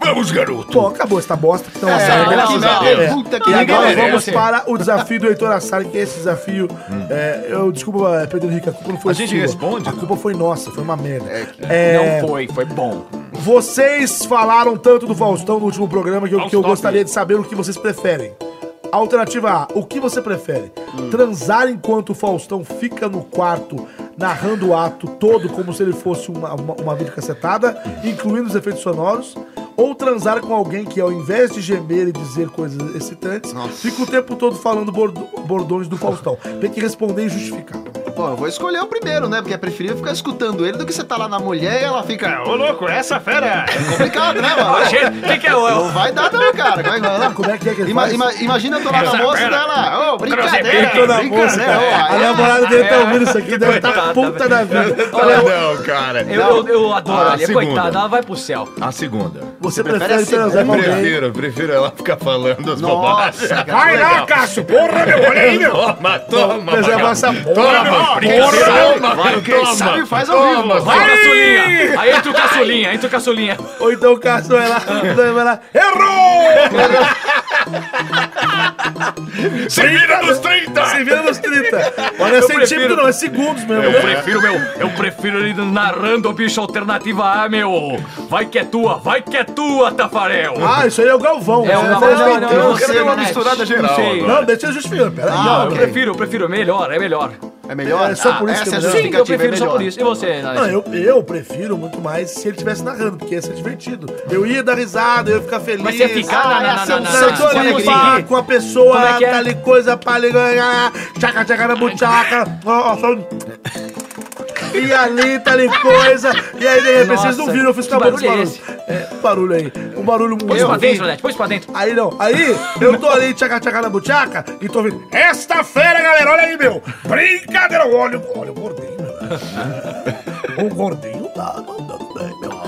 [SPEAKER 10] vamos, garoto.
[SPEAKER 8] Bom, acabou essa bosta. Então,
[SPEAKER 2] É,
[SPEAKER 8] essa regra-
[SPEAKER 2] não, não,
[SPEAKER 8] É.
[SPEAKER 2] puta que
[SPEAKER 8] E
[SPEAKER 2] ninguém
[SPEAKER 8] agora
[SPEAKER 2] merece.
[SPEAKER 8] vamos para o desafio do Heitor Assari, que esse desafio. é, eu desculpa, é, Pedro Henrique, a culpa não foi
[SPEAKER 3] A gente
[SPEAKER 8] sua.
[SPEAKER 3] responde,
[SPEAKER 8] A
[SPEAKER 3] não?
[SPEAKER 8] culpa foi nossa, foi uma merda. É,
[SPEAKER 4] Não foi, foi bom.
[SPEAKER 8] Vocês falaram tanto do Faustão no último programa que eu, que eu
[SPEAKER 3] Faustop.
[SPEAKER 8] gostaria de saber o que vocês preferem. Alternativa A, o que você prefere? Transar enquanto o Faustão fica no quarto narrando o ato todo como se ele fosse uma, uma, uma videocassetada, incluindo os efeitos sonoros? Ou transar com alguém que, ao invés de gemer e dizer coisas excitantes, fica o tempo todo falando bordo- bordões do Faustão. Tem que responder e justificar.
[SPEAKER 2] Bom, eu vou escolher o primeiro, né? Porque é preferível ficar escutando ele do que você tá lá na mulher e ela fica. Ô, louco, essa fera! É complicado, né, mano?
[SPEAKER 4] O que, que é
[SPEAKER 2] [LAUGHS]
[SPEAKER 4] o.
[SPEAKER 2] Não vai dar, não, cara. Como é que vai lá?
[SPEAKER 8] Como é que é que ele
[SPEAKER 2] Ima-
[SPEAKER 8] faz?
[SPEAKER 2] ima- imagina eu tô lá na moça e ela. Ô, brincadeira!
[SPEAKER 8] Entrou na moça,
[SPEAKER 2] brincadeira, ó,
[SPEAKER 8] cara. A
[SPEAKER 2] aí ela-
[SPEAKER 8] namorada dele tá ouvindo isso aqui, deve estar
[SPEAKER 4] Coitada,
[SPEAKER 8] puta da vida.
[SPEAKER 3] [LAUGHS] Olha, não, cara.
[SPEAKER 4] Eu, eu, eu adoro
[SPEAKER 3] Ah,
[SPEAKER 4] ela,
[SPEAKER 3] segunda.
[SPEAKER 4] coitada, ela vai pro céu.
[SPEAKER 3] A segunda.
[SPEAKER 8] Você
[SPEAKER 2] prefere
[SPEAKER 8] prefere
[SPEAKER 2] a segunda?
[SPEAKER 8] transar com alguém?
[SPEAKER 3] Prefiro, prefiro ela ficar falando as bobagens.
[SPEAKER 2] Nossa, cara.
[SPEAKER 1] Vai lá, Cássio, porra, meu, olha aí, meu.
[SPEAKER 3] Toma, toma,
[SPEAKER 8] Preservar essa porra.
[SPEAKER 3] Toma,
[SPEAKER 2] porra,
[SPEAKER 3] toma,
[SPEAKER 2] vai, quem sabe faz ao vivo.
[SPEAKER 4] Vai, caçulinha! Aí entra o caçulinha, entra o caçulinha.
[SPEAKER 8] Ou então o Cássio vai lá, vai lá.
[SPEAKER 3] Errou!
[SPEAKER 10] Se vira nos 30!
[SPEAKER 8] Se vira nos 30. Olha, é centímetro
[SPEAKER 4] prefiro-
[SPEAKER 8] não, é segundos mesmo.
[SPEAKER 4] Eu prefiro, meu, eu prefiro ele narrando, bicho, alternativa A, meu. Vai que é tua, vai que é tua, Tafarel.
[SPEAKER 8] Ah, isso aí é o Galvão.
[SPEAKER 4] É,
[SPEAKER 8] né?
[SPEAKER 4] o
[SPEAKER 8] Tá
[SPEAKER 4] Galvão, não,
[SPEAKER 8] respeitando.
[SPEAKER 4] não, não,
[SPEAKER 3] Eu quero
[SPEAKER 4] sei,
[SPEAKER 3] dar uma
[SPEAKER 4] né?
[SPEAKER 3] misturada geral
[SPEAKER 4] Não sei.
[SPEAKER 3] agora.
[SPEAKER 8] Não, deixa eu justificar, peraí.
[SPEAKER 2] Ah,
[SPEAKER 8] ó.
[SPEAKER 4] Eu prefiro, eu prefiro, é melhor, é melhor.
[SPEAKER 2] É melhor?
[SPEAKER 8] É só por isso
[SPEAKER 2] essa
[SPEAKER 8] que
[SPEAKER 2] é
[SPEAKER 8] eu
[SPEAKER 2] a
[SPEAKER 8] não-
[SPEAKER 4] Sim, eu
[SPEAKER 2] justificativa, é
[SPEAKER 4] prefiro só
[SPEAKER 2] melhor.
[SPEAKER 4] por isso. E você, Nath?
[SPEAKER 8] Não, é eu, eu prefiro muito mais se ele estivesse narrando, porque ia ser divertido. Eu ia dar risada, eu ia ficar feliz.
[SPEAKER 4] Mas você ficar
[SPEAKER 2] Ah,
[SPEAKER 4] na, na,
[SPEAKER 2] é
[SPEAKER 4] na,
[SPEAKER 2] assim,
[SPEAKER 4] na,
[SPEAKER 8] Não,
[SPEAKER 4] na,
[SPEAKER 8] eu tô
[SPEAKER 2] Sabe
[SPEAKER 8] ali
[SPEAKER 2] aquele
[SPEAKER 8] pá,
[SPEAKER 4] na,
[SPEAKER 8] com a pessoa,
[SPEAKER 4] Como é que é?
[SPEAKER 8] tal e coisa, pá, ali, ah, tchaca, tchaca, na buchaca, ó, ó, só um- E ali, tal e coisa, e aí, de repente, vocês não
[SPEAKER 4] Nossa,
[SPEAKER 8] viram, eu fiz
[SPEAKER 4] que
[SPEAKER 8] com a boca
[SPEAKER 4] barulho é
[SPEAKER 8] barulho. É, barulho aí, um barulho muito...
[SPEAKER 4] Põe isso pra
[SPEAKER 8] ruim.
[SPEAKER 4] dentro, Nath, põe isso pra dentro.
[SPEAKER 8] Aí não, aí eu tô ali, tchaca, tchaca, na buchaca, e tô ouvindo, esta feira, galera, olha aí, meu, brincadeira, olha, o- olha o gordinho, [LAUGHS] meu. O gordinho tá mandando bem, meu.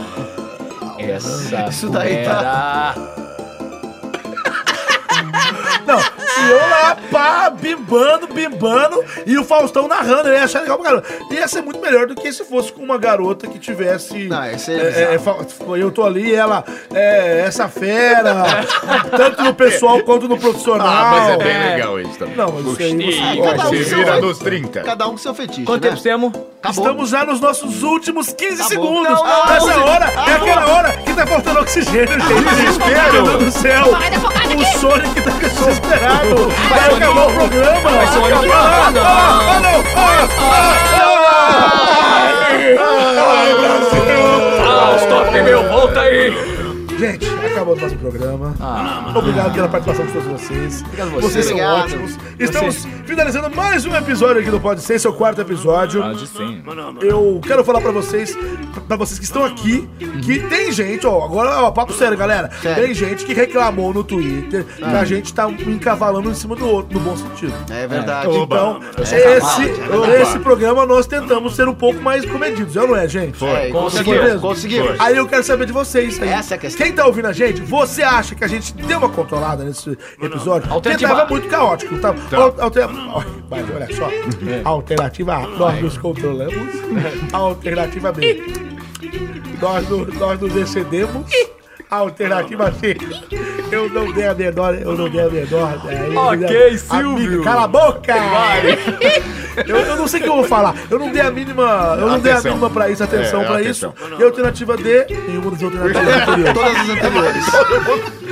[SPEAKER 4] Essa
[SPEAKER 2] Isso daí tá.
[SPEAKER 4] era...
[SPEAKER 8] Não, e eu lá, pá, bimbando, bimbando, e o Faustão narrando, eu ia achar legal pra caramba. Ia ser muito melhor do que se fosse com uma garota que tivesse.
[SPEAKER 2] Não, ia ser
[SPEAKER 8] é, é, fa- Eu tô ali, ela, é, essa fera, tanto no pessoal quanto no profissional.
[SPEAKER 3] Ah, mas é bem
[SPEAKER 4] É.
[SPEAKER 3] legal isso também.
[SPEAKER 8] Não, mas isso aí.
[SPEAKER 4] Gostei.
[SPEAKER 8] você-
[SPEAKER 2] Cada um
[SPEAKER 3] Se
[SPEAKER 2] seu-
[SPEAKER 3] vira nos 30.
[SPEAKER 2] Cada um com seu fetiche.
[SPEAKER 4] Quanto
[SPEAKER 2] né?
[SPEAKER 4] tempo temos?
[SPEAKER 2] Acabou.
[SPEAKER 8] Estamos já nos nossos últimos 15
[SPEAKER 2] Acabou.
[SPEAKER 8] segundos.
[SPEAKER 2] Tá Não, não,
[SPEAKER 8] Essa
[SPEAKER 2] não.
[SPEAKER 8] hora é aquela hora que tá faltando oxigênio, gente.
[SPEAKER 3] desespero.
[SPEAKER 8] Meu Deus do céu.
[SPEAKER 5] Vai dar focada
[SPEAKER 8] O
[SPEAKER 5] aqui.
[SPEAKER 8] Sonic tá desesperado. Vai acabar o programa. Vai
[SPEAKER 4] Sonic.
[SPEAKER 8] Ah, ah, ah, não. Ah,
[SPEAKER 4] Ah, stop, meu, volta aí.
[SPEAKER 8] Gente, acabou o nosso programa. Obrigado pela participação de todos vocês. Obrigado
[SPEAKER 4] você.
[SPEAKER 8] Vocês são
[SPEAKER 2] Obrigado.
[SPEAKER 8] ótimos. Estamos finalizando mais um episódio aqui do Pode Ser, seu quarto episódio.
[SPEAKER 4] sim.
[SPEAKER 8] Eu quero falar pra vocês, pra vocês que estão aqui, que tem gente, ó, agora, ó, papo sério, galera.
[SPEAKER 2] Sério.
[SPEAKER 8] Tem gente que reclamou no Twitter que a gente tá um encavalando um em cima do outro, no bom sentido.
[SPEAKER 2] É verdade.
[SPEAKER 8] Então,
[SPEAKER 2] cavalo, gente,
[SPEAKER 8] esse, esse programa nós tentamos ser um pouco mais comedidos, eu não é, gente?
[SPEAKER 2] É,
[SPEAKER 8] Foi
[SPEAKER 2] conseguimos,
[SPEAKER 8] mesmo?
[SPEAKER 2] conseguimos.
[SPEAKER 8] Aí eu quero saber de vocês. Aí.
[SPEAKER 2] Essa é a questão.
[SPEAKER 8] Quem tá ouvindo a gente, você acha que a gente deu uma controlada nesse episódio? Porque
[SPEAKER 4] Alternativa
[SPEAKER 8] tava
[SPEAKER 4] A.
[SPEAKER 8] muito caótico. Tava, al- alter- ó, mas olha só. Alternativa A, nós nos controlamos. Alternativa B, nós, no- nós nos excedemos. Alternativa C, eu não dei a menor, eu não dei a menor. Aí,
[SPEAKER 4] Ok,
[SPEAKER 8] a-
[SPEAKER 4] Silvio.
[SPEAKER 8] amiga, Cala a boca! Eu, eu não sei o que eu vou falar. Eu não dei a mínima. Eu não dei a
[SPEAKER 3] Atenção.
[SPEAKER 8] mínima pra isso, atenção
[SPEAKER 3] É,
[SPEAKER 8] pra
[SPEAKER 3] atenção.
[SPEAKER 8] isso. E a alternativa D, nenhuma das
[SPEAKER 3] [LAUGHS]
[SPEAKER 8] alternativas é anteriores.
[SPEAKER 2] Todas as anteriores.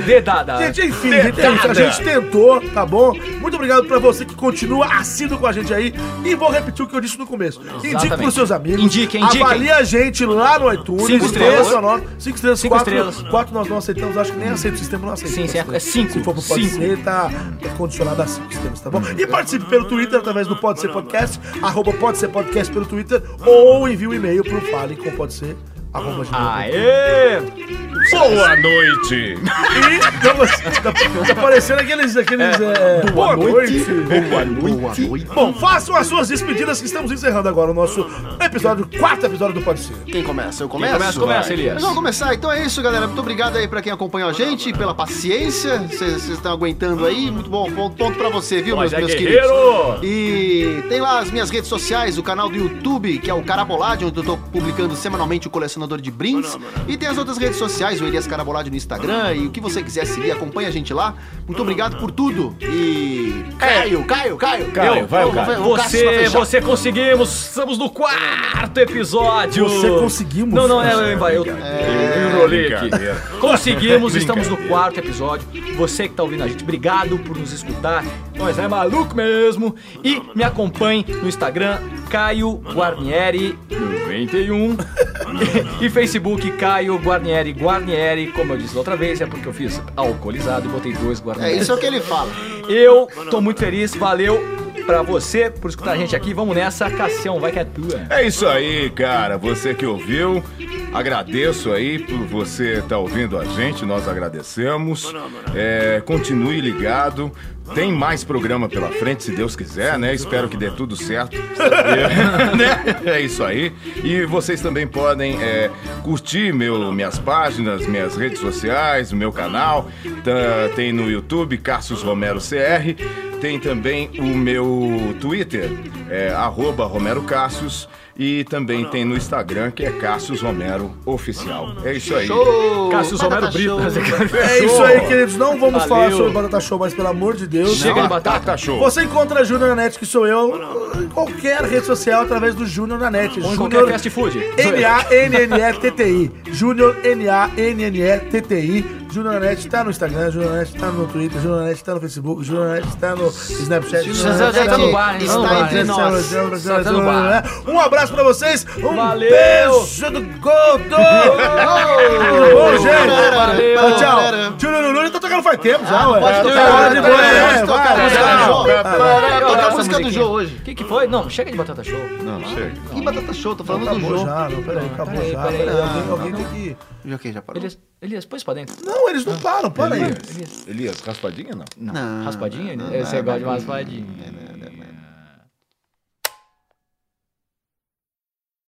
[SPEAKER 4] Dedada.
[SPEAKER 8] Gente, enfim, gente, é isso. a gente tentou, tá bom? Muito obrigado pra você que continua assíduo com a gente aí. E vou repetir o que eu disse no começo. Indique
[SPEAKER 4] Exatamente.
[SPEAKER 8] pros seus amigos.
[SPEAKER 4] Indique, indique.
[SPEAKER 8] Avalie a gente lá no iTunes.
[SPEAKER 4] Cinco
[SPEAKER 8] estrela
[SPEAKER 4] estrelas.
[SPEAKER 8] sua nota. Cinco estrelas,
[SPEAKER 4] Cinco
[SPEAKER 8] quatro,
[SPEAKER 4] estrelas.
[SPEAKER 8] Quatro nós não aceitamos. Acho que nem aceita o sistema, não aceita.
[SPEAKER 4] Sim, sim, é- é cinco,
[SPEAKER 8] Se for pro Pode
[SPEAKER 4] cinco.
[SPEAKER 8] Ser, tá é condicionado a cinco estrelas, tá bom? E participe pelo Twitter através do Pode Ser Podcast, arroba Pode Ser Podcast pelo Twitter, ou envie um e-mail pro Fale com Pode Ser arroba gmail.com.
[SPEAKER 4] Aê!
[SPEAKER 2] um
[SPEAKER 3] Boa noite!
[SPEAKER 8] E então, você- tá, [LAUGHS] tá parecendo aqueles. aqueles é, boa noite.
[SPEAKER 3] Boa noite!
[SPEAKER 2] Boa noite.
[SPEAKER 8] Bom, façam as suas despedidas que estamos encerrando agora o nosso episódio, quarto episódio do Pode Ser.
[SPEAKER 2] Quem começa? Eu começo?
[SPEAKER 4] começa? Começa, Elias.
[SPEAKER 2] Mas Vamos começar, então é isso, galera. Muito obrigado aí pra quem acompanhou a gente, pela paciência. Vocês vocês estão aguentando aí. Muito bom, bom ponto pra você, viu, meus,
[SPEAKER 4] Mas é
[SPEAKER 2] meus queridos?
[SPEAKER 4] guerreiro!
[SPEAKER 2] E tem lá as minhas redes sociais, o canal do YouTube, que é o Carabolade, onde eu tô publicando semanalmente o colecionador de brindes. E tem as outras redes sociais, o Elias Carabolade no Instagram, e o que você quiser seguir, acompanha a gente lá. Muito obrigado por tudo. E.
[SPEAKER 4] É.
[SPEAKER 2] Caio, Caio, Caio!
[SPEAKER 3] Caio,
[SPEAKER 2] Eu,
[SPEAKER 3] vai,
[SPEAKER 2] eu,
[SPEAKER 3] Caio.
[SPEAKER 2] vai, o Cassius vai
[SPEAKER 4] Você,
[SPEAKER 2] um fechar.
[SPEAKER 4] você conseguimos! Estamos no quarto episódio!
[SPEAKER 8] Você conseguimos?
[SPEAKER 4] Não, não, é, eu, eu, eu enrolei
[SPEAKER 2] É.
[SPEAKER 4] aqui.
[SPEAKER 3] É, Brincadeira.
[SPEAKER 4] Conseguimos, estamos no
[SPEAKER 3] Brincadeira.
[SPEAKER 4] quarto episódio. Você que tá ouvindo a gente, obrigado por nos escutar. Nós é maluco mesmo. E me acompanhe no Instagram, Caio Guarnieri 91 [LAUGHS] e Facebook Caio Guarnieri Guarnieri. Como eu disse da outra vez, é porque eu fiz alcoolizado e botei dois
[SPEAKER 2] É
[SPEAKER 4] Guarnieri.
[SPEAKER 2] isso é o que ele fala.
[SPEAKER 4] Eu tô muito feliz, valeu pra você por escutar a gente aqui. Vamos nessa, Cassião, vai que é tua.
[SPEAKER 3] É isso aí, cara. Você que ouviu, agradeço aí por você estar ouvindo a gente. Nós agradecemos. É, continue ligado. Tem mais programa pela frente, se Deus quiser, né? Espero que dê tudo certo. É, né? É isso aí. E vocês também podem é, curtir meu, minhas páginas, minhas redes sociais, o meu canal. Tá- tem no YouTube, Cassius Romero CR. Tem também o meu Twitter, é arroba Romero Cassius, e também tem no Instagram, que é Cassius Romero Oficial. É isso aí.
[SPEAKER 2] Show!
[SPEAKER 4] Cassius Romero
[SPEAKER 2] Batata
[SPEAKER 4] Brito.
[SPEAKER 2] show.
[SPEAKER 8] É isso aí, queridos. Não vamos
[SPEAKER 4] Valeu.
[SPEAKER 8] falar sobre Batata Show, mas pelo amor de Deus.
[SPEAKER 4] [LAUGHS] Chega de batata.
[SPEAKER 3] Tá show.
[SPEAKER 8] Você encontra Júnior na net, que sou eu, em qualquer rede social através do Júnior na net.
[SPEAKER 4] Ou em
[SPEAKER 8] Júnior-
[SPEAKER 4] qualquer fast food.
[SPEAKER 8] N-A-N-N-E-T-T-I. Júnior N-A-N-N-E-T-T-I. Júnior Nanete tá no Instagram, Júnior Nanete tá no Twitter, Júnior Nanete tá no Facebook, Júnior Nanete tá no Snapchat. Júnior
[SPEAKER 2] José
[SPEAKER 8] Nanete tá
[SPEAKER 2] Nanete
[SPEAKER 8] no bar,
[SPEAKER 2] está
[SPEAKER 8] no bar,
[SPEAKER 2] entre
[SPEAKER 8] né?
[SPEAKER 2] nós.
[SPEAKER 8] Júnior- Júnior-
[SPEAKER 4] Só tá no
[SPEAKER 8] Júnior- Um abraço pra vocês, um
[SPEAKER 4] Valeu.
[SPEAKER 8] beijo do Gordo! Bom, gente,
[SPEAKER 2] Valeu.
[SPEAKER 8] tchau. Júnior Nuno tá tocando faz tempo já, ué.
[SPEAKER 2] Ah, Pode
[SPEAKER 8] É hora
[SPEAKER 2] tocar,
[SPEAKER 8] de
[SPEAKER 2] pode
[SPEAKER 8] boa, é,
[SPEAKER 2] tocar, pode
[SPEAKER 8] vai,
[SPEAKER 2] tocar a música
[SPEAKER 8] vai.
[SPEAKER 2] do jogo.
[SPEAKER 4] vai,
[SPEAKER 2] Tocar a
[SPEAKER 4] essa
[SPEAKER 2] música do
[SPEAKER 4] musiquinha.
[SPEAKER 2] jogo hoje.
[SPEAKER 4] O que, que foi? Não, chega de batata show.
[SPEAKER 3] Não, chega.
[SPEAKER 2] Que batata show, tô falando do
[SPEAKER 8] Acabou
[SPEAKER 2] jogo.
[SPEAKER 8] já, não, peraí, acabou
[SPEAKER 4] Peraí,
[SPEAKER 8] já.
[SPEAKER 4] peraí,
[SPEAKER 8] peraí,
[SPEAKER 4] não,
[SPEAKER 8] alguém- Alguém tem que...
[SPEAKER 2] Joguei, já parou.
[SPEAKER 4] Elias, Elias, põe isso pra dentro.
[SPEAKER 2] Ah,
[SPEAKER 8] Não, eles não param, para aí.
[SPEAKER 3] Elias, raspadinha não?
[SPEAKER 4] Não,
[SPEAKER 2] Não,
[SPEAKER 4] raspadinha?
[SPEAKER 2] não,
[SPEAKER 4] É,
[SPEAKER 2] não,
[SPEAKER 4] Você
[SPEAKER 2] não,
[SPEAKER 4] gosta de uma raspadinha.